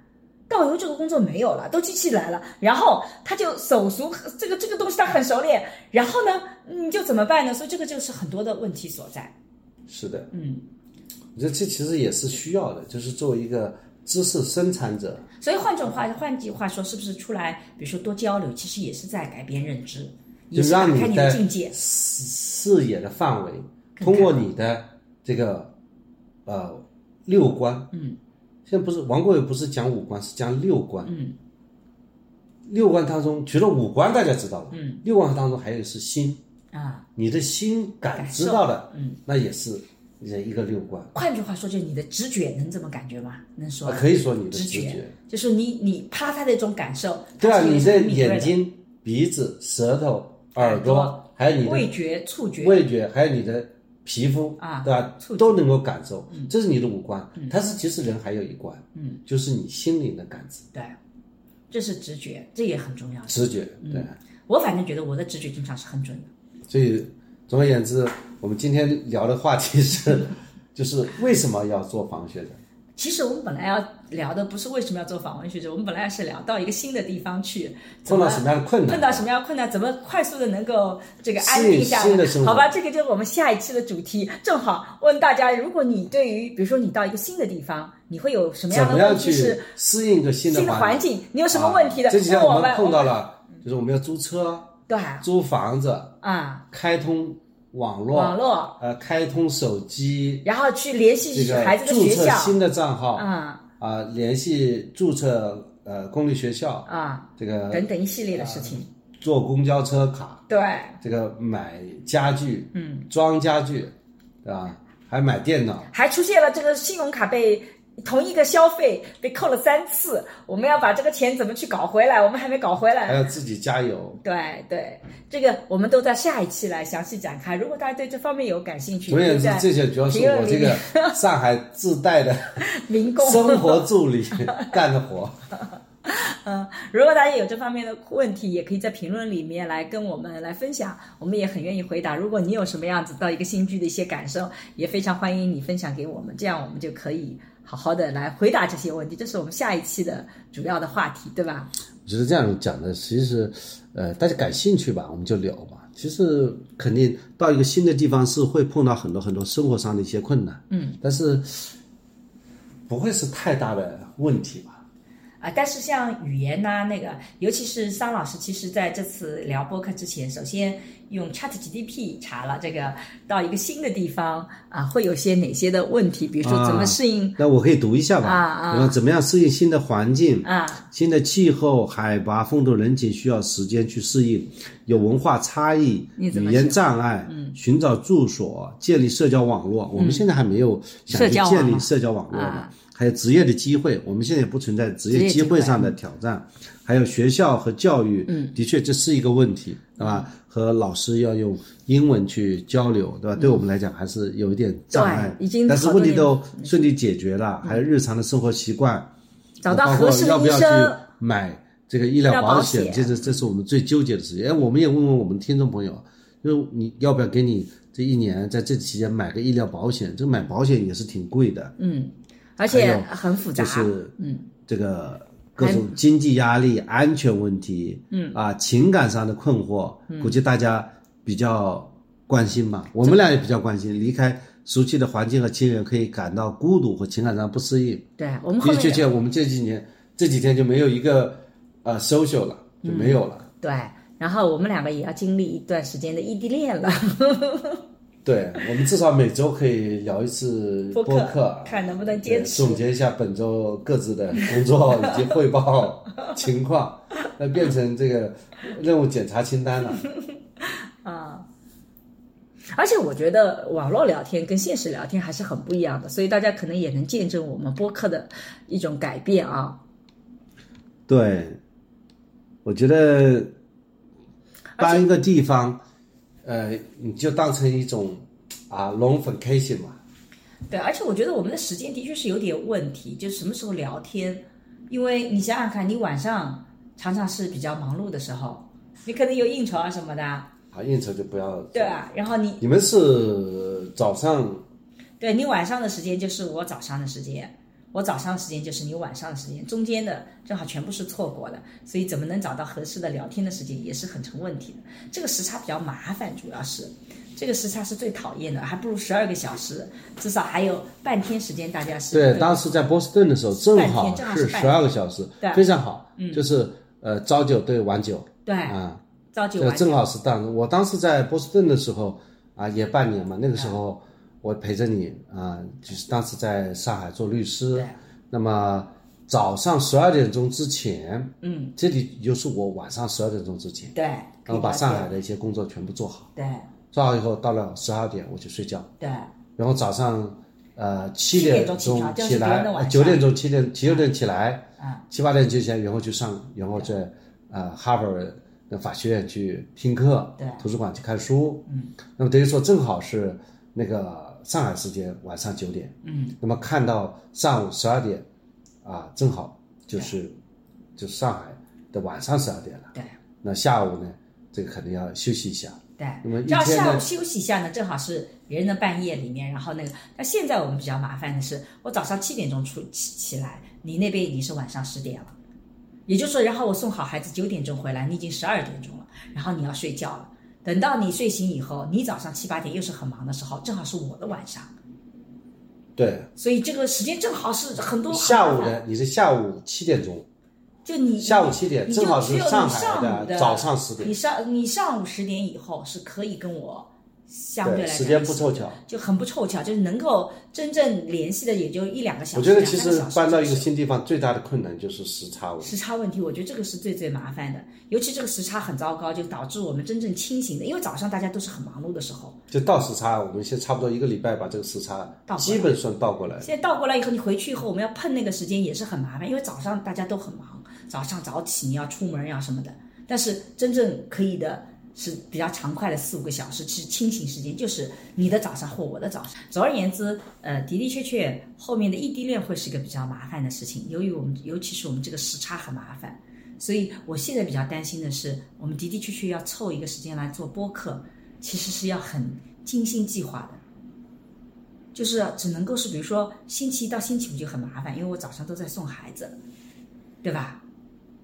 Speaker 2: 导游这个工作没有了，都机器来了，然后他就手熟这个这个东西他很熟练，然后呢，你就怎么办呢？所以这个就是很多的问题所在。
Speaker 4: 是的，
Speaker 2: 嗯，
Speaker 4: 我觉得这其实也是需要的，就是作为一个知识生产者，
Speaker 2: 所以换种话，换句话说，是不是出来，比如说多交流，其实也是在改变认知，
Speaker 4: 就
Speaker 2: 也是打
Speaker 4: 让
Speaker 2: 开
Speaker 4: 你
Speaker 2: 你
Speaker 4: 的
Speaker 2: 的境界。
Speaker 4: 视视野的范围，
Speaker 2: 更
Speaker 4: 通过你的这个呃六官，
Speaker 2: 嗯，
Speaker 4: 现在不是王国维不是讲五官，是讲六官，
Speaker 2: 嗯，
Speaker 4: 六官当中除了五官大家知道了，
Speaker 2: 嗯，
Speaker 4: 六官当中还有是心，
Speaker 2: 啊，
Speaker 4: 你的心感
Speaker 2: 感
Speaker 4: 知
Speaker 2: 受
Speaker 4: 到了，
Speaker 2: 嗯，
Speaker 4: 那也是你的一个六官，
Speaker 2: 换句话说，就是你的直觉能这么感觉吗？能说
Speaker 4: 啊
Speaker 2: 吗？
Speaker 4: 可以说你的
Speaker 2: 直
Speaker 4: 直觉，
Speaker 2: 就是你你啪嗒的一种感受。
Speaker 4: 对啊，
Speaker 2: 它是
Speaker 4: 你
Speaker 2: 一种
Speaker 4: 的
Speaker 2: 敏锐
Speaker 4: 眼、睛、鼻子、舌头、耳
Speaker 2: 耳
Speaker 4: 朵
Speaker 2: 朵，
Speaker 4: 还有你的
Speaker 2: 味觉、触觉，
Speaker 4: 味觉，还有你的皮肤
Speaker 2: 啊
Speaker 4: 对吧
Speaker 2: 触？觉
Speaker 4: 都能够感受，这是你的五官。但是其实人还有一关，
Speaker 2: 嗯，
Speaker 4: 就是你心灵的感知、
Speaker 2: 对，这是直觉，这也很重要。
Speaker 4: 直觉，
Speaker 2: 嗯
Speaker 4: 对。
Speaker 2: 我反正觉得我的直觉经常是很准的。
Speaker 4: 所以，总而言之，我们今天聊的话题是，
Speaker 2: 嗯
Speaker 4: 就是为什么要做防学者？
Speaker 2: 其实我们本来要聊的不是为什么要做访问学者，我们本来是聊到一个新的地方去，
Speaker 4: 碰到什么样的困难？
Speaker 2: 碰到什么样的困难，怎么快速的能够这个安
Speaker 4: 适应
Speaker 2: 定下
Speaker 4: 新的
Speaker 2: 来
Speaker 4: 生？活
Speaker 2: 好吧，这个就是我们下一期的主题。正好问大家，如果你对于比如说你到一个新的地方，你会有什么
Speaker 4: 怎
Speaker 2: 样的
Speaker 4: 么样
Speaker 2: 问题
Speaker 4: 去
Speaker 2: 是
Speaker 4: 适应一个新的
Speaker 2: 新的环
Speaker 4: 境？
Speaker 2: 境？你有什么问题的？
Speaker 4: 啊这几天
Speaker 2: 那我
Speaker 4: 我们
Speaker 2: 们
Speaker 4: 碰到
Speaker 2: 我们
Speaker 4: 了，就是我们要租车、
Speaker 2: 对
Speaker 4: 租房子、
Speaker 2: 啊、
Speaker 4: 开通网络、
Speaker 2: 网络，
Speaker 4: 呃，开通手机，
Speaker 2: 然后去联系
Speaker 4: 这个
Speaker 2: 孩子的
Speaker 4: 注
Speaker 2: 学
Speaker 4: 册
Speaker 2: 校，
Speaker 4: 新的账号，
Speaker 2: 啊
Speaker 4: 啊，联系注册呃公立学校，
Speaker 2: 啊
Speaker 4: 这个
Speaker 2: 等等一系列的事
Speaker 4: 啊
Speaker 2: 情，
Speaker 4: 坐公交车卡，
Speaker 2: 对
Speaker 4: 这个买家具，
Speaker 2: 嗯，
Speaker 4: 装家具，对吧？还买电脑，
Speaker 2: 还出现了这个信用卡被同一个消费被扣了三次，我们要把这个钱怎么去搞回来？我们还没搞回
Speaker 4: 还
Speaker 2: 来。
Speaker 4: 要自己加油。
Speaker 2: 对对，这个我们都在下一期来详细展开。如果大家对这方面有感兴趣，
Speaker 4: 总而言
Speaker 2: 也
Speaker 4: 之
Speaker 2: 在，
Speaker 4: 这些主要是
Speaker 2: 评论
Speaker 4: 我
Speaker 2: 里
Speaker 4: 这 个上海自带的
Speaker 2: 民 工
Speaker 4: 生活助理干的活。
Speaker 2: 嗯， 如果大家有这方面的问题，也可以在评论里面来跟我们来分享，我们也很愿意回答。如果你有什么样子到一个新剧的一些感受，也非常欢迎你分享给我们，这样我们就可以好好的来回答这些问题。这是我们下一期的主要的话题，对吧？
Speaker 4: 我觉得这样讲的，其实，呃，大家感兴趣吧，我们就聊吧。其实肯定到一个新的地方是会碰到很多很多生活上的一些困难，嗯，但是不会是太大的问题吧？
Speaker 2: 啊，但是像语言呐、那个，尤其是桑老师，其实在这次聊播客之前，首先用 Chat GDP 查了这个到一个新的地方啊，会有些哪些的问题，比如说怎
Speaker 4: 啊
Speaker 2: 么适应
Speaker 4: 那我可以读一下吧，
Speaker 2: 啊啊
Speaker 4: 然后怎么样适应新的环境，
Speaker 2: 啊
Speaker 4: 新的气候、海拔、风土人情需要时间去适应，有文化差异、
Speaker 2: 你怎么
Speaker 4: 语言障碍，寻找住所、建立社交网络。我们现在还没有想
Speaker 2: 社
Speaker 4: 去
Speaker 2: 交网
Speaker 4: 建
Speaker 2: 络
Speaker 4: 立社交网络嘛？
Speaker 2: 啊
Speaker 4: 还有职业的机会，我们现在也不存在
Speaker 2: 职
Speaker 4: 职
Speaker 2: 业
Speaker 4: 业
Speaker 2: 机
Speaker 4: 机
Speaker 2: 会
Speaker 4: 会上的挑战，还有学校和教育，嗯，的确这是一个问题，对吧？和老师要用英文去交流，对吧？对我们来讲还是有一点障碍，
Speaker 7: 对已经
Speaker 4: 但是
Speaker 7: 好多
Speaker 4: 问题
Speaker 7: 年
Speaker 4: 都顺利解决了，还有日常的生活习惯，
Speaker 7: 找到
Speaker 4: 包
Speaker 7: 合
Speaker 4: 括
Speaker 7: 适的
Speaker 4: 要不
Speaker 7: 医
Speaker 4: 要
Speaker 7: 生
Speaker 4: 去。买这个医疗保
Speaker 7: 医疗保险
Speaker 4: 这是这是我们最纠结的事情。哎，我们也问问我们听众朋友，就是你要不要给你这一年在这期间买个医疗保险？这买保险也是挺贵的，
Speaker 7: 嗯，而且
Speaker 4: 还有
Speaker 7: 很复杂。
Speaker 4: 就是
Speaker 7: 嗯，
Speaker 4: 这个各种经济压力、安全问题，嗯啊，情感上的困惑，
Speaker 7: 嗯
Speaker 4: 估计大家比较关心吧。我们俩也比较关心，离开熟悉的环境和亲人，可以感到孤独和情感上不适应。
Speaker 7: 对我们后
Speaker 4: 的确，
Speaker 7: 面
Speaker 4: 确，我们这几年这几天就没有一个呃 social 了，就没有了。
Speaker 7: 对，然后我们两个也要经历一段时间的异地恋了。
Speaker 4: 对我们至少每周可以聊一次
Speaker 2: 播
Speaker 4: 嗯播
Speaker 2: 客看能不能坚持
Speaker 4: 对总结一下本周各自的工作以及 汇报情况，那变成这个任务检查清 单了。
Speaker 7: 而且我觉得网络聊天跟现实聊天还是很不一样的，所以大家可能也能见证我们播客的一种改变啊。
Speaker 4: 对，我觉得搬一个地方，呃，你就当成一种啊 long vacation 嘛，
Speaker 2: 对，而且我觉得我们的时间的确是有点问题，就是什么时候聊天，因为你想想看，你晚上常常是比较忙碌的时候，你可能有应酬啊什么的，
Speaker 4: 啊，应酬就不要。
Speaker 2: 对吧？然后你
Speaker 4: 你们是早上
Speaker 2: 对你晚上的时间就是我早上的时间，我早上的时间就是你晚上的时间，中间的正好全部是错过的，所以怎么能找到合适的聊天的时间也是很成问题的。这个时差比较麻烦，主要是这个时差是最讨厌的，还不如十二个小时，至少还有半天时间大家是
Speaker 4: 对，当时在波士顿的时候正
Speaker 2: 半
Speaker 4: 好
Speaker 2: 天正好是
Speaker 4: 是
Speaker 2: 半
Speaker 4: 十
Speaker 2: 天
Speaker 4: 二个小时
Speaker 2: 对，嗯
Speaker 4: 非常好，就是呃朝九对晚九
Speaker 2: 对
Speaker 4: 啊，
Speaker 2: 朝九
Speaker 4: 这
Speaker 2: 晚九
Speaker 4: 正好是当我当时在波士顿的时候啊也半年嘛，那个时候我陪着你啊，就是当时在上海做律师
Speaker 2: 对，
Speaker 4: 那么早上十二点钟之前，嗯，这里就是我晚上十二点钟之前，
Speaker 2: 对，
Speaker 4: 然后把上海的一些工作全部做好，
Speaker 2: 对
Speaker 4: 做好以后到了十二点我就睡觉。
Speaker 2: 对
Speaker 4: 然后早上呃
Speaker 2: 七
Speaker 4: 七
Speaker 2: 点
Speaker 4: 点
Speaker 2: 钟起
Speaker 4: 钟
Speaker 2: 床就是
Speaker 4: 起
Speaker 2: 别人
Speaker 4: 来
Speaker 2: 的晚，上嗯
Speaker 4: 九点钟七点九点起来
Speaker 2: 啊，
Speaker 4: 七八点就起来，然后去上，然后在呃哈佛的法学院去听课，
Speaker 2: 对
Speaker 4: 图书馆去看书，嗯，那么等于说正好是那个上海时间晚上九点，嗯，那么看到上午十二点啊，正好就是就上海的晚上十二点了，
Speaker 2: 对
Speaker 4: 那下午呢，这个可能要休息一下，那么
Speaker 2: 对，
Speaker 4: 一
Speaker 2: 只要
Speaker 4: 天
Speaker 2: 下午
Speaker 4: 呢
Speaker 2: 休息一下呢，正好是别人的半夜里面，然后那个，但现在我们比较麻烦的是，我早上七点钟出起起来，你那边已经是晚上十点了，也就是说，然后我送好孩子九点钟回来，你已经十二点钟了，然后你要睡觉了。等到你睡醒以后，你早上七八点又是很忙的时候，正好是我的晚上，
Speaker 4: 对。
Speaker 2: 所以这个时间正好是很多
Speaker 4: 下午
Speaker 2: 很麻烦
Speaker 4: 呢，你是下午七点钟，
Speaker 2: 就你
Speaker 4: 下午7点
Speaker 2: 你就
Speaker 4: 正好是
Speaker 2: 只有你
Speaker 4: 上
Speaker 2: 上
Speaker 4: 海
Speaker 2: 午
Speaker 4: 的早上10点
Speaker 2: 你上你上午十点以后是可以跟我相对来
Speaker 4: 对，
Speaker 2: 讲
Speaker 4: 时间不凑
Speaker 2: 是
Speaker 4: 巧。
Speaker 2: 就很不凑巧，就是能够真正联系的也就一两个小
Speaker 4: 我
Speaker 2: 时。
Speaker 4: 觉得其
Speaker 2: 两三
Speaker 4: 实
Speaker 2: 小时
Speaker 4: 搬到一
Speaker 2: 就
Speaker 4: 个
Speaker 2: 是
Speaker 4: 新地方最大的困难就是时差问题。
Speaker 2: 时差问题，我觉得这个是最最麻烦的，尤其这个时差很糟糕，就导致我们真正清醒的，因为早上大家都是很忙碌的时候，
Speaker 4: 就倒时差，我们现在差不多一个礼拜把这个时差
Speaker 2: 倒过来
Speaker 4: 基本算倒过来了。
Speaker 2: 现在倒过来以后，你回去以后我们要碰那个时间也是很麻烦，因为早上大家都很忙，早上早起你要出门呀、什么的，但是真正可以的。是比较常快的四五个小时，其实清醒时间就是你的早上或我的早上。总而言之，呃，的的确确，后面的异地恋会是一个比较麻烦的事情。由于我们，尤其是我们这个时差很麻烦，所以我现在比较担心的是，我们的的确确要凑一个时间来做播客，其实是要很精心计划的，就是只能够是，比如说星期一到星期五就很麻烦，因为我早上都在送孩子，对吧？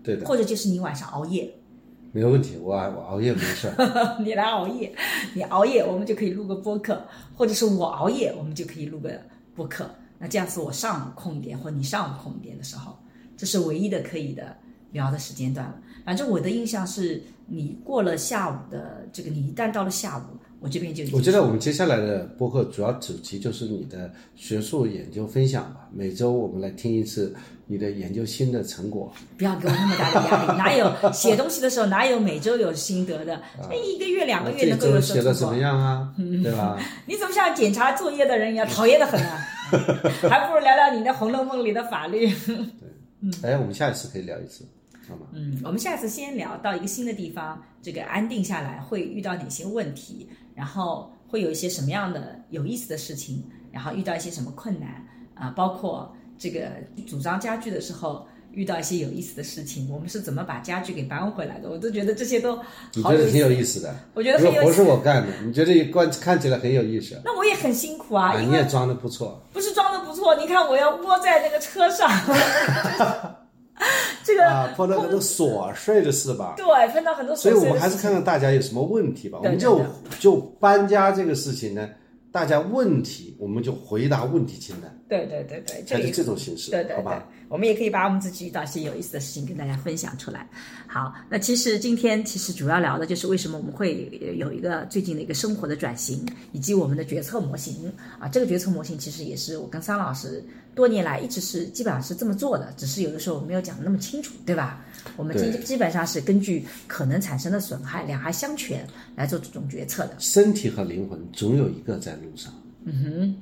Speaker 4: 对的，
Speaker 2: 或者就是你晚上熬夜，
Speaker 4: 没有问题，我我熬夜没事
Speaker 2: 嗯
Speaker 4: 儿。
Speaker 2: 你来熬夜，你熬夜，我们就可以录个播客，或者是我熬夜，我们就可以录个播客。那这样子，我上午空一点，或你上午空一点的时候，这是唯一的可以的聊的时间段了。反正我的印象是，你过了下午的这个，你一旦到了下午，我这边就已经
Speaker 4: 我觉得我们接下来的播客主要主题就是你的学术研究分享吧，每周我们来听一次你的研究新的成果。
Speaker 2: 不要给我那么大的压力，哪有写东西的时候哪有每周有心得的？那一个月、两个月
Speaker 4: 啊这
Speaker 2: 能够有嗯
Speaker 4: 周
Speaker 2: 什
Speaker 4: 写
Speaker 2: 么
Speaker 4: 的
Speaker 2: 成
Speaker 4: 怎
Speaker 2: 果
Speaker 4: 么？样啊？对吧？
Speaker 2: 你怎么像检查作业的人一样，讨厌的很 啊？还不如聊聊你的《红楼梦》里的法律。
Speaker 4: 哎，我们下一次可以聊一次，好吗？
Speaker 2: 嗯，我们下次先聊到一个新的地方，这个安定下来会遇到哪些问题，然后会有一些什么样的有意思的事情，然后遇到一些什么困难啊、包括这个组装家具的时候。遇到一些有意思的事情，我们是怎么把家具给搬回来的？我都觉得这些都
Speaker 4: 你
Speaker 2: 好
Speaker 4: 觉得
Speaker 2: 有意
Speaker 4: 挺
Speaker 2: 思。
Speaker 4: 有意思的，
Speaker 2: 我觉得很
Speaker 4: 这
Speaker 2: 有
Speaker 4: 个活
Speaker 2: 意
Speaker 4: 是
Speaker 2: 思。
Speaker 4: 我干的，你觉得观看起来很有意思
Speaker 2: 那我也很辛苦啊，
Speaker 4: 啊？
Speaker 2: 因
Speaker 4: 你
Speaker 2: 为
Speaker 4: 也装的不错，
Speaker 2: 不是装的不错，你看我要窝在那个车 上，这个、
Speaker 4: 啊，碰到很多琐碎的事吧。
Speaker 2: 对分到很多琐碎
Speaker 4: 所以
Speaker 2: 的事情，
Speaker 4: 我们还是看看大家有什么问题吧。我
Speaker 2: 对
Speaker 4: 们
Speaker 2: 对
Speaker 4: 就就搬家这个事情呢，大家问题我们就回答问题清单，
Speaker 2: 对对对对，这
Speaker 4: 才
Speaker 2: 里
Speaker 4: 是这种形式，
Speaker 2: 对对
Speaker 4: 好
Speaker 2: 对
Speaker 4: 吧？，
Speaker 2: 我们也可以把我们自己遇到一些有意思的事情跟大家分享出来。好，那其实今天其实主要聊的就是为什么我们会有一个最近的一个生活的转型，以及我们的决策模型啊。这个决策模型其实也是我跟桑老师多年来一直是基本上是这么做的，只是有的时候我没有讲的那么清楚，对吧？我们基
Speaker 4: 对
Speaker 2: 基本上是根据可能产生的损害两害相权来做这种决策的。
Speaker 4: 身体和灵魂总有一个在路上。嗯哼，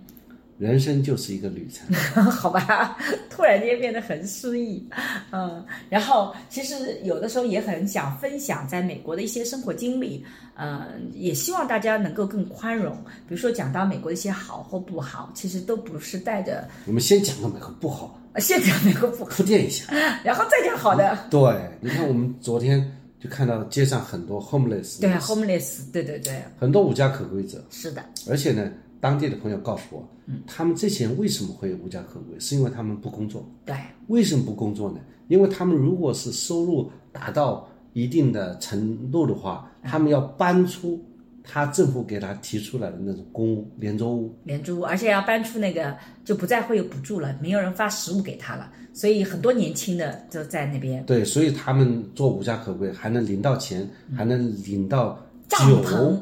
Speaker 4: 人生就是一个旅程。
Speaker 2: 好吧，突然间变得很诗意，嗯，然后其实有的时候也很想分享在美国的一些生活经历，嗯，也希望大家能够更宽容。比如说讲到美国的一些好或不好，其实都不是带着
Speaker 4: 我们先讲个美国不好，
Speaker 2: 呃先讲美国不好，
Speaker 4: 铺垫一下。
Speaker 2: 然后再讲好的。
Speaker 4: 对，你看我们昨天就看到街上很多 homeless，
Speaker 2: 对啊，homeless，对对对，
Speaker 4: 很多无家可归者，
Speaker 2: 是的，
Speaker 4: 而且呢，当地的朋友告诉我，
Speaker 2: 嗯
Speaker 4: 他们这些人为什么会无家可归，是因为他们不工作。
Speaker 2: 对，
Speaker 4: 为什么不工作呢？因为他们如果是收入达到一定的程度的话，
Speaker 2: 嗯
Speaker 4: 他们要搬出他政府给他提出来的那种公屋、廉租屋。
Speaker 2: 廉租，而且要搬出那个就不再会有补助了，没有人发食物给他了，所以很多年轻的都在那边
Speaker 4: 对，所以他们做无家可归，还能领到钱，还能领到
Speaker 2: 嗯帐
Speaker 4: 酒、
Speaker 2: 篷。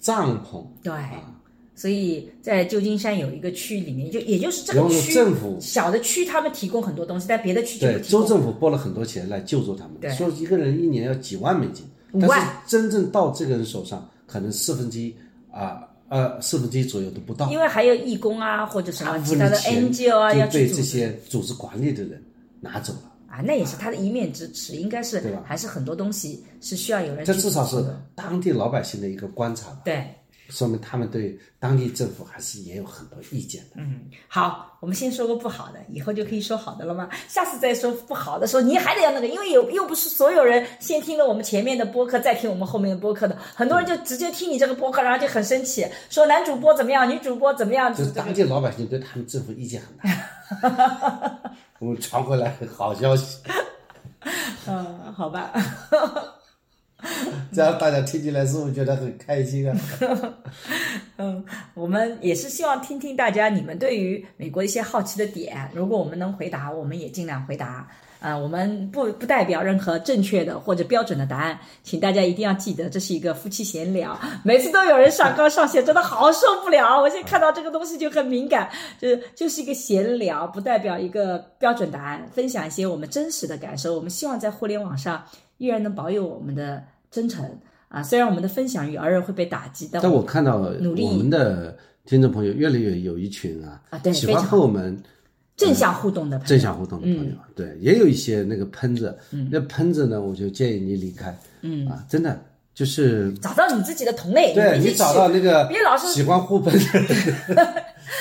Speaker 4: 帐篷。
Speaker 2: 对
Speaker 4: 啊，
Speaker 2: 所以在旧金山有一个区里面，就也就是这
Speaker 4: 然
Speaker 2: 个
Speaker 4: 后
Speaker 2: 区
Speaker 4: 政府
Speaker 2: 小的区，他们提供很多东西，但别的区就不
Speaker 4: 对，
Speaker 2: 提
Speaker 4: 州
Speaker 2: 供。
Speaker 4: 政府拨了很多钱来救助他
Speaker 2: 对
Speaker 4: 们，说一个人一年要几万美金，
Speaker 2: 五
Speaker 4: 但
Speaker 2: 万
Speaker 4: 是真正到这个人手上，可能四分之一啊呃四分之一左右都不到。
Speaker 2: 因为还有义工啊，或者什
Speaker 4: 大
Speaker 2: 么
Speaker 4: 部
Speaker 2: 其
Speaker 4: 分
Speaker 2: 他的
Speaker 4: 钱
Speaker 2: NGO 啊，要
Speaker 4: 就
Speaker 2: 去
Speaker 4: 被
Speaker 2: 组
Speaker 4: 这
Speaker 2: 织
Speaker 4: 些组织管理的人拿走了。
Speaker 2: 啊，那也是他的一面之词，应该是
Speaker 4: 对吧
Speaker 2: 还是很多东西是需要有人去
Speaker 4: 这至少
Speaker 2: 组
Speaker 4: 是
Speaker 2: 织的
Speaker 4: 当地老百姓的一个观察吧，
Speaker 2: 对。
Speaker 4: 说明他们对当地政府还是也有很多意见的。
Speaker 2: 嗯，好，我们先说个不好的，以后就可以说好的了吗？下次再说不好的时候，你还得要那个，因为有又不是所有人先听了我们前面的播客，再听我们后面的播客的，很多人就直接听你这个播客，然后就很生气，说男主播怎么样，女主播怎么样，
Speaker 4: 就是当地老百姓对他们政府意见很大。 我们传回来好消息，
Speaker 2: 嗯，好吧，
Speaker 4: 这样大家听起来是不是觉得很开心啊？
Speaker 2: 嗯，我们也是希望听听大家你们对于美国一些好奇的点，如果我们能回答，我们也尽量回答。呃，我们不不代表任何正确的或者标准的答案，请大家一定要记得，这是一个夫妻闲聊。每次都有人上纲上线，真的好受不了。我现在看到这个东西就很敏感，就是就是一个闲聊，不代表一个标准答案。分享一些我们真实的感受，我们希望在互联网上依然能保有我们的真诚啊。虽然我们的分享欲偶尔会被打击，但
Speaker 4: 但我看到
Speaker 2: 努力
Speaker 4: 我们的听众朋友越来越有一群啊，
Speaker 2: 啊对
Speaker 4: 喜
Speaker 2: 非
Speaker 4: 欢
Speaker 2: 常
Speaker 4: 和我们
Speaker 2: 正向互动的朋友
Speaker 4: 正向互动的朋友，
Speaker 2: 嗯
Speaker 4: 对，也有一些那个喷子，那喷子呢，我就建议你离开，嗯啊，真的就是
Speaker 2: 找到你自己的同类，
Speaker 4: 对
Speaker 2: 哎你
Speaker 4: 你
Speaker 2: 一起
Speaker 4: 找到那个
Speaker 2: 别老是
Speaker 4: 喜欢互喷的人，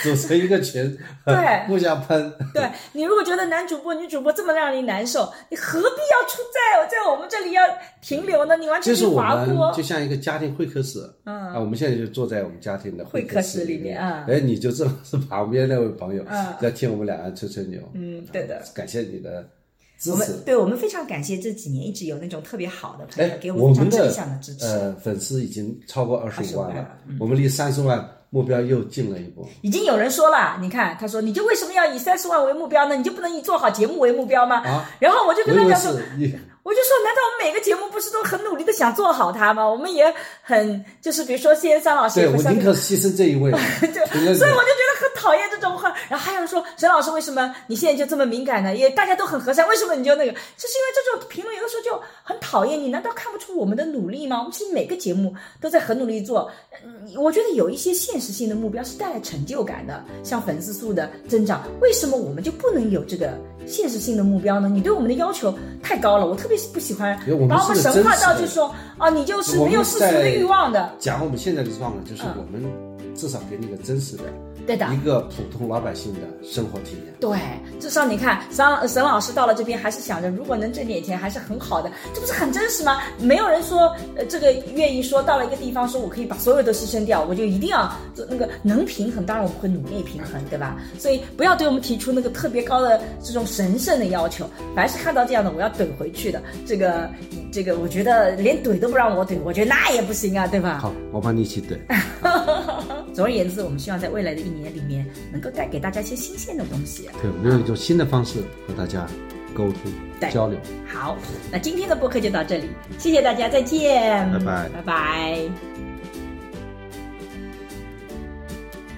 Speaker 4: 组成一个群，
Speaker 2: 对
Speaker 4: 互相喷。
Speaker 2: 对你如果觉得男主播、女主播这么让你难受，你何必要出在在我们这里要停留呢？你完全
Speaker 4: 就是我
Speaker 2: 滑
Speaker 4: 们
Speaker 2: 锅
Speaker 4: 就。像一个家庭会客室，嗯啊，我们现在就坐在我们家庭的
Speaker 2: 会客室
Speaker 4: 室
Speaker 2: 里面啊
Speaker 4: 哎，你就正好是旁边那位朋友
Speaker 2: 嗯
Speaker 4: 在听我们两个吹吹牛，
Speaker 2: 嗯，对的，
Speaker 4: 感谢你的支
Speaker 2: 我
Speaker 4: 持
Speaker 2: 们。对我们非常感谢这几年一直有那种特别好的朋友
Speaker 4: 哎，
Speaker 2: 给
Speaker 4: 我
Speaker 2: 们非常
Speaker 4: 的
Speaker 2: 正向的支持，
Speaker 4: 呃粉丝已经超过二十五万
Speaker 2: 25万
Speaker 4: 了
Speaker 2: 了，
Speaker 4: 我们离三十万目标又近了一步。
Speaker 2: 已经有人说了，你看，他说你就为什么要以三十万为目标呢？你就不能以做好节目为目标吗？
Speaker 4: 啊
Speaker 2: 然后我就
Speaker 4: 我
Speaker 2: 跟
Speaker 4: 以
Speaker 2: 大
Speaker 4: 为
Speaker 2: 家说，
Speaker 4: 是你，
Speaker 2: 我就说，难道我们每个节目不是都很努力的想做好它吗？我们也很就是，比如说谢张老师
Speaker 4: 对
Speaker 2: 也
Speaker 4: 我
Speaker 2: 会像
Speaker 4: 宁可牺牲这一位，除了
Speaker 2: 对，所以 我就觉得很讨厌这种话。然后还有人说，沈老师为什么你现在就这么敏感呢？也大家都很和善，为什么你就那个？就是因为这种评论有的时候就很讨厌你。难道看不出我们的努力吗？我们其实每个节目都在很努力做。嗯我觉得有一些现实性的目标是带来成就感的，像粉丝数的增长，为什么我们就不能有这个现实性的目标呢？你对我们的要求太高了，我特别不喜欢
Speaker 4: 因为我们
Speaker 2: 把我
Speaker 4: 是
Speaker 2: 们
Speaker 4: 个
Speaker 2: 神化
Speaker 4: 真实
Speaker 2: 到
Speaker 4: 的
Speaker 2: 就说啊，你就是
Speaker 4: 我
Speaker 2: 没有
Speaker 4: 们
Speaker 2: 世俗的
Speaker 4: 在
Speaker 2: 欲望的。
Speaker 4: 讲我们现在的状况，就是
Speaker 2: 嗯
Speaker 4: 我们至少给你个真实的、
Speaker 2: 对的，
Speaker 4: 一个普通老百姓的生活体验。
Speaker 2: 对，至少你看，沈沈老师到了这边，还是想着如果能挣点钱，还是很好的，这不是很真实吗？没有人说，呃，这个愿意说到了一个地方，说我可以把所有都牺牲掉，我就一定要做那个能平衡。当然，我们会努力平衡，对吧？所以不要对我们提出那个特别高的这种神圣的要求。凡是看到这样的，我要怼回去的。这个，这个，我觉得连怼都不让我怼，我觉得那也不行啊，对吧？
Speaker 4: 好，我帮你一起怼。
Speaker 2: 总而言之，我们希望在未来的一年里面，能够带给大家一些新鲜的东西。啊
Speaker 4: 对，我们用一种新的方式和大家沟通
Speaker 2: 对
Speaker 4: 交流。
Speaker 2: 好，那今天的播客就到这里，谢谢大家，再见，
Speaker 4: 拜拜
Speaker 2: 拜拜。